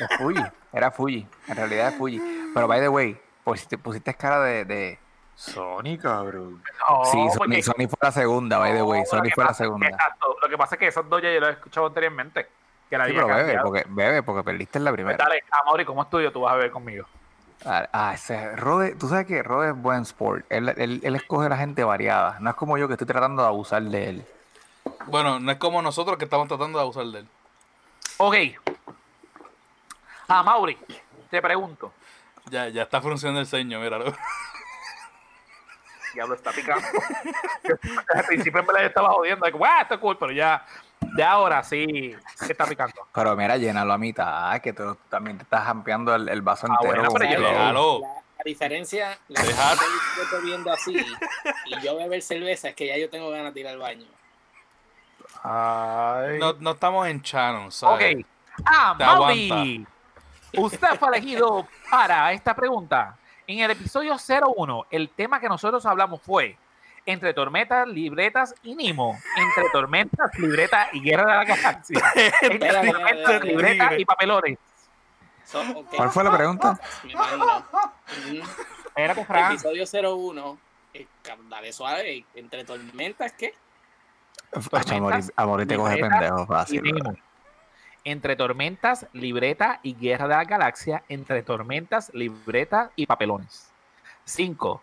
[SPEAKER 1] Es Fuji. Era Fuji. En realidad es Fuji. Pero by the way, pues te pusiste cara de, de Sony, cabrón.
[SPEAKER 4] No,
[SPEAKER 1] Sí, Sony,
[SPEAKER 4] Oh, porque- Oh,
[SPEAKER 1] Sony fue la segunda, by the way.
[SPEAKER 4] no, lo
[SPEAKER 1] Sony
[SPEAKER 4] que
[SPEAKER 1] fue la
[SPEAKER 4] pasa-
[SPEAKER 1] segunda.
[SPEAKER 4] Exacto. Lo que pasa es que esas dos ya yo las he escuchado anteriormente. Que la
[SPEAKER 1] Sí,
[SPEAKER 4] había
[SPEAKER 1] pero bebe,
[SPEAKER 4] cambiado.
[SPEAKER 1] porque, bebe, porque perdiste en la primera.
[SPEAKER 4] Dale, Amaury, ¿cómo es tuyo? Tú vas a beber conmigo.
[SPEAKER 1] Ah, ah, ese Rode, tú sabes que Rode es buen sport. Él, él, él escoge la gente variada. No es como yo que estoy tratando de abusar de él.
[SPEAKER 2] Bueno, no es como nosotros que estamos tratando de abusar de él.
[SPEAKER 4] Ok. Amaury, te pregunto.
[SPEAKER 2] Ya, ya está funcionando el ceño, míralo.
[SPEAKER 4] Diablo, está
[SPEAKER 1] [laughs]
[SPEAKER 4] picando. Al principio en verdad yo estaba jodiendo. Like, "Guau, esto es cool, pero ya, ya ahora sí sí está picando.
[SPEAKER 1] Pero mira, llénalo a mitad, ah, que tú también te estás ampeando el, el vaso
[SPEAKER 4] Ah,
[SPEAKER 1] entero.
[SPEAKER 4] bueno,
[SPEAKER 1] con
[SPEAKER 4] pero yo-
[SPEAKER 1] todo.
[SPEAKER 2] Déjalo.
[SPEAKER 3] La, la diferencia, la
[SPEAKER 2] Dejar.
[SPEAKER 3] diferencia de yo bebiendo así y yo beber cerveza es que ya yo tengo ganas de ir al baño.
[SPEAKER 4] Ay.
[SPEAKER 2] No, no estamos en Channel,
[SPEAKER 4] ok.
[SPEAKER 2] ¿sabes?
[SPEAKER 4] Ah,
[SPEAKER 2] Te
[SPEAKER 4] Mauri. Usted fue elegido para esta pregunta. En el episodio 01, el tema que nosotros hablamos fue entre tormentas, libretas y Nimo. Entre tormentas, libretas y guerra de la galaxia. Entre
[SPEAKER 3] Espera, espera,
[SPEAKER 4] tormentas,
[SPEAKER 3] espera.
[SPEAKER 4] libretas y papelones.
[SPEAKER 3] So, ok,
[SPEAKER 1] ¿Cuál
[SPEAKER 4] Pues
[SPEAKER 1] fue la pregunta?
[SPEAKER 3] me imagino. Ujú.
[SPEAKER 4] Espérate, Fran.
[SPEAKER 3] Episodio 01. eh, dale suave. Entre tormentas, ¿qué?
[SPEAKER 4] pues
[SPEAKER 1] Acho, Amor,
[SPEAKER 4] tormentas,
[SPEAKER 1] Amor, te coge
[SPEAKER 4] libretas
[SPEAKER 1] pendejo
[SPEAKER 4] y
[SPEAKER 1] fácil.
[SPEAKER 4] Nemo.
[SPEAKER 1] brother.
[SPEAKER 4] Entre tormentas, libreta y guerra de la galaxia. Entre tormentas, libreta y papelones. 5,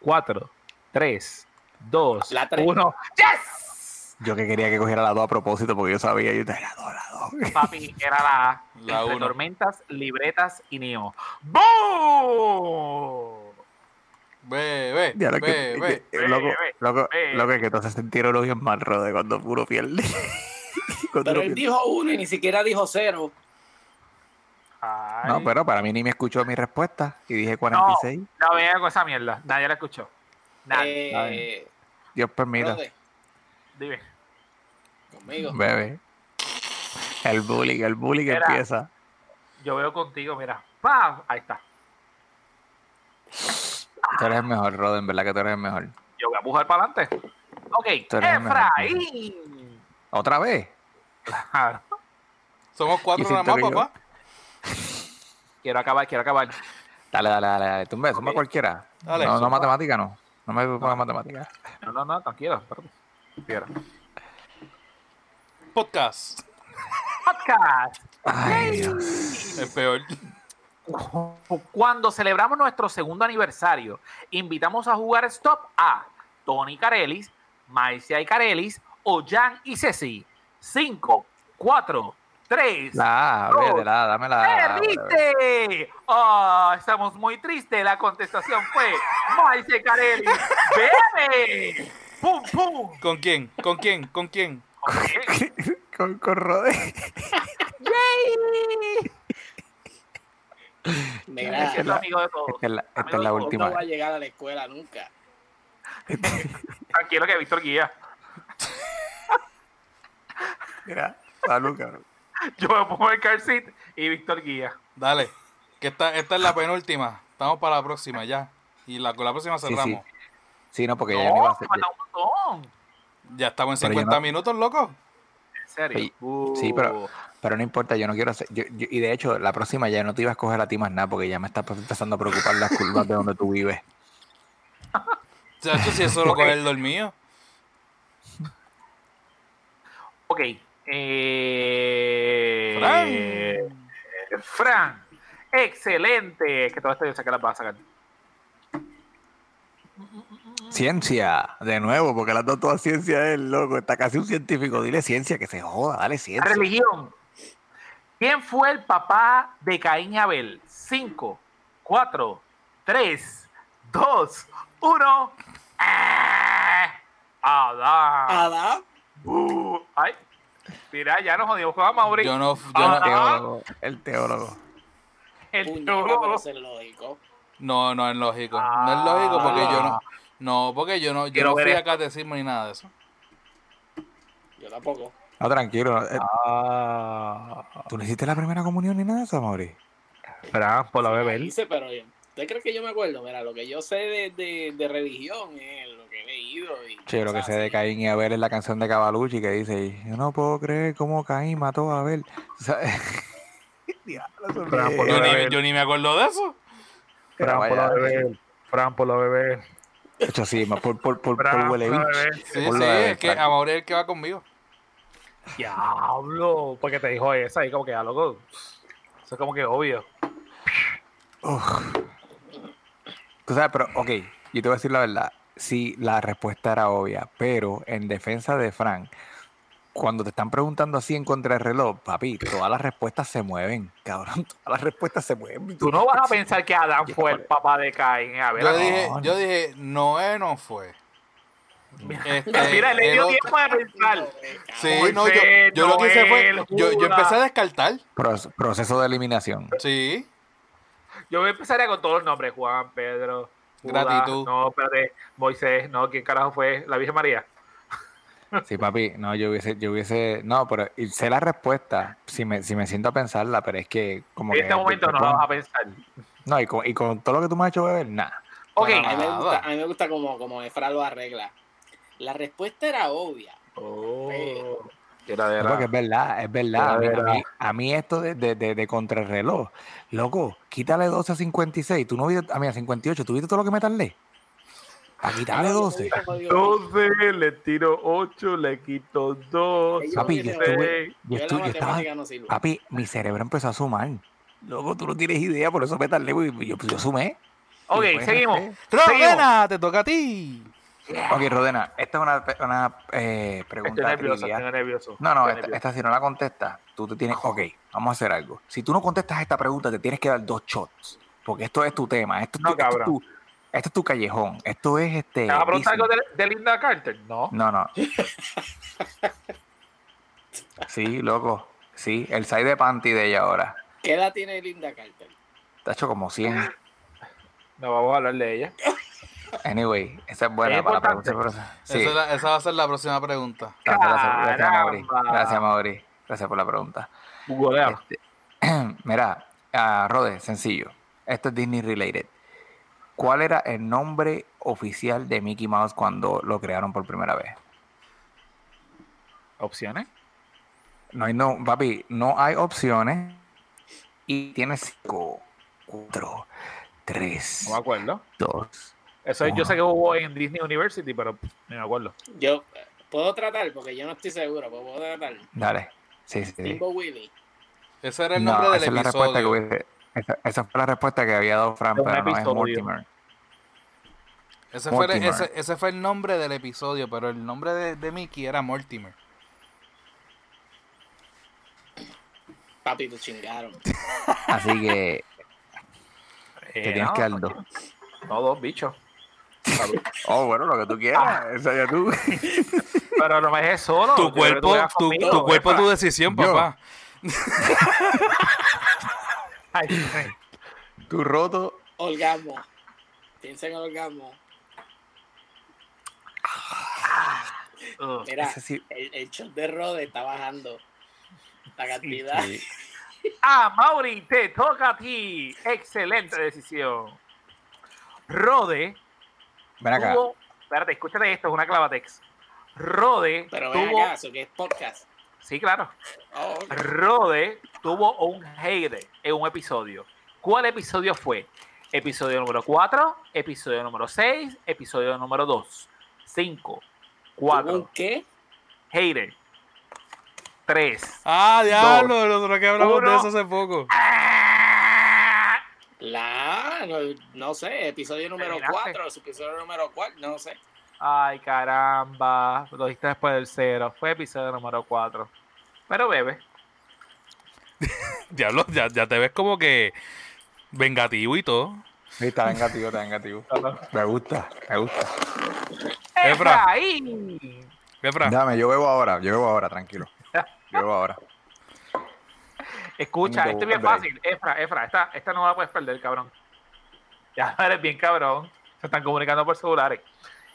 [SPEAKER 4] 4, 3, 2,
[SPEAKER 3] La tres.
[SPEAKER 4] 1. ¡Yes!
[SPEAKER 1] Yo que quería que cogiera la dos a propósito porque yo sabía, yo te la dos, la dos.
[SPEAKER 4] Papi, era la A.
[SPEAKER 2] La
[SPEAKER 4] entre
[SPEAKER 2] uno.
[SPEAKER 4] tormentas, libretas y neo. ¡Boom!
[SPEAKER 2] Bebe,
[SPEAKER 1] Ya lo que-
[SPEAKER 2] bebe.
[SPEAKER 1] que- loco,
[SPEAKER 4] ve,
[SPEAKER 1] loco,
[SPEAKER 4] ve.
[SPEAKER 1] loco, que entonces sentieron los bien mal, Rode, cuando puro pierde. [laughs] Cuando
[SPEAKER 3] Pero
[SPEAKER 1] uno
[SPEAKER 3] él
[SPEAKER 1] pierde.
[SPEAKER 3] dijo uno y ni siquiera dijo cero.
[SPEAKER 4] Ay.
[SPEAKER 1] No, pero para mí ni me escuchó mi respuesta y dije 46.
[SPEAKER 4] No venga con esa mierda. Nadie la escuchó. Nadie.
[SPEAKER 3] Eh,
[SPEAKER 1] nadie. Dios pues, permita.
[SPEAKER 3] brother,
[SPEAKER 4] Dime.
[SPEAKER 3] conmigo.
[SPEAKER 1] Bebe. El bullying, el bullying
[SPEAKER 4] Era-
[SPEAKER 1] empieza.
[SPEAKER 4] Yo veo contigo, mira. ¡Pam! Ahí está.
[SPEAKER 1] Tú eres el mejor, Roden, ¿verdad que tú eres el mejor?
[SPEAKER 4] Yo voy a pujar para adelante. Ok,
[SPEAKER 1] Tú eres el mejor,
[SPEAKER 4] Efraín.
[SPEAKER 1] ¿Otra vez?
[SPEAKER 4] Claro.
[SPEAKER 2] Somos cuatro
[SPEAKER 1] Y
[SPEAKER 2] nada
[SPEAKER 1] siento
[SPEAKER 2] más,
[SPEAKER 1] que yo-
[SPEAKER 2] papá.
[SPEAKER 4] [laughs] Quiero acabar, quiero acabar.
[SPEAKER 1] Dale, dale, dale, dale. Tumbe, tumba
[SPEAKER 3] Ok.
[SPEAKER 1] cualquiera.
[SPEAKER 2] Dale,
[SPEAKER 1] no, no,
[SPEAKER 2] zumba.
[SPEAKER 1] matemática no. No me pongas matemática.
[SPEAKER 4] No, no, no, tranquilo. espérate. Quiero.
[SPEAKER 2] Podcast.
[SPEAKER 4] Podcast.
[SPEAKER 1] Ay, Dios.
[SPEAKER 2] Es peor.
[SPEAKER 4] [laughs] Cuando celebramos nuestro segundo aniversario, invitamos a jugar Stop a Tony Carelis, Maicia y Carelis, Ollán y Ceci. 5, 4, 3.
[SPEAKER 1] La,
[SPEAKER 4] Dos.
[SPEAKER 1] olvídate, la, dame la- la. la-
[SPEAKER 4] ¡Perdiste! ¡Oh, estamos muy tristes! La contestación fue Maicia Carelli.
[SPEAKER 1] [laughs]
[SPEAKER 4] ¡Bebe! ¡Pum, pum!
[SPEAKER 2] ¿Con quién? ¿Con quién? ¿Con quién?
[SPEAKER 4] Ok.
[SPEAKER 1] Con, con Roden.
[SPEAKER 3] Mira,
[SPEAKER 4] Es el amigo de todos.
[SPEAKER 1] Esta es la, esta es la
[SPEAKER 4] Amigo,
[SPEAKER 1] última.
[SPEAKER 3] no va a llegar a la escuela nunca.
[SPEAKER 4] Tranquilo que Víctor guía.
[SPEAKER 1] Mira, salud, cabrón.
[SPEAKER 4] Yo me pongo el car seat y Víctor guía.
[SPEAKER 2] Dale. Que esta, esta es la penúltima. Estamos para la próxima ya. Y la, con la próxima
[SPEAKER 1] Sí, sí.
[SPEAKER 2] cerramos.
[SPEAKER 1] Sí, no, porque
[SPEAKER 4] No,
[SPEAKER 1] ya yo no iba a
[SPEAKER 4] me
[SPEAKER 1] hacer.
[SPEAKER 4] Oh, falta un montón.
[SPEAKER 2] Ya estamos en
[SPEAKER 1] Pero yo
[SPEAKER 2] 50
[SPEAKER 1] no-
[SPEAKER 2] minutos, loco.
[SPEAKER 4] En serio.
[SPEAKER 1] Sí, sí, pero-
[SPEAKER 4] Uh,
[SPEAKER 1] Pero no importa, yo no quiero hacer. yo- yo- y de hecho, la próxima ya no te iba a escoger a ti más nada porque ya me está empezando a preocupar las curvas de donde tú vives.
[SPEAKER 2] Chacho, si eso lo coge el dormido.
[SPEAKER 4] Ok. Eh,
[SPEAKER 2] Fran.
[SPEAKER 4] eh, Fran. Excelente. Es que todo esto yo sé que las vas a sacar.
[SPEAKER 1] Ciencia, de nuevo, porque las dos todas ciencia es loco. Está casi un científico. Dile ciencia, que se joda, dale
[SPEAKER 4] La
[SPEAKER 1] ciencia.
[SPEAKER 4] religión. ¿Quién fue el papá de Caín y Abel? 5, 4, 3, 2, 1. ¡Eh! Adán.
[SPEAKER 3] Adam.
[SPEAKER 4] Uh, Ay. Mira, ya nos jodimos con Mauri.
[SPEAKER 2] Yo no, yo
[SPEAKER 1] El
[SPEAKER 4] Ah.
[SPEAKER 2] no,
[SPEAKER 1] teólogo, el teólogo.
[SPEAKER 4] El
[SPEAKER 3] Puñeta,
[SPEAKER 4] teólogo.
[SPEAKER 3] pero eso es lógico.
[SPEAKER 2] no, no es lógico. No es lógico porque yo no. No, porque yo no, yo
[SPEAKER 4] Ah. Quiero
[SPEAKER 2] no
[SPEAKER 4] ver
[SPEAKER 2] fui a
[SPEAKER 4] esto.
[SPEAKER 2] catecismo ni nada de eso.
[SPEAKER 3] Yo tampoco.
[SPEAKER 1] No, tranquilo. eh,
[SPEAKER 4] Ah.
[SPEAKER 1] ¿Tú no hiciste la primera comunión ni nada de eso, Mauri?
[SPEAKER 4] Fran, por la
[SPEAKER 3] Me
[SPEAKER 4] bebé.
[SPEAKER 3] dice, pero yo- ¿usted cree que yo me acuerdo? Mira, lo que yo sé de, de, de religión es lo que he leído. Y
[SPEAKER 1] Che, lo que
[SPEAKER 3] cosas
[SPEAKER 1] sé de
[SPEAKER 3] así.
[SPEAKER 1] Caín y Abel es la canción de Cavalucci que dice: Yo no puedo creer cómo Caín mató a Abel. [laughs] O sea, diablo, eso
[SPEAKER 5] Pero,
[SPEAKER 1] me-
[SPEAKER 5] por
[SPEAKER 2] Yo
[SPEAKER 5] lo
[SPEAKER 2] ni, yo ni me acuerdo de eso.
[SPEAKER 5] Fran por la
[SPEAKER 1] Vaya.
[SPEAKER 5] bebé. Fran por la bebé.
[SPEAKER 1] De hecho, sí, ma, por, por, por, por
[SPEAKER 5] Fran por
[SPEAKER 1] huele
[SPEAKER 5] la
[SPEAKER 1] bicho.
[SPEAKER 5] bebé.
[SPEAKER 2] Sí,
[SPEAKER 1] Por lo
[SPEAKER 2] sí,
[SPEAKER 1] de-
[SPEAKER 2] es que Amor es el que va conmigo.
[SPEAKER 4] Diablo. Porque te dijo esa y como que ya loco. Eso es como que obvio.
[SPEAKER 1] Uf. Tú sabes, pero, ok, yo te voy a decir la verdad. Sí, la respuesta era obvia, pero en defensa de Frank, cuando te están preguntando así en contrarreloj, papi, todas las respuestas se mueven, cabrón, [laughs] todas las respuestas se mueven.
[SPEAKER 4] Tú no vas a pensar que Adán fue el papá de Caín. A ver, ah,
[SPEAKER 2] Yo
[SPEAKER 4] no.
[SPEAKER 2] dije,
[SPEAKER 1] no.
[SPEAKER 2] yo dije, Noé no fue. Este,
[SPEAKER 4] [laughs]
[SPEAKER 1] eh,
[SPEAKER 4] Mira, le
[SPEAKER 2] el
[SPEAKER 4] dio
[SPEAKER 2] otro-
[SPEAKER 4] tiempo de pensar.
[SPEAKER 2] Sí, no, yo, yo lo que hice fue, yo, yo empecé a descartar.
[SPEAKER 1] Pro- proceso de eliminación.
[SPEAKER 2] Sí,
[SPEAKER 4] Yo empezaría con todos los nombres: Juan, Pedro, Judas,
[SPEAKER 2] Gratitud.
[SPEAKER 4] No, espérate, Moisés, no, ¿quién carajo fue? La Virgen María.
[SPEAKER 1] Sí, papi, no, yo hubiese, yo hubiese, no, pero y sé la respuesta, si me, si me siento a pensarla, pero es que como
[SPEAKER 4] En
[SPEAKER 1] que...
[SPEAKER 4] este momento no la vas a pensar.
[SPEAKER 1] No, y con, y con todo lo que tú me has hecho beber, nada.
[SPEAKER 4] Ok.
[SPEAKER 2] Para
[SPEAKER 3] A mí me
[SPEAKER 2] nada.
[SPEAKER 3] gusta, a mí me gusta como, como Efra lo arregla. La respuesta era obvia.
[SPEAKER 4] Oh, era de
[SPEAKER 1] No, porque es verdad, es verdad. A mí,
[SPEAKER 4] Era,
[SPEAKER 1] a
[SPEAKER 4] era.
[SPEAKER 1] mí- a mí esto de, de, de, de contrarreloj, loco, quítale 12 a 56. Tú no viste, ah, a mí a 58, ¿tú viste todo lo que me tardé? Para quitarle 12.
[SPEAKER 3] Como digo,
[SPEAKER 5] 12, le tiro 8, le quito 2.
[SPEAKER 3] Ellos
[SPEAKER 1] Papi, yo
[SPEAKER 3] dicen,
[SPEAKER 1] estuve- Yo,
[SPEAKER 3] "Yo la
[SPEAKER 1] estu- yo estaba,
[SPEAKER 3] matemática no sirve".
[SPEAKER 1] papi, mi cerebro empezó a sumar. Loco, tú no tienes idea, por eso me tardé. güey. Yo, pues, yo sumé.
[SPEAKER 4] Ok,
[SPEAKER 1] Y pues,
[SPEAKER 4] seguimos.
[SPEAKER 1] este-
[SPEAKER 2] Rodena, te toca a ti.
[SPEAKER 1] Ok, Rodena, esta es una, una eh,
[SPEAKER 4] Estoy
[SPEAKER 1] pregunta
[SPEAKER 4] nervioso,
[SPEAKER 1] trivia.
[SPEAKER 4] estoy nervioso.
[SPEAKER 1] No, no,
[SPEAKER 4] Estoy
[SPEAKER 1] esta,
[SPEAKER 4] nervioso.
[SPEAKER 1] esta si no la contestas, tú te tienes. Ok, vamos a hacer algo. Si tú no contestas esta pregunta, te tienes que dar dos shots. Porque esto es tu tema. Esto es tu,
[SPEAKER 4] No,
[SPEAKER 1] esto es
[SPEAKER 4] cabrón.
[SPEAKER 1] tu- esto es tu callejón. Esto es este.
[SPEAKER 4] ¿Te vas a preguntar algo
[SPEAKER 1] Disney.
[SPEAKER 4] de, de Linda Carter? No.
[SPEAKER 1] No,
[SPEAKER 4] [laughs]
[SPEAKER 1] no. Sí, loco. Sí, el side de panty de ella ahora.
[SPEAKER 3] ¿Qué edad tiene Linda Carter?
[SPEAKER 1] Está hecho como 100.
[SPEAKER 4] No vamos a hablar de ella.
[SPEAKER 1] Anyway, esa es buena
[SPEAKER 4] Es
[SPEAKER 1] para
[SPEAKER 4] importante.
[SPEAKER 1] preguntar. pero- Sí,
[SPEAKER 2] Esa, es la- esa va a ser la próxima pregunta.
[SPEAKER 1] gracias, gracias, Mauri.
[SPEAKER 4] Caramba.
[SPEAKER 1] Gracias, Mauri. Gracias por la pregunta.
[SPEAKER 4] Googlea.
[SPEAKER 1] Este, [clears throat] mira, ah, Rode, sencillo. Esto es Disney related. ¿Cuál era el nombre oficial de Mickey Mouse cuando lo crearon por primera vez?
[SPEAKER 4] ¿Opciones?
[SPEAKER 1] No hay no, papi, no hay opciones. Y tienes 5, 4, 3,
[SPEAKER 4] No me acuerdo.
[SPEAKER 1] 2.
[SPEAKER 4] Eso yo sé que hubo en Disney University, pero pff, ni me acuerdo.
[SPEAKER 3] Yo eh, puedo tratar porque yo no estoy seguro, pero puedo tratar.
[SPEAKER 1] Dale. Sí, sí, sí.
[SPEAKER 3] Timbo Willy.
[SPEAKER 2] Ese era el
[SPEAKER 1] No,
[SPEAKER 2] nombre
[SPEAKER 1] esa
[SPEAKER 2] del
[SPEAKER 1] es la respuesta que
[SPEAKER 2] episodio.
[SPEAKER 1] hubiese- esa, esa fue la respuesta que había dado Fran,
[SPEAKER 4] De un
[SPEAKER 1] pero no es
[SPEAKER 4] episodio.
[SPEAKER 1] Mortimer.
[SPEAKER 2] Ese fue, el-
[SPEAKER 1] Mortimer.
[SPEAKER 2] ese, ese fue el nombre del episodio, pero el nombre de, de Mickey era Mortimer.
[SPEAKER 3] Papi, tú chingaron.
[SPEAKER 1] Así [laughs] que
[SPEAKER 4] Eh,
[SPEAKER 1] te tienes
[SPEAKER 4] no,
[SPEAKER 1] que dar dos.
[SPEAKER 4] No, dos bichos.
[SPEAKER 1] Oh, bueno, lo que tú quieras. Esa ya [laughs] tú.
[SPEAKER 4] Pero no me dejes solo.
[SPEAKER 2] Tu
[SPEAKER 4] yo quiero que tú
[SPEAKER 2] cuerpo,
[SPEAKER 4] veas
[SPEAKER 2] tu,
[SPEAKER 4] conmigo,
[SPEAKER 2] tu cuerpo,
[SPEAKER 4] Efra. [laughs]
[SPEAKER 2] tu decisión,
[SPEAKER 1] Yo.
[SPEAKER 2] papá.
[SPEAKER 4] Ay, sí.
[SPEAKER 1] Tú roto.
[SPEAKER 3] Orgasmo. Piensa en orgasmo.
[SPEAKER 4] Ugh.
[SPEAKER 3] Mira,
[SPEAKER 1] Ese sí-
[SPEAKER 3] el, el shot de Rode está bajando. La cantidad.
[SPEAKER 4] Ah, Mauri, te toca a ti. Excelente decisión. Rode
[SPEAKER 1] Ven acá.
[SPEAKER 4] tuvo. Espérate, escúchate esto, es una clavatex. Rode
[SPEAKER 3] Pero ven
[SPEAKER 4] tuvo.
[SPEAKER 3] acá, eso que es podcast.
[SPEAKER 4] Sí, claro.
[SPEAKER 3] Oh, ok.
[SPEAKER 4] Rode tuvo un heyday en un episodio. ¿Cuál episodio fue? Episodio número 4, episodio número 6, episodio número 2, 5,
[SPEAKER 3] ¿Tuvo un
[SPEAKER 4] 4,
[SPEAKER 3] qué?
[SPEAKER 4] heyday, 3.
[SPEAKER 2] Ah, diablo, nosotros que hablamos
[SPEAKER 4] Uno.
[SPEAKER 2] de eso hace poco.
[SPEAKER 3] La, no, no sé, episodio número
[SPEAKER 4] Terminaste.
[SPEAKER 3] 4, episodio número 4, no sé.
[SPEAKER 4] Ay, caramba, lo dijiste después del 0, fue episodio número 4. Pero bebe,
[SPEAKER 2] Diablo, ya, ya te ves como que vengativo y todo.
[SPEAKER 1] Sí, está vengativo, está vengativo. Me gusta, me gusta.
[SPEAKER 2] Efra.
[SPEAKER 4] Efraín.
[SPEAKER 2] Efra,
[SPEAKER 1] Dame, yo bebo ahora, yo bebo ahora,
[SPEAKER 2] [laughs]
[SPEAKER 1] tranquilo. Yo bebo ahora.
[SPEAKER 4] Escucha,
[SPEAKER 1] Tengo
[SPEAKER 4] esto es bien
[SPEAKER 1] hambre.
[SPEAKER 4] fácil. Efra, Efra, esta, esta no la puedes perder, cabrón. Ya [laughs] eres bien cabrón. Se están comunicando por celulares.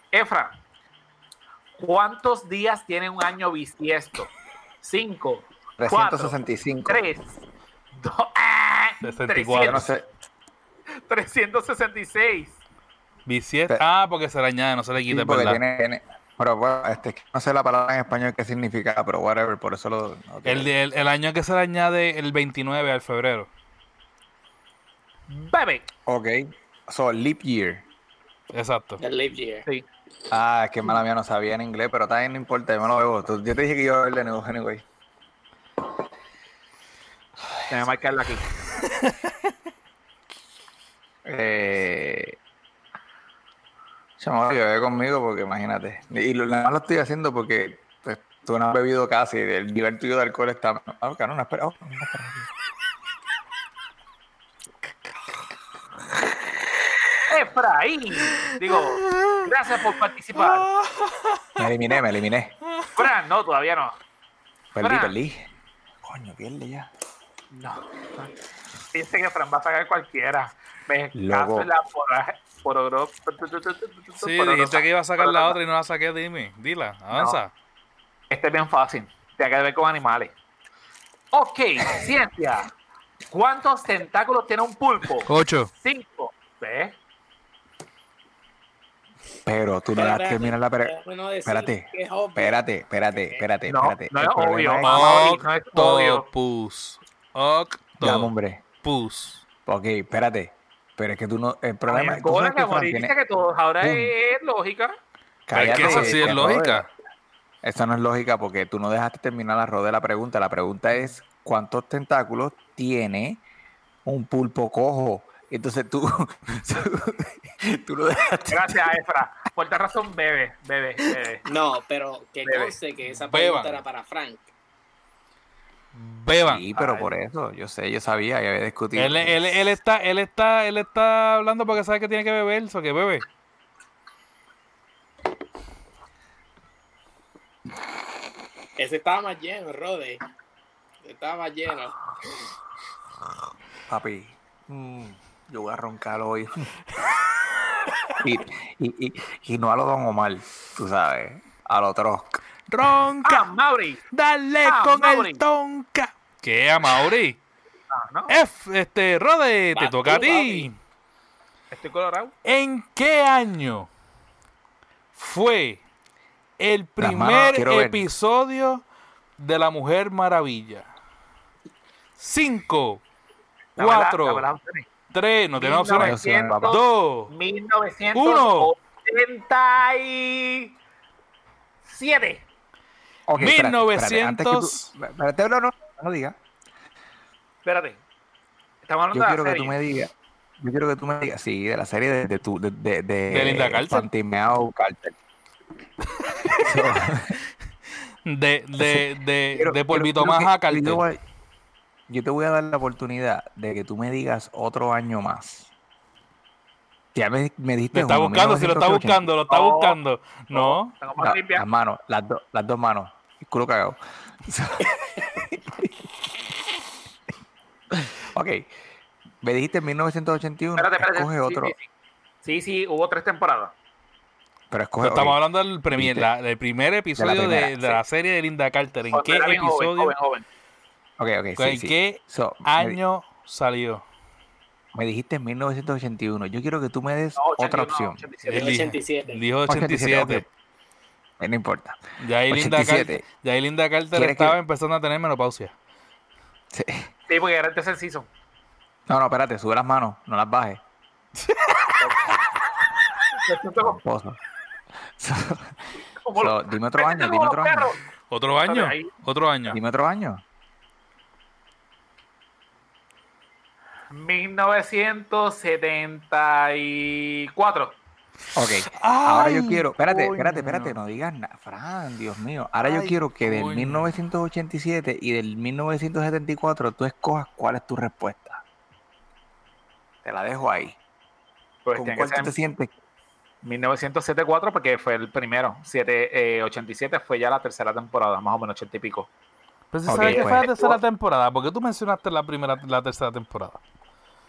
[SPEAKER 4] Efra, ¿cuántos días tiene un año bisiesto? Cinco, cuatro,
[SPEAKER 1] 365.
[SPEAKER 4] tres, dos, ¡ah!
[SPEAKER 2] 64.
[SPEAKER 1] Yo no sé.
[SPEAKER 4] 366.
[SPEAKER 2] bisiesto.
[SPEAKER 1] Pe-
[SPEAKER 2] Ah, porque se le añade, no se le
[SPEAKER 1] Sí,
[SPEAKER 2] quita, es
[SPEAKER 1] porque
[SPEAKER 2] ¿verdad?
[SPEAKER 1] tiene, tiene- pero bueno, este, no sé la palabra en español que significa, pero whatever, por eso lo. no te-
[SPEAKER 2] El, de- el, el año que se le añade el 29 al febrero.
[SPEAKER 4] Bebe.
[SPEAKER 1] Ok. So, leap year.
[SPEAKER 2] Exacto.
[SPEAKER 3] The Live Year.
[SPEAKER 4] Sí.
[SPEAKER 1] Ah, es que mala mía no sabía en inglés, pero también no importa, yo me lo bebo. Tú- Yo te dije que iba a beber de nuevo, anyway.
[SPEAKER 4] Déjame marcarla aquí.
[SPEAKER 1] Eh, chamo, yo bebé conmigo porque imagínate. Y lo, nada más lo estoy haciendo porque pues, tú no has bebido casi. El nivel tuyo de alcohol está. Ah, cabrón, no, espera. oh, no, espera.
[SPEAKER 4] Efraín. Digo, gracias por participar.
[SPEAKER 1] Me eliminé, me eliminé.
[SPEAKER 4] Fran, no, todavía no.
[SPEAKER 1] Perdí,
[SPEAKER 4] Fran.
[SPEAKER 1] perdí. Coño, pierde ya.
[SPEAKER 4] No. Dice que Fran va a sacar cualquiera. Me
[SPEAKER 1] Loco.
[SPEAKER 4] caso en la por, por,
[SPEAKER 2] Sí, dijiste que iba a sacar la otra y no la saqué, dime. Dila, avanza.
[SPEAKER 4] Este es bien fácil. Tiene que ver con animales. Ok, ciencia. ¿Cuántos tentáculos tiene un pulpo?
[SPEAKER 2] Ocho.
[SPEAKER 4] Cinco. ¿Ves?
[SPEAKER 1] Pero tú no
[SPEAKER 3] Para-
[SPEAKER 1] das terminar la pre-
[SPEAKER 3] Déjame no decir
[SPEAKER 1] Espérate,
[SPEAKER 3] que es obvio.
[SPEAKER 1] Espérate, espérate, espérate,
[SPEAKER 4] No,
[SPEAKER 1] espérate.
[SPEAKER 4] no
[SPEAKER 1] El
[SPEAKER 4] es
[SPEAKER 1] problema
[SPEAKER 4] obvio,
[SPEAKER 1] es-
[SPEAKER 4] mamá. Mauri, no es obvio.
[SPEAKER 2] Octopus.
[SPEAKER 1] Ya, hombre.
[SPEAKER 2] Octopus.
[SPEAKER 1] Ok, espérate. Pero es que tú no. El problema es tú
[SPEAKER 4] Ahora
[SPEAKER 1] sabes que
[SPEAKER 4] que
[SPEAKER 1] Fran
[SPEAKER 4] moriste
[SPEAKER 1] tiene-
[SPEAKER 4] que todos. Ahora
[SPEAKER 1] Pum.
[SPEAKER 4] es lógica.
[SPEAKER 2] Pero es que eso sí es
[SPEAKER 1] este,
[SPEAKER 2] lógica.
[SPEAKER 1] Eso no es lógica porque tú no dejaste terminar la rodea de la pregunta. La pregunta es cuántos tentáculos tiene un pulpo cojo. Entonces tú, [laughs] tú, tú no dejaste.
[SPEAKER 4] Gracias, Efra. Por tal razón, bebe, bebe, bebe.
[SPEAKER 3] No, pero que
[SPEAKER 4] Bebe.
[SPEAKER 3] conste que esa pregunta
[SPEAKER 2] Beban.
[SPEAKER 3] era para Frank.
[SPEAKER 2] Beban.
[SPEAKER 1] Sí, pero
[SPEAKER 4] Ay.
[SPEAKER 1] por eso, yo sé, yo sabía y había discutido.
[SPEAKER 2] Él, él- él está, él, está, él está hablando porque sabe que tiene que beber, eso que bebe.
[SPEAKER 3] Ese estaba más lleno, Rode. Ese Estaba más lleno.
[SPEAKER 1] Papi, mm, yo voy a roncar hoy. [laughs] y, y, y, y no a lo Don Omar, tú sabes, a lo Trosk.
[SPEAKER 2] Ronca,
[SPEAKER 4] ¡Ah, Mauri!
[SPEAKER 2] dale
[SPEAKER 4] ah,
[SPEAKER 2] con
[SPEAKER 4] Mauri.
[SPEAKER 2] el tonca. ¿Qué, a Mauri?
[SPEAKER 4] Ah, no,
[SPEAKER 2] F, este, Rode, te
[SPEAKER 3] Vas
[SPEAKER 2] toca a
[SPEAKER 3] tú,
[SPEAKER 2] ti.
[SPEAKER 4] estoy colorado.
[SPEAKER 2] ¿En qué año fue el
[SPEAKER 1] Las manos las
[SPEAKER 2] primer
[SPEAKER 1] quiero ver.
[SPEAKER 2] episodio de La Mujer Maravilla? Cinco,
[SPEAKER 4] Dame la-
[SPEAKER 2] cuatro,
[SPEAKER 4] dame las opciones.
[SPEAKER 2] tres, no tenemos
[SPEAKER 1] no,
[SPEAKER 2] opciones.
[SPEAKER 1] eso es, papá.
[SPEAKER 2] Dos,
[SPEAKER 4] 1987.
[SPEAKER 1] Ok, espérate, espérate, antes que tú-
[SPEAKER 2] 1900.
[SPEAKER 1] Espérate, no, no, no digas.
[SPEAKER 4] Espérate. Estamos
[SPEAKER 1] Yo
[SPEAKER 4] hablando de la
[SPEAKER 1] quiero que tú
[SPEAKER 4] serie.
[SPEAKER 1] me digas. Yo quiero que tú me digas, sí, de la serie de, de tu. De, de, de,
[SPEAKER 2] De Linda Carter.
[SPEAKER 1] Fantimeao
[SPEAKER 2] [laughs]
[SPEAKER 1] Carter. So,
[SPEAKER 2] de, de, de,
[SPEAKER 1] quiero-
[SPEAKER 2] de
[SPEAKER 1] quiero-
[SPEAKER 2] polvito
[SPEAKER 1] quiero
[SPEAKER 2] más
[SPEAKER 1] que-
[SPEAKER 2] a
[SPEAKER 1] Yo te,
[SPEAKER 2] cartel.
[SPEAKER 1] voy a, yo te voy a dar la oportunidad de que tú me digas otro año más. Ya me, me dijiste.
[SPEAKER 2] Lo está
[SPEAKER 1] uno,
[SPEAKER 2] buscando, si lo está
[SPEAKER 1] 1980.
[SPEAKER 2] buscando, lo está
[SPEAKER 4] No,
[SPEAKER 2] buscando. No.
[SPEAKER 4] Tengo más
[SPEAKER 1] La-
[SPEAKER 4] limpia.
[SPEAKER 1] las manos, las, dos las dos manos. El culo
[SPEAKER 2] [laughs]
[SPEAKER 1] cagado. So- ok. Me dijiste en 1981.
[SPEAKER 4] Espérate, espérate.
[SPEAKER 1] escoge
[SPEAKER 4] Sí,
[SPEAKER 1] otro.
[SPEAKER 4] sí, sí. Sí, sí, hubo tres temporadas.
[SPEAKER 1] Pero escoge.
[SPEAKER 2] Pero estamos
[SPEAKER 1] ok.
[SPEAKER 2] hablando del, premier,
[SPEAKER 1] Viste.
[SPEAKER 2] la- del primer episodio de,
[SPEAKER 1] primera,
[SPEAKER 2] de
[SPEAKER 1] sí.
[SPEAKER 2] la serie de Linda Carter. ¿En
[SPEAKER 4] Cuando
[SPEAKER 2] qué
[SPEAKER 4] era bien
[SPEAKER 2] episodio?
[SPEAKER 4] Joven, joven,
[SPEAKER 1] Ok,
[SPEAKER 4] joven.
[SPEAKER 1] ok, sí,
[SPEAKER 2] ¿En
[SPEAKER 1] sí.
[SPEAKER 2] qué
[SPEAKER 1] So, me-
[SPEAKER 2] año salió?
[SPEAKER 1] Me, dijiste en 1981. Yo quiero que tú me des
[SPEAKER 4] No,
[SPEAKER 1] otra
[SPEAKER 4] 81,
[SPEAKER 1] opción.
[SPEAKER 4] 87.
[SPEAKER 3] El
[SPEAKER 2] Él dijo-
[SPEAKER 3] 87.
[SPEAKER 2] Dijo 87.
[SPEAKER 1] ok. Eh, No importa.
[SPEAKER 2] Ya ahí Linda, Carter,
[SPEAKER 1] 87.
[SPEAKER 2] ya ahí Linda Carter
[SPEAKER 1] ¿Quieres
[SPEAKER 2] estaba
[SPEAKER 1] que-
[SPEAKER 2] empezando a tener menopausia.
[SPEAKER 1] Sí.
[SPEAKER 4] Sí, porque era el tercer season.
[SPEAKER 1] No, no, espérate, sube las manos, no las bajes.
[SPEAKER 4] Me siento como-
[SPEAKER 1] Pozo. So-
[SPEAKER 4] como
[SPEAKER 1] so,
[SPEAKER 4] los-
[SPEAKER 1] dime otro
[SPEAKER 4] me
[SPEAKER 1] año,
[SPEAKER 4] siento
[SPEAKER 1] dime
[SPEAKER 4] como
[SPEAKER 1] otro
[SPEAKER 4] los
[SPEAKER 1] año.
[SPEAKER 4] perros.
[SPEAKER 2] ¿Otro año?
[SPEAKER 4] Ahí.
[SPEAKER 2] ¿Otro año?
[SPEAKER 1] Dime otro año.
[SPEAKER 4] 1974.
[SPEAKER 1] Ok. Ahora yo quiero. Espérate, espérate, espérate.
[SPEAKER 2] coño.
[SPEAKER 1] No digas nada. Fran, Dios mío. Ahora yo
[SPEAKER 2] Ay,
[SPEAKER 1] quiero que del
[SPEAKER 2] coño.
[SPEAKER 1] 1987 y del 1974 tú escojas cuál es tu respuesta. Te la dejo ahí.
[SPEAKER 4] Pues
[SPEAKER 1] ¿Con
[SPEAKER 4] tiene que
[SPEAKER 1] cuál tú
[SPEAKER 4] ser
[SPEAKER 1] te sientes?
[SPEAKER 4] 1974 porque fue el primero. 7, eh, 87 fue ya la tercera temporada, más o menos 80 y pico.
[SPEAKER 2] Pero si
[SPEAKER 1] Ok,
[SPEAKER 2] sabes que
[SPEAKER 1] pues.
[SPEAKER 2] fue la tercera temporada, ¿por qué tú mencionaste la primera, la tercera temporada?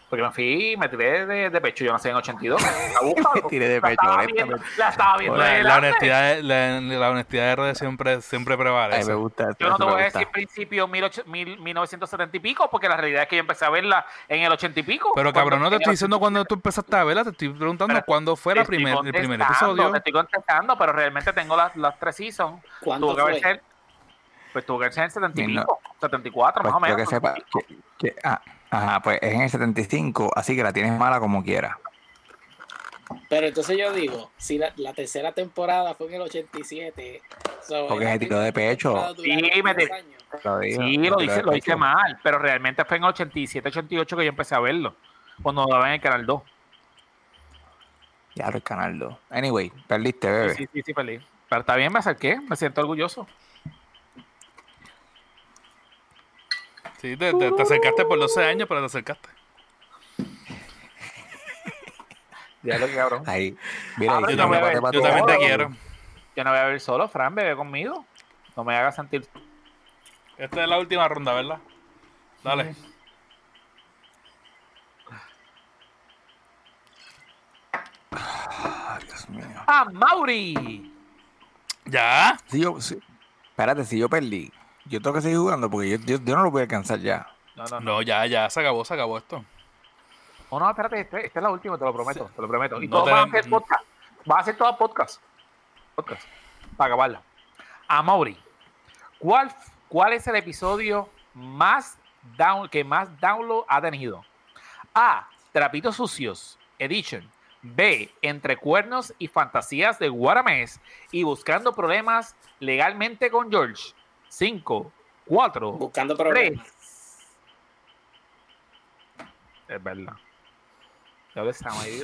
[SPEAKER 4] Porque me fui, me tiré de, de pecho. Yo nací
[SPEAKER 2] [laughs]
[SPEAKER 4] en 82. La busca,
[SPEAKER 1] Me tiré de
[SPEAKER 4] la
[SPEAKER 1] pecho,
[SPEAKER 2] eh,
[SPEAKER 4] estaba
[SPEAKER 1] honestamente.
[SPEAKER 4] viendo, Pues, la estaba viendo
[SPEAKER 2] La,
[SPEAKER 4] de
[SPEAKER 2] la
[SPEAKER 4] grande.
[SPEAKER 2] honestidad, de- la, la honestidad de redes siempre, siempre
[SPEAKER 1] Ay, me
[SPEAKER 2] prevalece.
[SPEAKER 1] gusta.
[SPEAKER 4] Yo no te
[SPEAKER 1] eso me
[SPEAKER 4] voy a
[SPEAKER 1] gusta.
[SPEAKER 4] decir principio 1800, 1970 y pico, porque la realidad es que yo empecé a verla en el 80 y pico.
[SPEAKER 2] Pero
[SPEAKER 4] Cuando
[SPEAKER 2] cabrón, no te
[SPEAKER 4] tenía
[SPEAKER 2] estoy diciendo cuándo tú empezaste a verla, te estoy preguntando
[SPEAKER 4] Espera,
[SPEAKER 2] cuándo fue la
[SPEAKER 4] Te estoy
[SPEAKER 2] primer, el primer
[SPEAKER 4] contestando,
[SPEAKER 2] episodio.
[SPEAKER 4] Te estoy contestando, pero realmente tengo las, las tres seasons.
[SPEAKER 3] ¿Cuánto
[SPEAKER 4] Tuvo que haber
[SPEAKER 3] fue?
[SPEAKER 4] ser- Pues tuvo que haber ser en 70 y
[SPEAKER 1] Mil no-
[SPEAKER 4] pico, 74
[SPEAKER 1] Pues
[SPEAKER 4] más o
[SPEAKER 1] yo
[SPEAKER 4] menos.
[SPEAKER 1] que sepa. que- que- ah, ajá, pues es en el 75, así que la tienes mala como quieras.
[SPEAKER 3] Pero entonces yo digo, si la, la tercera temporada fue en el 87, so,
[SPEAKER 1] Porque
[SPEAKER 3] la
[SPEAKER 1] se tiró de
[SPEAKER 3] tercera
[SPEAKER 1] pecho.
[SPEAKER 3] temporada duraron
[SPEAKER 4] Sí, me
[SPEAKER 3] tres
[SPEAKER 4] tiré.
[SPEAKER 3] años.
[SPEAKER 1] Lo digo,
[SPEAKER 4] Sí,
[SPEAKER 1] me
[SPEAKER 4] lo
[SPEAKER 1] tiré de
[SPEAKER 4] hice, lo hice
[SPEAKER 1] pecho.
[SPEAKER 4] mal, pero realmente fue en el 87, 88 que yo empecé a verlo. Cuando lo daba en el canal 2.
[SPEAKER 1] Ya el canal 2. Anyway, perdiste, bebé.
[SPEAKER 4] Sí, sí, sí, feliz. Pero está bien, me acerqué, me siento orgulloso.
[SPEAKER 2] Sí, te, te- te acercaste por 12 años, pero te acercaste.
[SPEAKER 4] Ya lo que cabrón.
[SPEAKER 1] Ahí. Mira,
[SPEAKER 4] Ahora
[SPEAKER 1] ahí,
[SPEAKER 2] Yo
[SPEAKER 4] no
[SPEAKER 2] también,
[SPEAKER 4] Ah, me
[SPEAKER 1] pate pa'
[SPEAKER 2] yo
[SPEAKER 1] tu
[SPEAKER 2] también te
[SPEAKER 1] lado.
[SPEAKER 2] quiero.
[SPEAKER 4] Yo no voy a ver solo, Fran, bebé conmigo. No me hagas sentir.
[SPEAKER 2] Esta es la última ronda, ¿verdad? Dale.
[SPEAKER 1] Ay, Dios mío.
[SPEAKER 4] ¡Ah, Mauri!
[SPEAKER 2] ¿Ya?
[SPEAKER 1] Si yo, si- espérate, si yo perdí, yo tengo que seguir jugando porque yo, yo- yo no lo voy a alcanzar ya.
[SPEAKER 4] No, no, no.
[SPEAKER 2] No, ya, ya, se acabó, se acabó esto.
[SPEAKER 4] No, no, espérate, este- esta es la última, te lo prometo, te lo prometo. Y
[SPEAKER 2] No
[SPEAKER 4] todo va a
[SPEAKER 2] tenemos-
[SPEAKER 4] ser podcast. Va a ser todo podcast. Podcast. Para acabarla. A Mauri, ¿cuál, ¿cuál es el episodio más down, que más download ha tenido? A. Trapitos sucios, Edition. B. Entre cuernos y fantasías de Guaramés y buscando problemas legalmente con George. 5, 4,
[SPEAKER 3] Buscando
[SPEAKER 4] 3.
[SPEAKER 3] problemas.
[SPEAKER 4] Es verdad. Ya lo estamos ahí.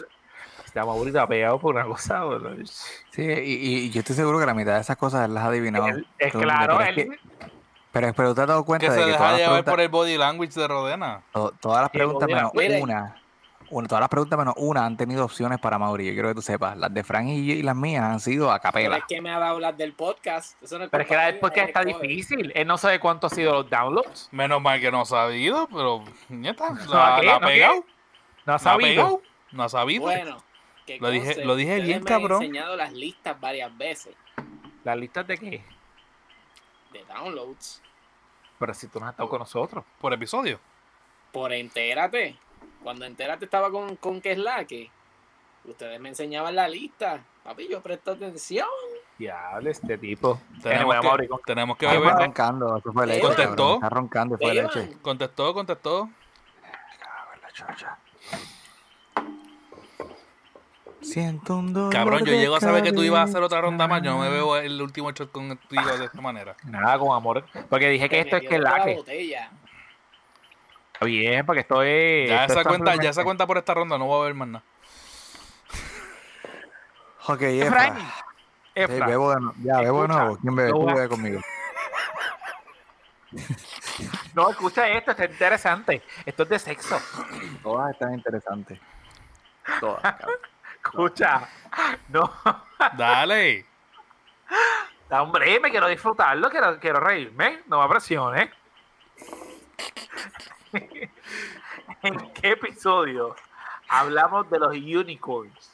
[SPEAKER 4] Estamos ahorita pegados por una cosa, boludo. Es,
[SPEAKER 1] Sí, y, y yo estoy seguro que la mitad de esas cosas él las ha adivinado.
[SPEAKER 4] es
[SPEAKER 1] Todo el mundo,
[SPEAKER 4] claro,
[SPEAKER 1] pero, es
[SPEAKER 4] él-
[SPEAKER 1] que- pero, pero te has dado
[SPEAKER 2] Que
[SPEAKER 1] cuenta
[SPEAKER 2] se
[SPEAKER 1] de que todas
[SPEAKER 2] deja
[SPEAKER 1] las,
[SPEAKER 2] llevar
[SPEAKER 1] preguntas,
[SPEAKER 2] por el body language de Rodena.
[SPEAKER 1] to- todas las
[SPEAKER 4] Sí,
[SPEAKER 1] preguntas
[SPEAKER 4] mira,
[SPEAKER 1] menos
[SPEAKER 3] mira.
[SPEAKER 1] una, una- todas las preguntas menos una han tenido opciones para Mauri. Yo quiero que tú sepas, las de Frank y, y las mías han sido a
[SPEAKER 3] Pero
[SPEAKER 1] capela.
[SPEAKER 3] es que me ha dado las del podcast. Eso no
[SPEAKER 4] pero es que la del
[SPEAKER 3] culpa
[SPEAKER 4] podcast
[SPEAKER 3] mía,
[SPEAKER 4] está
[SPEAKER 3] nadie coge.
[SPEAKER 4] difícil. Él no sabe cuánto ha sido los downloads.
[SPEAKER 2] Menos mal que no ha sabido, pero nieta,
[SPEAKER 4] ¿a
[SPEAKER 2] la,
[SPEAKER 4] qué?
[SPEAKER 2] la ha
[SPEAKER 4] ¿A qué?
[SPEAKER 2] pegado.
[SPEAKER 4] No ha
[SPEAKER 2] No ha
[SPEAKER 4] sabido.
[SPEAKER 2] pegado. No ha sabido.
[SPEAKER 3] Bueno, que
[SPEAKER 2] Lo dije-
[SPEAKER 3] conste,
[SPEAKER 2] lo dije
[SPEAKER 3] ustedes
[SPEAKER 2] bien,
[SPEAKER 3] me han
[SPEAKER 2] cabrón.
[SPEAKER 3] enseñado las listas varias veces
[SPEAKER 4] ¿Las listas de qué?
[SPEAKER 3] de downloads.
[SPEAKER 4] Pero si tú no has estado con nosotros.
[SPEAKER 2] Por episodio.
[SPEAKER 3] Por entérate. Cuando entérate estaba con, con que es la que ustedes me enseñaban la lista. Papi, yo presto atención.
[SPEAKER 4] Diablo, este tipo.
[SPEAKER 2] Tenemos
[SPEAKER 4] Anyway,
[SPEAKER 2] que,
[SPEAKER 4] Mauri, con-
[SPEAKER 2] tenemos que
[SPEAKER 1] Ay, está
[SPEAKER 2] beber.
[SPEAKER 1] roncando, eso fue leche.
[SPEAKER 2] Contestó.
[SPEAKER 1] cabrón, Está roncando, fue
[SPEAKER 3] Beban.
[SPEAKER 1] leche.
[SPEAKER 2] Contestó, contestó.
[SPEAKER 1] Cabrón, la chocha. Siento un dolor
[SPEAKER 2] Cabrón, yo
[SPEAKER 1] de
[SPEAKER 2] llego a saber que tú ibas a hacer
[SPEAKER 1] cabeza.
[SPEAKER 2] otra ronda más. Yo no me veo el último shot contigo de esta manera.
[SPEAKER 4] Nada, con amor. Porque dije que
[SPEAKER 3] Me
[SPEAKER 4] esto es
[SPEAKER 3] metió
[SPEAKER 4] que
[SPEAKER 3] toda
[SPEAKER 4] la que.
[SPEAKER 3] botella.
[SPEAKER 4] Está bien, porque esto es.
[SPEAKER 2] Ya
[SPEAKER 4] esto
[SPEAKER 2] esa
[SPEAKER 4] es
[SPEAKER 2] cuenta, ya
[SPEAKER 4] simplemente-
[SPEAKER 2] esa cuenta por esta ronda, no voy a ver más nada.
[SPEAKER 1] [laughs] Ok, Efra.
[SPEAKER 4] Efraín.
[SPEAKER 1] Sí,
[SPEAKER 4] Efra.
[SPEAKER 1] bebo de nuevo. Ya, bebo de
[SPEAKER 4] Escucha,
[SPEAKER 1] nuevo. ¿Quién bebe?
[SPEAKER 4] yo
[SPEAKER 1] Tú
[SPEAKER 4] voy a-
[SPEAKER 1] bebe conmigo.
[SPEAKER 4] No, escucha esto, está interesante. Esto es de sexo.
[SPEAKER 1] Todas están interesantes. Todas. cabrón.
[SPEAKER 4] Escucha. No.
[SPEAKER 2] Dale.
[SPEAKER 4] Da, Hombre, me quiero disfrutarlo, quiero, quiero reírme, no me presiones. [laughs] ¿En qué episodio hablamos de los unicorns?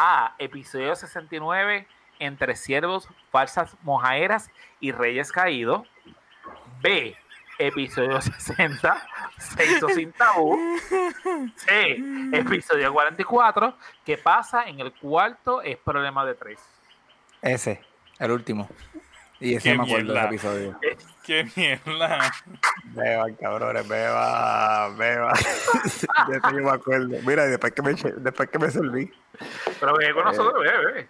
[SPEAKER 4] A. Episodio 69, entre siervos, falsas mojaeras y reyes caídos. B. Episodio 60, sexo sin tabú. C. Episodio 44, que pasa en el cuarto es problema de tres.
[SPEAKER 1] Ese. El último. Y ese
[SPEAKER 2] Qué
[SPEAKER 1] me acuerdo de
[SPEAKER 2] mierda.
[SPEAKER 1] ese episodio.
[SPEAKER 2] ¡Qué mierda!
[SPEAKER 1] Beba, cabrones, beba, beba. [laughs] De eso yo me acuerdo. Mira, y después que me, eché- después que me serví.
[SPEAKER 4] Pero ve
[SPEAKER 2] Eh,
[SPEAKER 4] con nosotros, ve, ve.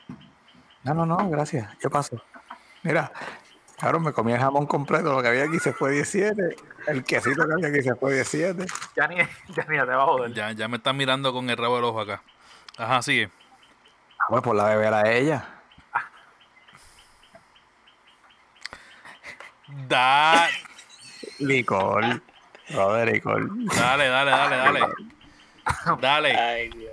[SPEAKER 1] No, no, no, gracias. Yo paso. Mira, cabrón, me comí el jamón completo. Lo que había aquí se fue 17. El quesito que había aquí se fue 17.
[SPEAKER 4] Ya ni, [laughs] ya ni te va a joder.
[SPEAKER 2] [laughs] Ya, ya me están mirando con el rabo del ojo acá. Ajá, sigue.
[SPEAKER 1] Ah, pues por la bebera de ella.
[SPEAKER 2] Da-
[SPEAKER 1] Licor. Joder, licor.
[SPEAKER 2] dale, dale, dale, dale. Dale.
[SPEAKER 3] Ay, Dios.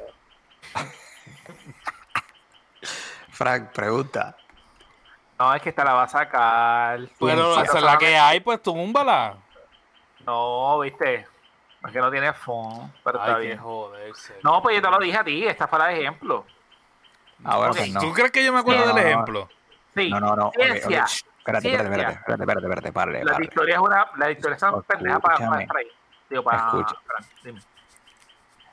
[SPEAKER 1] Frank, pregunta.
[SPEAKER 4] No, es que esta la va a sacar.
[SPEAKER 2] Pero esa es la que hay, pues túmbala.
[SPEAKER 4] No, viste. Es que no tiene fondo, pero está
[SPEAKER 2] Ay, qué
[SPEAKER 4] bien.
[SPEAKER 2] joderse.
[SPEAKER 4] No, pues yo te lo dije a ti, esta fue la de ejemplo.
[SPEAKER 1] Ah, bueno,
[SPEAKER 4] Ok,
[SPEAKER 1] pues no.
[SPEAKER 2] ¿Tú crees que yo me
[SPEAKER 1] No,
[SPEAKER 2] acuerdo del
[SPEAKER 1] no, no.
[SPEAKER 2] ejemplo?
[SPEAKER 4] Sí,
[SPEAKER 1] No, no, no. ok, ok,
[SPEAKER 4] ciencia.
[SPEAKER 1] shh, Espérate, espérate, espérate, espérate, espérate, espérate, parle,
[SPEAKER 4] La
[SPEAKER 1] parle.
[SPEAKER 4] victoria es una. La victoria es una pendeja para, para
[SPEAKER 1] Escúchame.
[SPEAKER 4] estar ahí. Digo, para.
[SPEAKER 1] Escucha.
[SPEAKER 4] para- dime.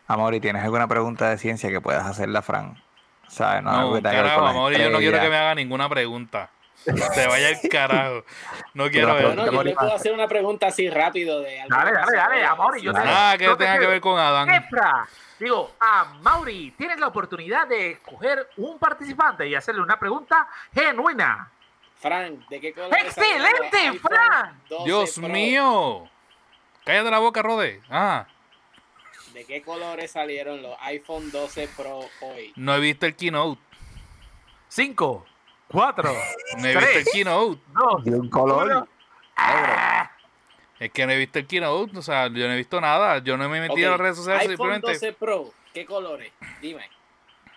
[SPEAKER 1] Amor, ¿y tienes alguna pregunta de ciencia que puedas hacerla, Fran? ¿Sabes? No, algo
[SPEAKER 2] No,
[SPEAKER 1] que tenga que ver con
[SPEAKER 2] carajo,
[SPEAKER 1] las
[SPEAKER 2] amor, yo no quiero que me
[SPEAKER 1] estrellas.
[SPEAKER 2] haga ninguna pregunta. Se vaya el carajo. No quiero
[SPEAKER 1] la
[SPEAKER 2] ver.
[SPEAKER 1] pregunta
[SPEAKER 3] Bueno, yo le puedo hacer una pregunta así rápido de algo
[SPEAKER 4] Dale,
[SPEAKER 3] que
[SPEAKER 4] dale,
[SPEAKER 3] pasó.
[SPEAKER 4] dale, amor. y Yo
[SPEAKER 1] Dale.
[SPEAKER 4] te-
[SPEAKER 2] Nada que
[SPEAKER 4] yo te
[SPEAKER 2] tenga que
[SPEAKER 4] quiero-
[SPEAKER 2] ver con Adán.
[SPEAKER 4] Efra, digo, a Mauri, tienes la oportunidad de escoger un participante y hacerle una pregunta genuina.
[SPEAKER 3] Fran, ¿de qué color? es
[SPEAKER 4] ¡Excelente,
[SPEAKER 3] el iPhone
[SPEAKER 4] Fran!
[SPEAKER 3] 12
[SPEAKER 2] Dios
[SPEAKER 3] Pro?
[SPEAKER 2] mío. Cállate la boca, Rode. Ah,
[SPEAKER 3] ¿De qué colores salieron los iPhone 12 Pro hoy?
[SPEAKER 2] no he visto el keynote.
[SPEAKER 4] Cinco, cuatro,
[SPEAKER 2] No he visto el keynote.
[SPEAKER 4] dos,
[SPEAKER 1] De un color.
[SPEAKER 4] uno. Ah,
[SPEAKER 2] Es que no he visto el keynote. O sea, yo no he visto nada. Yo no me he metido en
[SPEAKER 3] Ok,
[SPEAKER 2] las redes sociales
[SPEAKER 3] iPhone
[SPEAKER 2] simplemente.
[SPEAKER 3] 12 Pro, ¿qué colores? Dime.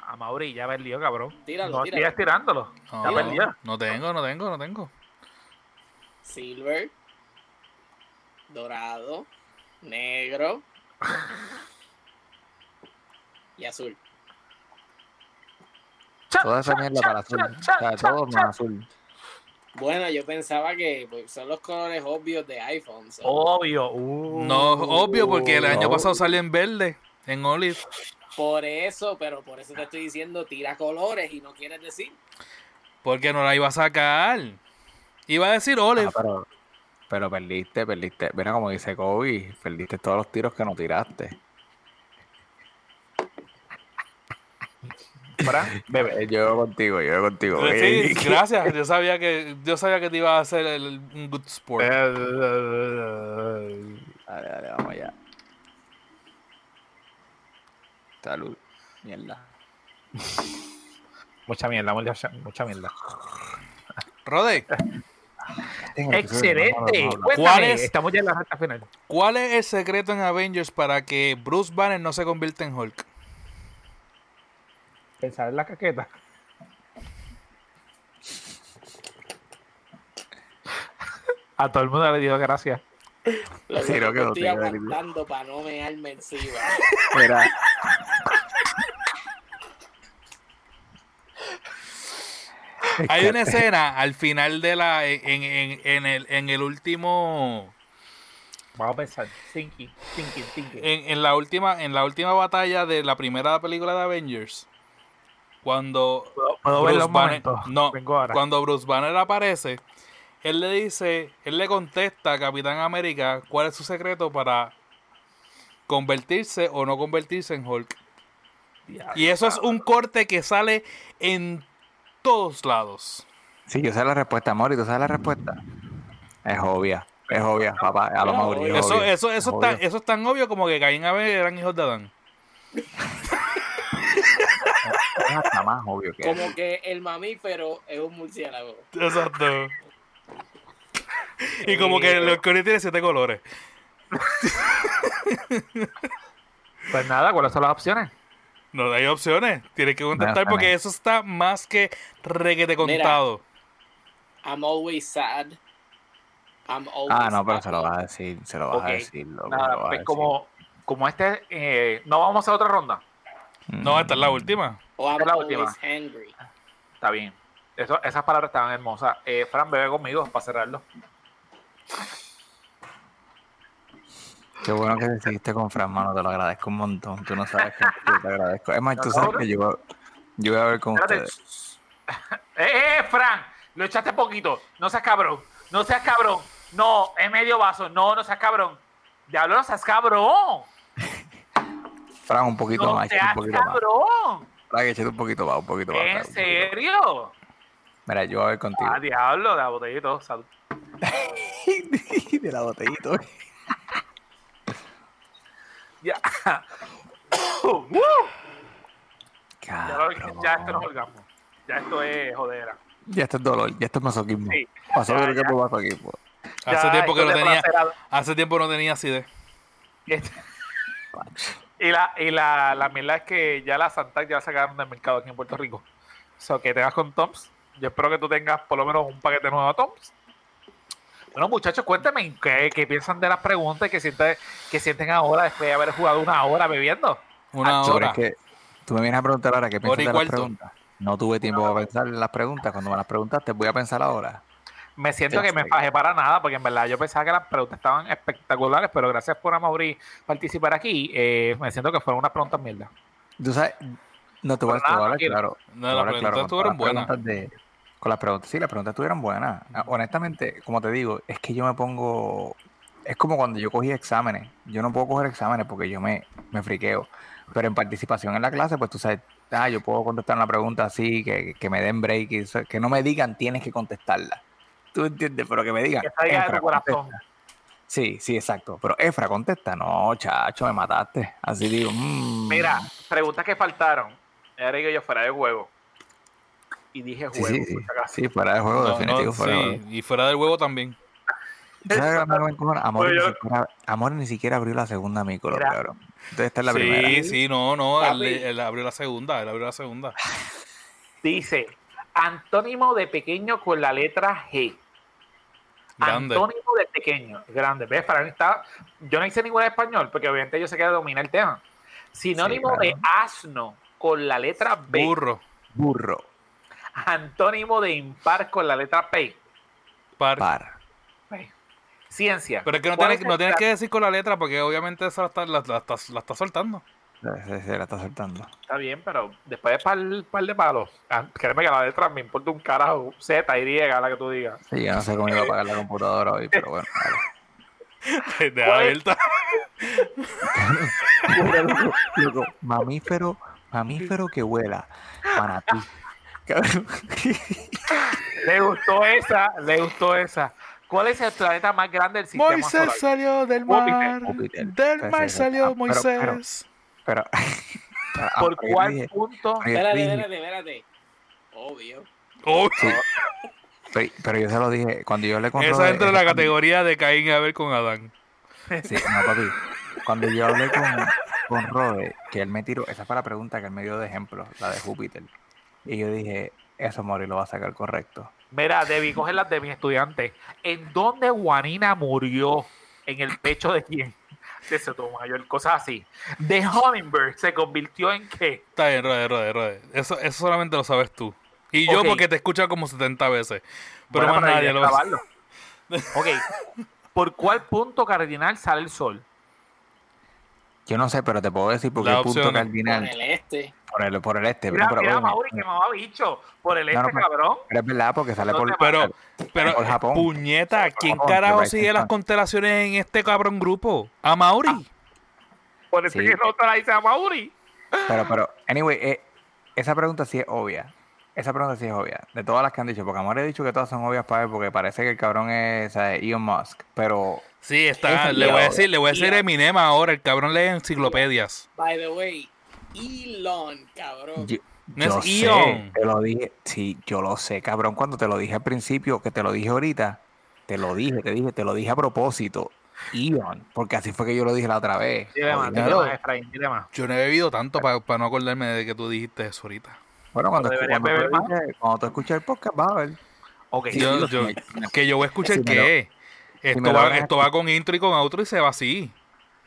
[SPEAKER 4] A Mauri, ya va el lío, cabrón.
[SPEAKER 3] Tíralo,
[SPEAKER 4] no
[SPEAKER 3] tíralo.
[SPEAKER 4] sigas tirándolo.
[SPEAKER 2] No,
[SPEAKER 4] Ya
[SPEAKER 2] no,
[SPEAKER 4] perdió.
[SPEAKER 2] no tengo, no tengo, no tengo.
[SPEAKER 3] Silver, dorado, negro y azul.
[SPEAKER 4] Cha,
[SPEAKER 1] Toda esa
[SPEAKER 4] cha,
[SPEAKER 1] mierda
[SPEAKER 4] cha,
[SPEAKER 1] para azul.
[SPEAKER 4] cha,
[SPEAKER 1] O
[SPEAKER 4] cha,
[SPEAKER 1] sea,
[SPEAKER 4] cha,
[SPEAKER 1] todo
[SPEAKER 4] cha.
[SPEAKER 1] más azul.
[SPEAKER 3] Bueno, yo pensaba que pues, son los colores obvios de iPhone. so-
[SPEAKER 4] Obvio. uh.
[SPEAKER 2] No, obvio, porque el año
[SPEAKER 1] no.
[SPEAKER 2] pasado salió en verde, en olive.
[SPEAKER 3] Por eso, pero por eso te estoy diciendo, tira colores y no quieres decir.
[SPEAKER 2] Porque no la iba a sacar. Iba a decir olive.
[SPEAKER 1] Ah, pero, pero perdiste, perdiste. Mira como dice Kobe, perdiste todos los tiros que no tiraste.
[SPEAKER 4] Fran,
[SPEAKER 1] Bebé, yo veo contigo, yo veo contigo.
[SPEAKER 2] Pero
[SPEAKER 1] Oye,
[SPEAKER 2] sí,
[SPEAKER 1] ¿qué-
[SPEAKER 2] gracias. Yo sabía que yo sabía que te iba a hacer el- un good sport.
[SPEAKER 1] [laughs] Eh. Dale, dale, vamos allá. Salud. Mierda.
[SPEAKER 4] Mucha mierda, mucha, mucha mierda.
[SPEAKER 2] Rode,
[SPEAKER 4] Excelente.
[SPEAKER 2] ¿Cuál
[SPEAKER 4] Cuéntame,
[SPEAKER 2] es?
[SPEAKER 4] Estamos ya en la recta final.
[SPEAKER 2] ¿cuál es el secreto en Avengers para que Bruce Banner no se convierta en Hulk?
[SPEAKER 4] Pensar en la caqueta. A todo el mundo le dio gracias.
[SPEAKER 3] Lo
[SPEAKER 1] Sí,
[SPEAKER 3] que
[SPEAKER 1] no, que no
[SPEAKER 3] estoy
[SPEAKER 1] tiene la película.
[SPEAKER 3] aguantando para no me
[SPEAKER 1] [laughs]
[SPEAKER 3] darme encima.
[SPEAKER 1] Mira.
[SPEAKER 2] Hay una escena al final de la en, en- en el, en el último
[SPEAKER 4] Vamos a pensar. Thinking, thinking, thinking.
[SPEAKER 2] en, en la última en la última batalla de la primera película de Avengers cuando
[SPEAKER 4] ¿Puedo, puedo ver
[SPEAKER 2] Bruce
[SPEAKER 4] los
[SPEAKER 2] Banner-
[SPEAKER 4] momentos?
[SPEAKER 2] no,
[SPEAKER 4] Vengo ahora.
[SPEAKER 2] cuando Bruce Banner aparece, él le dice, él le contesta a Capitán América cuál es su secreto para convertirse o no convertirse en Hulk. Y eso es un corte que sale en todos lados.
[SPEAKER 1] Sí, yo sé la respuesta, amor, y tú sabes la respuesta. Es obvia, es obvia, papá, a lo
[SPEAKER 3] No,
[SPEAKER 1] mejor.
[SPEAKER 3] obvio.
[SPEAKER 1] es
[SPEAKER 2] Eso,
[SPEAKER 1] obvia,
[SPEAKER 2] eso, eso,
[SPEAKER 1] es
[SPEAKER 2] es tan,
[SPEAKER 1] obvia.
[SPEAKER 2] eso es tan obvio como que Caín Abel eran hijos de Adán.
[SPEAKER 1] Es hasta más obvio que eso.
[SPEAKER 3] Como que el mamífero es un murciélago.
[SPEAKER 2] Exacto. Y como
[SPEAKER 1] Eh,
[SPEAKER 2] que los colores tiene siete colores.
[SPEAKER 4] Pues nada, ¿cuáles son las opciones?
[SPEAKER 2] No hay opciones. Tienes que contestar
[SPEAKER 1] opciones.
[SPEAKER 2] porque eso está más que requete contado.
[SPEAKER 3] I'm always sad. I'm always
[SPEAKER 1] Ah, no, pero se
[SPEAKER 3] happy.
[SPEAKER 1] lo vas a decir, se lo vas
[SPEAKER 4] Ok,
[SPEAKER 1] a decir. loco, se lo
[SPEAKER 4] Nada,
[SPEAKER 1] vas a
[SPEAKER 4] pues
[SPEAKER 1] decir.
[SPEAKER 4] como, como este. eh, no vamos a otra ronda.
[SPEAKER 1] Mm.
[SPEAKER 2] No, esta es la última.
[SPEAKER 3] O I'm
[SPEAKER 4] es la
[SPEAKER 3] always
[SPEAKER 4] última.
[SPEAKER 3] hungry.
[SPEAKER 4] Está bien. Eso- esas palabras estaban hermosas. Eh, Fran, bebe conmigo para cerrarlo.
[SPEAKER 1] Qué bueno que decidiste con Fran, mano, te lo agradezco un montón. Tú no sabes que te agradezco. Es más, tú sabes que yo, yo voy a ver con
[SPEAKER 4] Espérate. [laughs]
[SPEAKER 1] ustedes.
[SPEAKER 4] ¡Eh, eh, Fran! Lo echaste poquito. No seas cabrón. No seas cabrón. No, es medio vaso. No, no seas cabrón. Diablo, no seas cabrón.
[SPEAKER 1] Fran, un poquito
[SPEAKER 4] No
[SPEAKER 1] más, échate
[SPEAKER 4] seas
[SPEAKER 1] un poquito más.
[SPEAKER 4] cabrón.
[SPEAKER 1] Fran, échate un poquito más, un poquito más. Fran,
[SPEAKER 4] ¿En
[SPEAKER 1] un poquito más.
[SPEAKER 4] serio?
[SPEAKER 1] Mira, yo voy a ver contigo.
[SPEAKER 4] Ah, diablo, la botella y todo. Salud.
[SPEAKER 1] [laughs] de la botellita.
[SPEAKER 4] [laughs]
[SPEAKER 1] [coughs]
[SPEAKER 4] Ya. Uh, ya,
[SPEAKER 1] Ah,
[SPEAKER 4] lo-
[SPEAKER 1] Cabrón.
[SPEAKER 4] ya esto no es orgasmo. Ya esto es jodera.
[SPEAKER 1] Ya esto es dolor, ya esto es masoquismo.
[SPEAKER 4] Sí.
[SPEAKER 1] Pasó
[SPEAKER 4] Ya,
[SPEAKER 1] el
[SPEAKER 4] ya.
[SPEAKER 1] campo masoquismo.
[SPEAKER 2] Hace
[SPEAKER 4] Ya,
[SPEAKER 2] tiempo que no
[SPEAKER 4] esto es de
[SPEAKER 2] tenía,
[SPEAKER 4] placer a-
[SPEAKER 2] hace tiempo no tenía acidez.
[SPEAKER 4] Y la, y la, la mierda es que ya la Santa ya la sacaron del mercado aquí en Puerto Rico. O sea, que te vas con Toms. Yo espero que tú tengas por lo menos un paquete nuevo a Toms. Bueno, muchachos, cuéntame qué, qué piensan de las preguntas que sienten, que sienten ahora después de haber jugado una hora bebiendo.
[SPEAKER 2] Una
[SPEAKER 1] Sobre
[SPEAKER 2] hora.
[SPEAKER 1] Ah, que tú me vienes a preguntar ahora qué piensas
[SPEAKER 2] Hora y
[SPEAKER 1] de las
[SPEAKER 2] cuarto.
[SPEAKER 1] preguntas. No tuve tiempo para pensar en las preguntas. Cuando me las preguntaste, voy a pensar ahora.
[SPEAKER 4] Me siento
[SPEAKER 1] Ya
[SPEAKER 4] que me
[SPEAKER 1] sé.
[SPEAKER 4] fajé para nada, porque en verdad yo pensaba que las preguntas estaban espectaculares, pero gracias por, Amaury, participar aquí. Eh, me siento que fueron unas preguntas mierda.
[SPEAKER 1] Tú sabes, no te voy a
[SPEAKER 4] Pero nada,
[SPEAKER 1] hablar
[SPEAKER 4] tranquilo.
[SPEAKER 1] claro. te
[SPEAKER 2] No,
[SPEAKER 1] voy a
[SPEAKER 2] las
[SPEAKER 1] hablar claro,
[SPEAKER 2] preguntas
[SPEAKER 1] con todas
[SPEAKER 2] estuvieron buenas.
[SPEAKER 1] las preguntas de- con las preguntas, sí, las preguntas estuvieron buenas. Ah, Honestamente, como te digo, es que yo me pongo. Es como cuando yo cogí exámenes. Yo no puedo coger exámenes porque yo me, me friqueo. Pero en participación en la clase, pues tú sabes, ah, yo puedo contestar una pregunta así, que, que me den break, y eso- que no me digan tienes que contestarla. ¿Tú entiendes? Pero que me digan.
[SPEAKER 4] Que salga de
[SPEAKER 1] "Efra,
[SPEAKER 4] tu corazón.
[SPEAKER 1] Sí, sí, exacto. Pero Efra contesta, no, chacho, me mataste. Así digo, "Mm".
[SPEAKER 4] Mira, preguntas que faltaron. Era que yo fuera de juego. Y dije
[SPEAKER 1] sí,
[SPEAKER 4] juego.
[SPEAKER 1] sí, sí.
[SPEAKER 4] por si acaso.
[SPEAKER 1] Sí, fuera de juego,
[SPEAKER 2] No, no,
[SPEAKER 1] definitivo, fuera de juego.
[SPEAKER 2] sí, y fuera del huevo también.
[SPEAKER 1] ¿Sabes lo que más me encojona? Amor,
[SPEAKER 4] Oye,
[SPEAKER 1] ni
[SPEAKER 4] yo-
[SPEAKER 1] siquiera, Amor ni siquiera abrió la segunda micro,
[SPEAKER 4] Mira.
[SPEAKER 1] cabrón. Entonces esta es la
[SPEAKER 2] sí,
[SPEAKER 1] primera.
[SPEAKER 2] sí, no, no, él,
[SPEAKER 3] Papi.
[SPEAKER 2] él abrió la segunda, él abrió la segunda.
[SPEAKER 4] Dice, antónimo de pequeño con la letra G. Ah,
[SPEAKER 2] Grande.
[SPEAKER 4] Antónimo de pequeño. Grande. ¿Ves? Para mí está... Yo no hice ninguna en español, porque obviamente yo sé que domina el tema. Sinónimo
[SPEAKER 1] Sí, claro.
[SPEAKER 4] de asno con la letra B.
[SPEAKER 2] Burro,
[SPEAKER 1] Burro,
[SPEAKER 4] Antónimo de impar con la letra P.
[SPEAKER 2] par.
[SPEAKER 1] par.
[SPEAKER 4] P. Ciencia.
[SPEAKER 2] Pero es que no
[SPEAKER 4] ¿Cuál
[SPEAKER 2] tienes,
[SPEAKER 4] es
[SPEAKER 2] no
[SPEAKER 4] el
[SPEAKER 2] tienes que decir con la letra porque obviamente esa la está, la, la está- la está soltando.
[SPEAKER 1] Se, se- se la está soltando.
[SPEAKER 4] Está bien, pero después de par, par de palos, ah, créeme que la letra me importa un carajo. Z, Y, la que tú digas.
[SPEAKER 1] Sí, yo no sé cómo iba a apagar la computadora hoy, pero bueno. vale.
[SPEAKER 2] De
[SPEAKER 4] Pues-
[SPEAKER 2] abierta.
[SPEAKER 1] [laughs] Luego, mamífero, mamífero que vuela.
[SPEAKER 4] [laughs]
[SPEAKER 1] Manatí. Cabrón.
[SPEAKER 4] Le gustó esa, le gustó esa. ¿Cuál es el planeta más grande del sistema solar?
[SPEAKER 2] salió del
[SPEAKER 4] Júpiter,
[SPEAKER 1] Júpiter. Sí, sí, sí. Ah, pero- Pero. ah,
[SPEAKER 4] ¿Por
[SPEAKER 1] Yo
[SPEAKER 4] cuál
[SPEAKER 1] dije-
[SPEAKER 4] punto?
[SPEAKER 1] yo
[SPEAKER 3] Espérate,
[SPEAKER 1] dije-
[SPEAKER 3] espérate, espérate. Obvio.
[SPEAKER 2] Oh,
[SPEAKER 1] pero- Pero yo se lo dije, cuando yo le conté.
[SPEAKER 2] esa entra en la categoría de Caín y Abel con Adán.
[SPEAKER 1] Sí, no, papi. Cuando yo hablé con, con Rode, que él me tiró, esa fue la pregunta que él me dio de ejemplo, la de Júpiter. Y yo dije, eso Mori lo va a sacar correcto.
[SPEAKER 4] Mira, debí coger las de mis estudiantes. ¿En dónde Juanina murió? ¿En el pecho de quién? De Sotomayor, cosas así. ¿De Hummingbird se convirtió en qué?
[SPEAKER 2] Está bien, Rode, Rode, Rode. Eso, eso solamente lo sabes tú. Y yo
[SPEAKER 4] Ok.
[SPEAKER 2] porque te he escuchado como 70 veces. Pero
[SPEAKER 4] Bueno,
[SPEAKER 2] más
[SPEAKER 4] para
[SPEAKER 2] nadie lo sabe.
[SPEAKER 4] grabarlo. Ok. ¿Por cuál punto cardinal sale el sol?
[SPEAKER 1] Yo no sé, pero te puedo decir porque
[SPEAKER 2] La
[SPEAKER 1] el punto
[SPEAKER 2] opción.
[SPEAKER 3] cardinal.
[SPEAKER 1] cardinal
[SPEAKER 3] el este.
[SPEAKER 1] por el, por el este.
[SPEAKER 4] Mira,
[SPEAKER 1] no, pero,
[SPEAKER 4] mira,
[SPEAKER 1] bueno,
[SPEAKER 4] Mauri, que mamá bicho. Por el
[SPEAKER 1] No,
[SPEAKER 4] este,
[SPEAKER 1] no, pero-
[SPEAKER 4] cabrón.
[SPEAKER 1] pero es verdad porque sale
[SPEAKER 4] No
[SPEAKER 1] por...
[SPEAKER 4] te-
[SPEAKER 2] Pero, pero,
[SPEAKER 1] Por Japón.
[SPEAKER 2] puñeta,
[SPEAKER 1] Por
[SPEAKER 2] ¿quién
[SPEAKER 1] Japón, que
[SPEAKER 2] carajo
[SPEAKER 1] va a
[SPEAKER 2] sigue
[SPEAKER 1] estar-
[SPEAKER 2] las constelaciones en este cabrón grupo? A Mauri.
[SPEAKER 1] Ah,
[SPEAKER 4] Por eso
[SPEAKER 1] Sí.
[SPEAKER 4] que no te la dice a Mauri.
[SPEAKER 1] Pero, pero, anyway, eh, esa pregunta sí es obvia. Esa pregunta sí es obvia. De todas las que han dicho, porque Amor he dicho que todas son obvias para él porque parece que el cabrón es o sea, Elon Musk. Pero
[SPEAKER 2] Sí, está.
[SPEAKER 1] Esa
[SPEAKER 2] Le
[SPEAKER 1] es
[SPEAKER 2] voy a
[SPEAKER 1] la
[SPEAKER 2] decir, le voy a
[SPEAKER 3] Y
[SPEAKER 2] decir
[SPEAKER 3] la-
[SPEAKER 2] Eminem ahora. El cabrón lee enciclopedias.
[SPEAKER 3] By the way, Elon, cabrón.
[SPEAKER 1] Yo,
[SPEAKER 2] No
[SPEAKER 1] yo
[SPEAKER 2] es
[SPEAKER 1] sé,
[SPEAKER 2] Ion.
[SPEAKER 1] te lo dije, sí, yo lo sé, cabrón, cuando te lo dije al principio, que te lo dije ahorita, te lo dije, te dije, te lo dije a propósito, Ion, porque así fue que yo lo dije la otra vez.
[SPEAKER 4] Dile más,
[SPEAKER 1] Oye,
[SPEAKER 4] dile
[SPEAKER 2] claro.
[SPEAKER 4] más, Efraín, dile más.
[SPEAKER 2] Yo no he bebido tanto para no acordarme de que tú dijiste eso ahorita.
[SPEAKER 1] Bueno, cuando,
[SPEAKER 4] Pero
[SPEAKER 1] escu-
[SPEAKER 4] deberías
[SPEAKER 1] cuando, tú
[SPEAKER 4] beber más.
[SPEAKER 1] escuches- cuando tú escuches el podcast, vas a ver.
[SPEAKER 4] Ok.
[SPEAKER 1] Sí,
[SPEAKER 2] Yo-
[SPEAKER 1] lo-
[SPEAKER 2] yo- que yo voy a escuchar
[SPEAKER 1] Si me
[SPEAKER 2] qué.
[SPEAKER 1] si
[SPEAKER 2] Esto,
[SPEAKER 1] me lo
[SPEAKER 2] va,
[SPEAKER 1] hagas-
[SPEAKER 2] esto va con intro y con outro y se va así.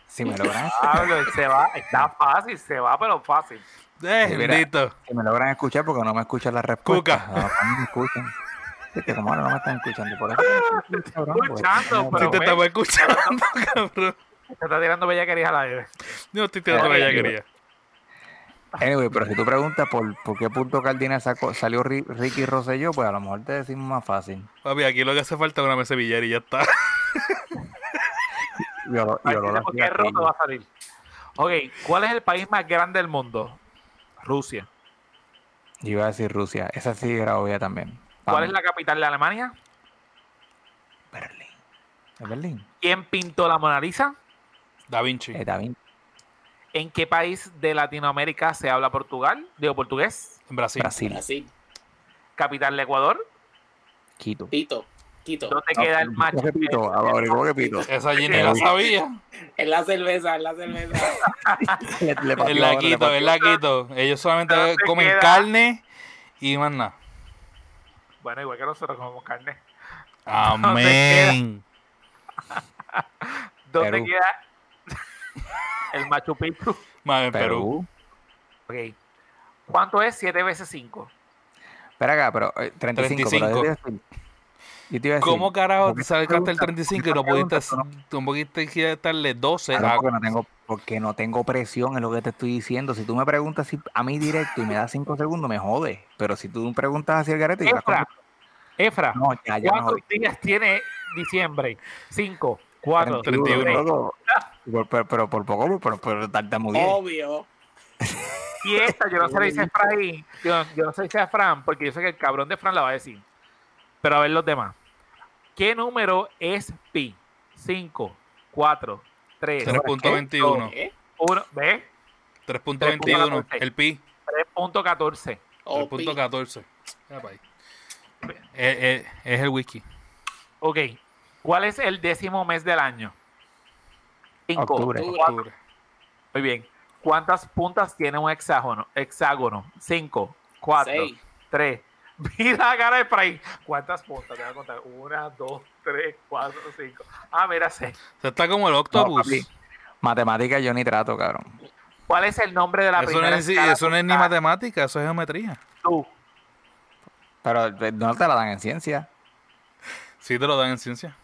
[SPEAKER 1] Si me logran,
[SPEAKER 4] Pablo, él se va,
[SPEAKER 1] [laughs]
[SPEAKER 4] está fácil, se va, pero fácil.
[SPEAKER 2] Eh,
[SPEAKER 1] Sí, mira.
[SPEAKER 2] bendito.
[SPEAKER 1] si me logran escuchar, porque no me escuchan las respuestas.
[SPEAKER 2] Cuca.
[SPEAKER 1] No, no me escuchan. Viste, como ahora no me están escuchando, por eso no
[SPEAKER 4] [laughs]
[SPEAKER 1] me escuchan, cabrón, porque-
[SPEAKER 4] Escuchando,
[SPEAKER 2] Si
[SPEAKER 4] pero-
[SPEAKER 2] te
[SPEAKER 4] ve.
[SPEAKER 2] estamos escuchando, [laughs] cabrón.
[SPEAKER 4] Se está tirando bellaquerías al aire.
[SPEAKER 2] Yo estoy tirando
[SPEAKER 4] Mira,
[SPEAKER 2] bellaquería.
[SPEAKER 1] Anyway, pero si tú preguntas por, por qué punto Cardinal sacó, salió Ri- Ricky Rosselló, pues a lo mejor te decimos más fácil.
[SPEAKER 2] Papi, aquí lo que hace falta es una mesa de billar y ya está. [laughs]
[SPEAKER 1] Yo, lo- yo lo-
[SPEAKER 4] Porque es roto va a salir. Ok, ¿cuál es el país más grande del mundo? Rusia.
[SPEAKER 1] yo iba a decir Rusia. Esa sí era obvia también.
[SPEAKER 4] ¿Cuál es la capital de Alemania?
[SPEAKER 1] Berlín. ¿Es Berlín?
[SPEAKER 4] ¿Quién pintó la Mona Lisa?
[SPEAKER 2] Da Vinci.
[SPEAKER 1] Eh, Da Vin-
[SPEAKER 4] ¿En qué país de Latinoamérica se habla Portugal? Digo portugués.
[SPEAKER 2] En Brasil.
[SPEAKER 1] Brasil.
[SPEAKER 3] Así,
[SPEAKER 4] ¿Capital de Ecuador?
[SPEAKER 1] Quito.
[SPEAKER 3] Pito, Quito.
[SPEAKER 4] ¿Dónde
[SPEAKER 1] Ah,
[SPEAKER 4] queda el macho?
[SPEAKER 1] ¿Qué
[SPEAKER 4] [laughs]
[SPEAKER 1] pito? Ah, ahora, ¿cómo que pito?
[SPEAKER 2] Esa allí ni la sabía.
[SPEAKER 3] Es la cerveza, es la cerveza.
[SPEAKER 1] Le- le pateó
[SPEAKER 2] El
[SPEAKER 1] ahora, le
[SPEAKER 2] laquito,
[SPEAKER 1] pateó.
[SPEAKER 2] el laquito. Ellos solamente
[SPEAKER 4] ¿Dónde
[SPEAKER 2] comen
[SPEAKER 4] queda?
[SPEAKER 2] carne y más nada.
[SPEAKER 4] Bueno, igual que nosotros comemos carne.
[SPEAKER 2] Amén.
[SPEAKER 4] ¿Dónde
[SPEAKER 1] Perú.
[SPEAKER 4] queda el
[SPEAKER 1] [laughs]
[SPEAKER 4] Machu Picchu?
[SPEAKER 2] Más en Perú.
[SPEAKER 1] Perú.
[SPEAKER 4] Ok. ¿Cuánto es 7 veces 5?
[SPEAKER 1] Espera acá, pero eh, 35. pero yo te iba a decir- yo te iba a decir-
[SPEAKER 2] ¿Cómo carajo
[SPEAKER 1] porque
[SPEAKER 2] te
[SPEAKER 1] esa
[SPEAKER 2] sacaste el
[SPEAKER 1] pregunta-
[SPEAKER 2] 35 y
[SPEAKER 1] esa
[SPEAKER 2] no pudiste,
[SPEAKER 1] pregunta,
[SPEAKER 2] no pudiste quitarle 12
[SPEAKER 1] Claro,
[SPEAKER 2] a
[SPEAKER 1] porque no tengo porque no tengo presión en lo que te estoy diciendo. Si tú me preguntas si- a mí directo y me das cinco segundos, me jode. Pero si tú me preguntas hacia el garete, yo las
[SPEAKER 4] Efra, Efra,
[SPEAKER 1] contesto. no, ya, ya me
[SPEAKER 4] ¿cuántos
[SPEAKER 1] jodí.
[SPEAKER 4] días tiene diciembre? 5, 4,
[SPEAKER 2] 31.
[SPEAKER 4] 3,
[SPEAKER 1] Loco, por- Pero, pero por poco, pero, pero tartamudeé.
[SPEAKER 2] Oh.
[SPEAKER 3] Obvio.
[SPEAKER 4] Y esta, yo no se la hice a Fran, yo, yo no se la hice a Fran, porque yo sé que el cabrón de Fran la va a decir. Pero a ver los demás. ¿Qué número es pi? 5, 4, 3,
[SPEAKER 2] 3.21.
[SPEAKER 3] ¿Eh?
[SPEAKER 4] 1, ¿ves?
[SPEAKER 2] 3.21.
[SPEAKER 4] 3.14.
[SPEAKER 2] El pi.
[SPEAKER 4] 3.14.
[SPEAKER 3] O Oh, pi.
[SPEAKER 2] 3.14. Ya, pa' ahí. Eh, eh, es el whisky.
[SPEAKER 4] Ok. ¿Cuál es el décimo mes del año? 5.
[SPEAKER 1] Octubre.
[SPEAKER 2] Octubre.
[SPEAKER 4] Muy bien. ¿Cuántas puntas tiene un hexágono? Hexágono. 5, 4,
[SPEAKER 3] Seis.
[SPEAKER 4] 3. [laughs] Mira la cara de Fray. ¿Cuántas puntas? Te voy a contar. 1, 2, 3, 4, 5. Ah, mira, 6.
[SPEAKER 2] O sea, está como el
[SPEAKER 1] No,
[SPEAKER 2] octopus.
[SPEAKER 1] papi, matemática yo ni trato, cabrón.
[SPEAKER 4] ¿Cuál es el nombre de la
[SPEAKER 2] eso no
[SPEAKER 4] primera
[SPEAKER 2] es, ni-
[SPEAKER 4] escala
[SPEAKER 2] eso no es ni
[SPEAKER 4] puntal?
[SPEAKER 2] matemática, eso es geometría.
[SPEAKER 4] Tú.
[SPEAKER 1] Pero eh, no te la dan en ciencia,
[SPEAKER 2] Sí, te lo dan en ciencia.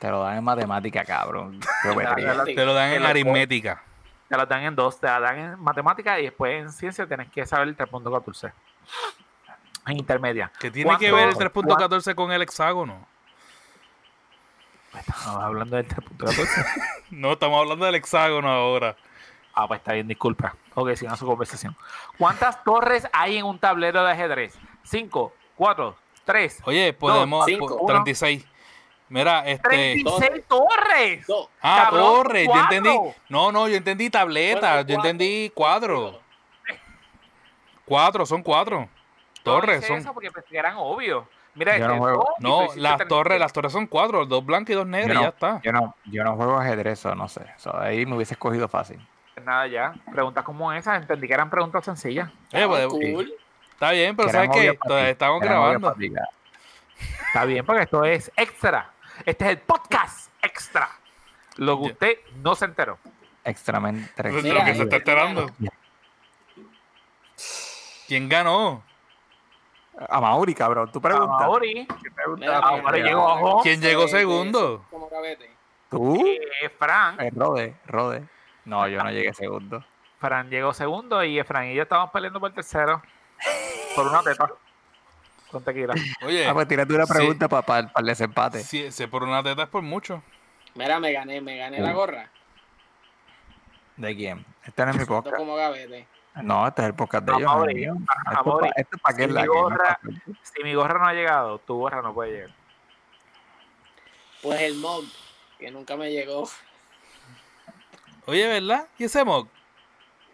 [SPEAKER 1] te lo dan en matemática, cabrón.
[SPEAKER 2] [laughs]
[SPEAKER 1] Geometría.
[SPEAKER 3] Sí.
[SPEAKER 2] Te lo dan
[SPEAKER 4] Te
[SPEAKER 2] en
[SPEAKER 4] lo-
[SPEAKER 2] aritmética.
[SPEAKER 4] Te la dan en dos, te la dan en matemática y después en ciencia tienes que saber el 3.14. En intermedia.
[SPEAKER 2] Que tiene que ver el 3.14 con el hexágono.
[SPEAKER 4] Estamos hablando del
[SPEAKER 2] [laughs]
[SPEAKER 4] 3.14.
[SPEAKER 2] No, estamos hablando del hexágono ahora.
[SPEAKER 4] ah, pues está bien, disculpa. Ok, sigan su conversación. ¿Cuántas torres hay en un tablero de ajedrez? 5, 4, 3.
[SPEAKER 2] Oye, podemos.
[SPEAKER 3] cinco,
[SPEAKER 2] po-
[SPEAKER 3] uno.
[SPEAKER 2] 36. Mira, este.
[SPEAKER 4] 36 torres.
[SPEAKER 3] Dos.
[SPEAKER 2] Ah,
[SPEAKER 4] Cabrón,
[SPEAKER 2] torre, yo
[SPEAKER 4] cuadro.
[SPEAKER 2] entendí. No, no, yo entendí tableta,
[SPEAKER 3] Bueno, cuatro.
[SPEAKER 2] yo entendí cuadro. Cuatro, son cuatro.
[SPEAKER 4] torres
[SPEAKER 2] Torres son.
[SPEAKER 4] Eso porque pensé que eran obvios. Mira,
[SPEAKER 1] Yo
[SPEAKER 4] este
[SPEAKER 1] no juego.
[SPEAKER 4] dos y tú
[SPEAKER 2] No,
[SPEAKER 3] pues,
[SPEAKER 4] hiciste
[SPEAKER 2] las
[SPEAKER 4] 36.
[SPEAKER 2] torres, las torres son cuatro, dos blancas y dos negras,
[SPEAKER 1] Yo no.
[SPEAKER 2] ya está.
[SPEAKER 1] Yo no, yo no juego ajedrez, so, no sé. So, ahí me hubiese escogido fácil.
[SPEAKER 4] Nada, ya. Preguntas como esas, entendí que eran preguntas sencillas.
[SPEAKER 2] Eh, pues,
[SPEAKER 3] Ah, cool.
[SPEAKER 2] Está bien, pero
[SPEAKER 1] Que
[SPEAKER 2] ¿sabes
[SPEAKER 1] eran
[SPEAKER 2] qué?
[SPEAKER 1] obvias para ti,
[SPEAKER 2] Todavía estamos
[SPEAKER 1] eran obvias
[SPEAKER 2] grabando.
[SPEAKER 1] para ti, ya.
[SPEAKER 4] Está bien, porque esto es extra. Este es el podcast extra. Lo que
[SPEAKER 2] Ya.
[SPEAKER 4] usted no se enteró.
[SPEAKER 1] Extramente.
[SPEAKER 2] Lo
[SPEAKER 3] Mira,
[SPEAKER 2] que se está
[SPEAKER 3] eh,
[SPEAKER 2] enterando. ¿Quién ganó?
[SPEAKER 1] A Mauri, cabrón, tú preguntas.
[SPEAKER 4] Mauri,
[SPEAKER 1] ¿Qué preguntas?
[SPEAKER 3] Mira,
[SPEAKER 4] Ahora
[SPEAKER 3] mira,
[SPEAKER 4] llegó
[SPEAKER 3] mira,
[SPEAKER 4] Ojo.
[SPEAKER 2] ¿Quién llegó
[SPEAKER 3] eh,
[SPEAKER 2] segundo?
[SPEAKER 3] Como gavete.
[SPEAKER 1] ¿Tú?
[SPEAKER 4] eh, Fran.
[SPEAKER 1] Eh, Rode, Rode. No, yo no llegué segundo.
[SPEAKER 4] Fran llegó segundo y Fran y yo estábamos peleando por el tercero. Por una teta. Con tequila.
[SPEAKER 2] Oye,
[SPEAKER 1] Ah, pues tírate una
[SPEAKER 2] sí.
[SPEAKER 1] pregunta para el desempate.
[SPEAKER 2] si, si por una teta es por mucho.
[SPEAKER 3] Mira, me gané, me gané
[SPEAKER 2] Mm.
[SPEAKER 3] la gorra.
[SPEAKER 1] ¿De quién? Este no es mi
[SPEAKER 3] Esto
[SPEAKER 1] podcast.
[SPEAKER 3] como gavete.
[SPEAKER 1] No, este es el podcast de
[SPEAKER 4] No,
[SPEAKER 1] ellos. no es
[SPEAKER 4] Mauri,
[SPEAKER 1] mío.
[SPEAKER 4] a
[SPEAKER 1] Esto
[SPEAKER 4] Mauri.
[SPEAKER 1] pa- esto es para que
[SPEAKER 4] Si
[SPEAKER 1] la
[SPEAKER 4] mi
[SPEAKER 1] que no
[SPEAKER 4] gorra-
[SPEAKER 1] es pa'
[SPEAKER 4] Si mi gorra no ha llegado, tu gorra no puede llegar.
[SPEAKER 3] Pues el mug, que nunca me llegó. [laughs]
[SPEAKER 2] Oye, ¿verdad? ¿Y ese mock?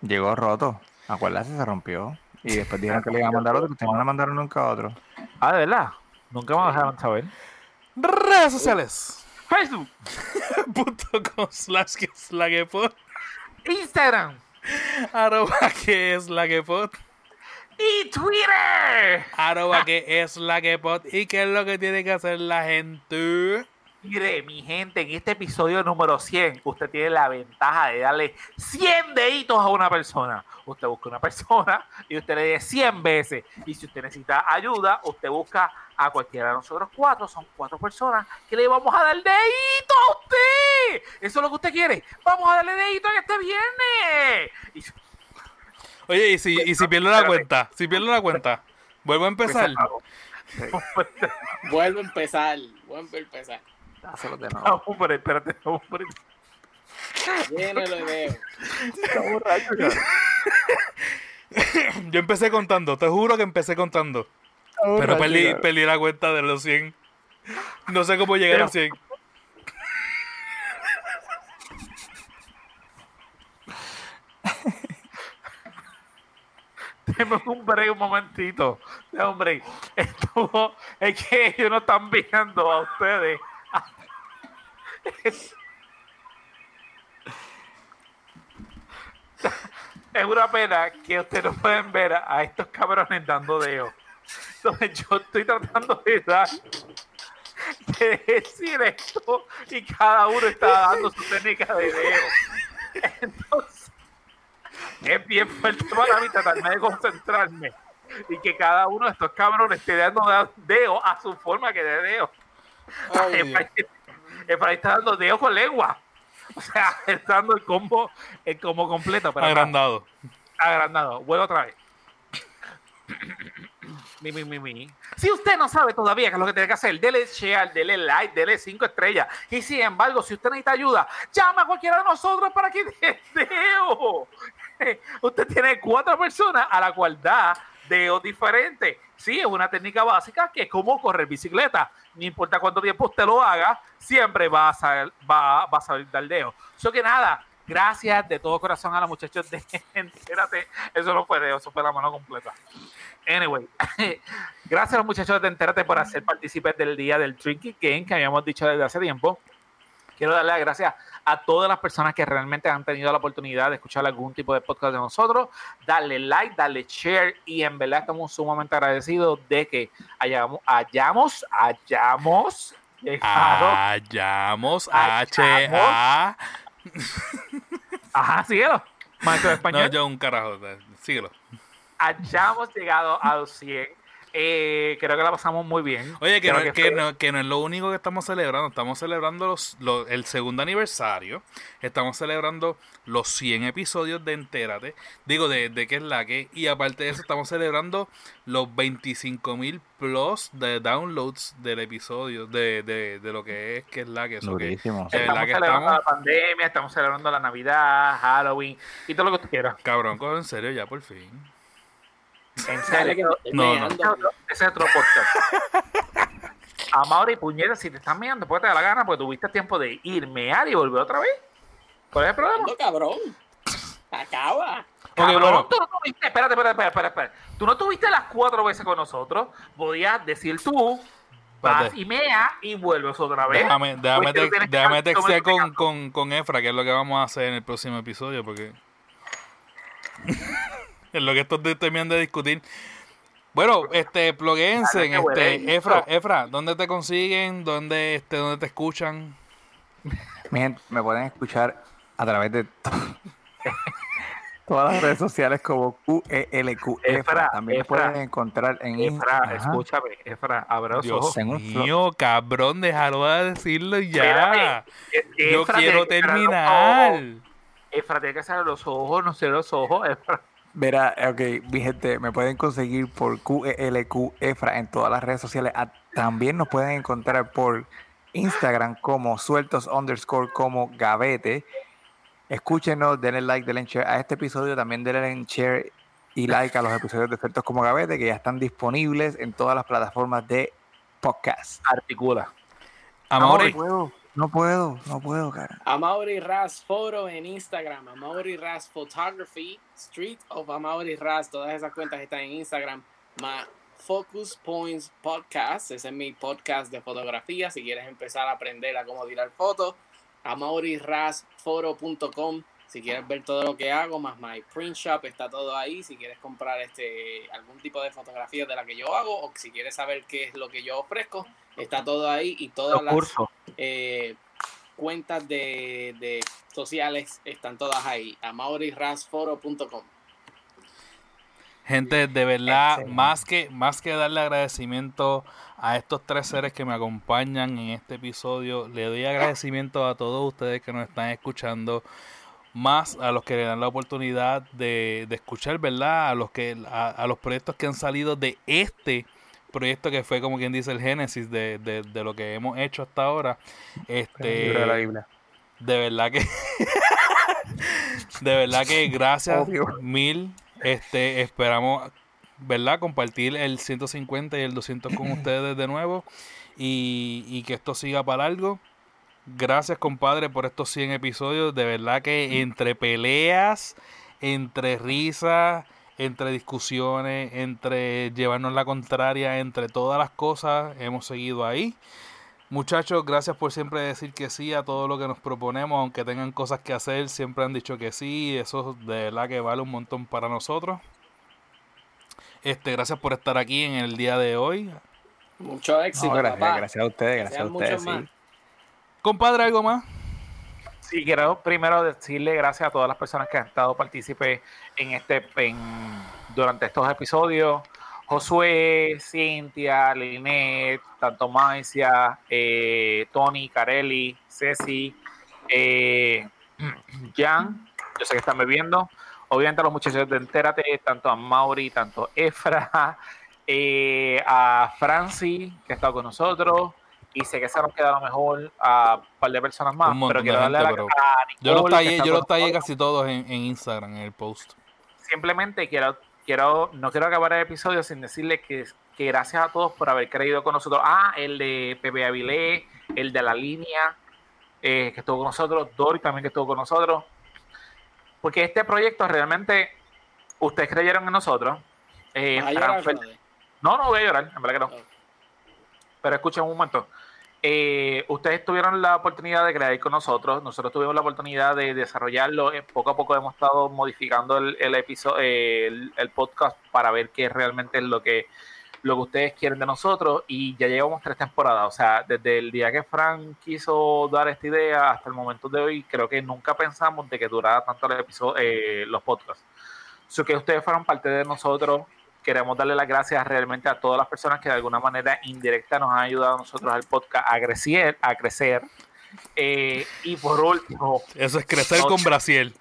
[SPEAKER 1] que- Llegó roto. Acuérdate, se rompió. Y después dijeron que le iban a mandar otro, pero no le mandaron nunca otro.
[SPEAKER 4] Ah, de verdad. Nunca me dejaron saber.
[SPEAKER 2] Redes sociales. [laughs]
[SPEAKER 4] Facebook,
[SPEAKER 2] Punto com slash que es la que pod.
[SPEAKER 4] Instagram
[SPEAKER 2] Arroba que es la que pod.
[SPEAKER 4] y Twitter. [laughs]
[SPEAKER 2] Arroba que es la que pod. ¿Y qué es lo que tiene que hacer la gente?
[SPEAKER 4] Mire, mi gente, en este episodio número 100, usted tiene la ventaja de darle 100 deditos a una persona. Usted busca una persona y usted le dé 100 veces. Y si usted necesita ayuda, usted busca a cualquiera de nosotros cuatro. Son cuatro personas que le vamos a dar dedito a usted. Eso es lo que usted quiere. Vamos a darle dedito en este viernes. Y si
[SPEAKER 2] Oye, y si, y si pierdo la cuenta, si pierdo la cuenta, vuelvo a empezar.
[SPEAKER 3] Vuelvo a empezar, vuelvo a empezar.
[SPEAKER 1] Hazlo de
[SPEAKER 4] Ah,
[SPEAKER 1] nuevo.
[SPEAKER 4] hombre, espérate, hombre.
[SPEAKER 3] Lleno de dedos.
[SPEAKER 4] Está borracho, cabrón.
[SPEAKER 2] [laughs] Yo empecé contando, te juro que empecé contando.
[SPEAKER 4] Oh,
[SPEAKER 2] Pero perdí, perdí la cuenta de los 100. No sé cómo llegar a 100.
[SPEAKER 4] Deme un break un momentito. No, hombre, esto es que ellos no están viendo a ustedes. Es, es una pena que ustedes no pueden ver a, a estos cabrones dando dedos. Entonces yo estoy tratando de dar de decir esto y cada uno está dando su técnica de dedo. Entonces, es bien fuerte para mí tratarme de concentrarme y que cada uno de estos cabrones esté dando da- dedo a su forma que de dedo.
[SPEAKER 2] Ay, Dios.
[SPEAKER 4] Efraín Efraín está dando dedo con lengua. O sea, está dando el combo, el combo completo. Pero nada,
[SPEAKER 2] Agrandado.
[SPEAKER 4] agrandado. Vuelvo otra vez. Mi, mi, mi, mi. Si usted no sabe todavía qué es lo que tiene que hacer, dele share, dele like, dele cinco estrellas. Y sin embargo, si usted necesita ayuda, llama a cualquiera de nosotros para que [laughs] dé dedo. [laughs] Usted tiene cuatro personas a la cual da dedo diferente. Sí, es una técnica básica que es como correr bicicleta. No importa cuánto tiempo usted lo haga, siempre va a salir, va, va a salir dar dedo. Eso que nada, gracias de todo corazón a los muchachos de [laughs] Entérate. Eso no fue dedo, eso fue la mano completa. Anyway, [laughs] gracias a los muchachos de Entérate por hacer partícipes del día del Drinking Game que habíamos dicho desde hace tiempo. Quiero darle las gracias a todas las personas que realmente han tenido la oportunidad de escuchar algún tipo de podcast de nosotros. Darle like, darle share y en verdad estamos sumamente agradecidos de que hayamos, hayamos, hayamos llegado
[SPEAKER 2] Hallamos
[SPEAKER 4] Hallamos.
[SPEAKER 2] H-A.
[SPEAKER 4] Ajá, síguelo. Maestro de
[SPEAKER 2] No,
[SPEAKER 4] español.
[SPEAKER 2] yo un carajo. eh, Síguelo.
[SPEAKER 4] Hayamos llegado a los 100. Eh, creo que la pasamos muy bien.
[SPEAKER 2] Oye, que
[SPEAKER 4] Creo
[SPEAKER 2] no, que
[SPEAKER 4] fue-
[SPEAKER 2] no- que no es lo único que estamos celebrando. Estamos celebrando los, lo- el segundo aniversario. Estamos celebrando los 100 episodios de Entérate. Digo, de, de qué es la que. Y aparte de eso, estamos celebrando los 25 mil plus de downloads del episodio. De, de, de lo que es que es la que. Eso que-
[SPEAKER 1] Durísimo.
[SPEAKER 2] de verdad
[SPEAKER 4] Estamos
[SPEAKER 2] que
[SPEAKER 4] celebrando
[SPEAKER 2] estamos-
[SPEAKER 4] la pandemia, estamos celebrando la Navidad, Halloween y todo lo que tú quieras.
[SPEAKER 2] Cabrón, coge en serio ya por fin.
[SPEAKER 4] En
[SPEAKER 3] Dale que
[SPEAKER 4] serio.
[SPEAKER 3] me estoy
[SPEAKER 2] [laughs] No, no.
[SPEAKER 4] Ese es
[SPEAKER 3] meando.
[SPEAKER 4] otro- ese es otro podcast. Amaury, puñeta, si te estás mirando, pues te da la gana, porque tuviste tiempo de ir, mear y volver otra vez. ¿Cuál es el problema?
[SPEAKER 3] Ando, cabrón. Acaba.
[SPEAKER 4] Cabrón,
[SPEAKER 2] bueno.
[SPEAKER 4] tú no tuviste, espérate, espérate, espérate, espérate, espérate. Tú no tuviste las cuatro veces con nosotros. Podías decir tú, vas
[SPEAKER 2] Espérate.
[SPEAKER 4] y mea y vuelves otra vez.
[SPEAKER 2] Déjame, déjame,
[SPEAKER 4] Pues, tú
[SPEAKER 2] tex-
[SPEAKER 4] tienes
[SPEAKER 2] déjame
[SPEAKER 4] tanto
[SPEAKER 2] textear con,
[SPEAKER 4] mercado.
[SPEAKER 2] con, con Efra, que es lo que vamos a hacer en el próximo episodio, porque. [laughs] en lo que estos dos terminan de discutir. Bueno, este,
[SPEAKER 4] Dale,
[SPEAKER 2] pluguense,
[SPEAKER 4] que huele,
[SPEAKER 2] este, Efra,
[SPEAKER 4] listo.
[SPEAKER 2] Efra, ¿dónde te consiguen? ¿Dónde, este, dónde te escuchan?
[SPEAKER 1] Mi gente, me pueden escuchar a través de to- [laughs] todas las redes sociales como E QELQF.
[SPEAKER 4] Efra,
[SPEAKER 1] También me
[SPEAKER 4] Efra.
[SPEAKER 1] pueden encontrar en
[SPEAKER 4] Efra,
[SPEAKER 1] Instagram. Ajá.
[SPEAKER 4] escúchame, Efra, abre los
[SPEAKER 2] Dios
[SPEAKER 4] ojos.
[SPEAKER 1] tengo un flow.
[SPEAKER 2] mío, cabrón, déjalo de decirlo ya.
[SPEAKER 4] Espérate, Es que
[SPEAKER 2] Yo
[SPEAKER 4] Efra oh.
[SPEAKER 2] quiero
[SPEAKER 4] tiene que cerrar los
[SPEAKER 2] terminar.
[SPEAKER 4] ojos. Efra tiene que cerrar los ojos, no cerrar los ojos. Efra.
[SPEAKER 1] Verá, ok, mi gente, me pueden conseguir por QELQ Efra en todas las redes sociales. Ah, También nos pueden encontrar por Instagram como sueltos underscore como gavete. Escúchenos, denle like, denle share a este episodio, también denle share y like a los episodios de sueltos como gavete que ya están disponibles en todas las plataformas de podcast.
[SPEAKER 4] Articula.
[SPEAKER 2] Amores,
[SPEAKER 1] No puedo, no puedo, cara.
[SPEAKER 3] Amaury Ras Photo en Instagram, Amaury Ras Photography, Street of Amaury Ras, todas esas cuentas están en Instagram. Ma Focus Points Podcast, ese es mi podcast de fotografía. Si quieres empezar a aprender a cómo tirar fotos, amaurirasforo.com. Si quieres ver todo lo que hago, más my print shop, está todo ahí. Si quieres comprar este algún tipo de fotografía de la que yo hago, o si quieres saber qué es lo que yo ofrezco, está todo ahí y todas
[SPEAKER 4] Los
[SPEAKER 3] las
[SPEAKER 4] cursos.
[SPEAKER 3] eh, cuentas de, de sociales están todas ahí. amaurirasforo.com.
[SPEAKER 2] Gente, de verdad,
[SPEAKER 1] Excelente.
[SPEAKER 2] más que, más que darle agradecimiento a estos tres seres que me acompañan en este episodio, le doy agradecimiento a todos ustedes que nos están escuchando. más a los que le dan la oportunidad de, de escuchar, ¿verdad? A los, que, a, a los proyectos que han salido de este proyecto que fue como quien dice el génesis de, de, de lo que hemos hecho hasta ahora. Este,
[SPEAKER 1] Libro de la Biblia.
[SPEAKER 2] de verdad que. [laughs] de verdad que gracias
[SPEAKER 1] Obvio.
[SPEAKER 2] mil. Este, esperamos, ¿verdad? Compartir el 150 y el 200 con ustedes de nuevo. Y, y que esto siga para algo. Gracias, compadre, por estos 100 episodios. De verdad que entre peleas, entre risas, entre discusiones, entre llevarnos la contraria, entre todas las cosas, hemos seguido ahí. Muchachos, gracias por siempre decir que sí a todo lo que nos proponemos, aunque tengan cosas que hacer, siempre han dicho que sí, eso de verdad que vale un montón para nosotros. Este, gracias por estar aquí en el día de hoy.
[SPEAKER 3] Mucho
[SPEAKER 1] No,
[SPEAKER 3] éxito,
[SPEAKER 1] gracias,
[SPEAKER 3] papá.
[SPEAKER 1] gracias a ustedes, gracias a
[SPEAKER 3] Sean
[SPEAKER 1] ustedes.
[SPEAKER 3] muchos
[SPEAKER 1] sí.
[SPEAKER 3] más.
[SPEAKER 2] Compadre, ¿algo más?
[SPEAKER 4] Sí, quiero primero decirle gracias a todas las personas que han estado partícipes en este en, durante estos episodios. Josué, Cintia, Linet, tanto Maicia, eh, Tony, Carelli, Ceci, eh, [clears throat] Jan, yo sé que están bebiendo. Obviamente a los muchachos de Entérate, tanto a Mauri, tanto Efra, [laughs] eh, a Franci, que ha estado con nosotros. Y sé que se nos queda a lo mejor a un par de personas más,
[SPEAKER 2] Un montón
[SPEAKER 4] Ah, pero quiero
[SPEAKER 2] de
[SPEAKER 4] darle
[SPEAKER 2] gente,
[SPEAKER 4] la
[SPEAKER 2] pero
[SPEAKER 4] a
[SPEAKER 2] Yo los
[SPEAKER 4] Nicole, que
[SPEAKER 2] tallé,
[SPEAKER 4] está
[SPEAKER 2] yo
[SPEAKER 4] con
[SPEAKER 2] los tallé
[SPEAKER 4] nosotros.
[SPEAKER 2] casi todos en, en Instagram, en el post.
[SPEAKER 4] Simplemente quiero, quiero, no quiero acabar el episodio sin decirle que, que gracias a todos por haber creído con nosotros. Ah, el de Pepe Avilé, el de la línea, eh, que estuvo con nosotros, Dori también que estuvo con nosotros. Porque este proyecto realmente, ustedes creyeron en nosotros. Eh,
[SPEAKER 3] Vas a
[SPEAKER 4] Fran
[SPEAKER 3] llorar,
[SPEAKER 4] Fer-
[SPEAKER 3] brother.
[SPEAKER 4] no, no voy a llorar, en verdad que no.
[SPEAKER 3] Ok.
[SPEAKER 4] Pero escuchen un momento. Eh, ustedes tuvieron la oportunidad de crear con nosotros, nosotros tuvimos la oportunidad de desarrollarlo, eh, poco a poco hemos estado modificando el, el, episo- eh, el, el podcast para ver qué realmente es lo que, lo que ustedes quieren de nosotros y ya llevamos tres temporadas, o sea, desde el día que Frank quiso dar esta idea hasta el momento de hoy, creo que nunca pensamos de que durara tanto el episodio, eh, los podcasts. So que ustedes fueron parte de nosotros, queremos darle las gracias realmente a todas las personas que de alguna manera indirecta nos han ayudado a nosotros al podcast a crecer, a crecer. Eh, y por último,
[SPEAKER 2] Eso es crecer con Brasil.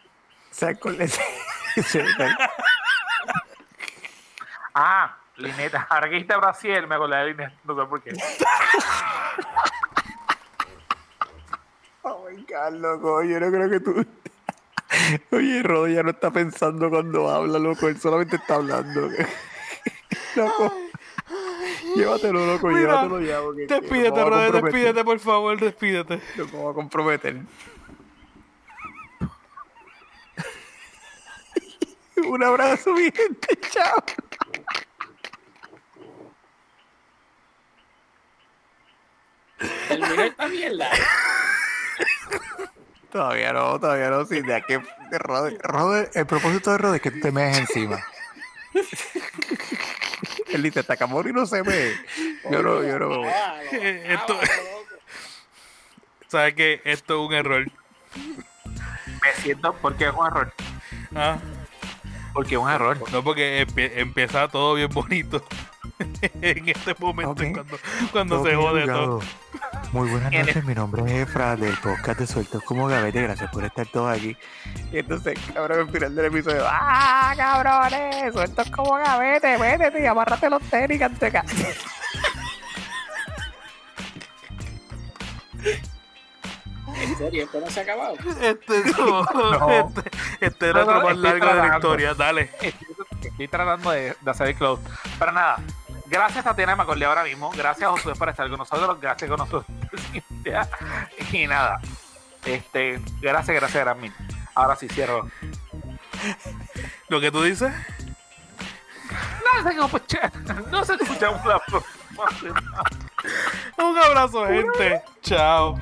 [SPEAKER 1] Saco el- [laughs] Sí, tal-
[SPEAKER 4] ah, Lineta, [laughs] Arguista Brasil, me acordé de Lineta, no sé por qué.
[SPEAKER 1] Oh my God, loco, yo no creo que tú. [laughs] Oye, Rodo ya no está pensando cuando habla, loco, él solamente está hablando. [laughs] loco. Llévatelo, loco,
[SPEAKER 2] Mira,
[SPEAKER 1] llévatelo ya. porque- nos
[SPEAKER 2] Despídete,
[SPEAKER 1] vamos a
[SPEAKER 2] brother,
[SPEAKER 1] comprometer,
[SPEAKER 2] despídete, por favor, despídete.
[SPEAKER 1] Nos vamos a comprometer. [laughs] Un abrazo, mi gente, chao.
[SPEAKER 3] Terminó esta mierda.
[SPEAKER 1] Todavía no, todavía no, sin de aquí. Rode, Rode- el propósito de Rode es que tú te mees [laughs] encima. Él dice, Takamori no se ve. Yo no, yo no me voy.
[SPEAKER 3] Ah, lo-
[SPEAKER 2] Esto-
[SPEAKER 3] ah, lo- loco.
[SPEAKER 2] ¿Sabes que Esto es un error.
[SPEAKER 4] Me siento, porque es un error,
[SPEAKER 2] Ah,
[SPEAKER 4] porque es un error.
[SPEAKER 2] no, porque empie- empieza todo bien bonito. [laughs] en este momento
[SPEAKER 1] Ok.
[SPEAKER 2] cuando, cuando se jode todo.
[SPEAKER 1] Muy buenas
[SPEAKER 4] En el-
[SPEAKER 1] noches, mi nombre es Efra del podcast de Sueltos como Gavete, gracias por estar todos aquí. Y entonces, cabrón, al final del episodio, ¡ah, cabrones! Sueltos como Gavete, métete y amárrate los tenis, canteca.
[SPEAKER 3] En serio, esto no se ha acabado.
[SPEAKER 4] [laughs]
[SPEAKER 2] Este, no, este, este era
[SPEAKER 4] No, no,
[SPEAKER 2] otro más largo de
[SPEAKER 4] estoy
[SPEAKER 2] la
[SPEAKER 4] trabajando.
[SPEAKER 2] historia. Dale.
[SPEAKER 4] [laughs] Estoy tratando de, de hacer el close. Pero nada, gracias Tatiana, me acordé ahora mismo. Gracias Josué por estar con nosotros. Gracias con nosotros. [laughs] Cintia. y nada, este, gracias, gracias a mí. Ahora sí cierro.
[SPEAKER 2] Lo que tú dices.
[SPEAKER 4] No se escucha- no se escuchamos la próxima.
[SPEAKER 2] Un abrazo, gente. Chao.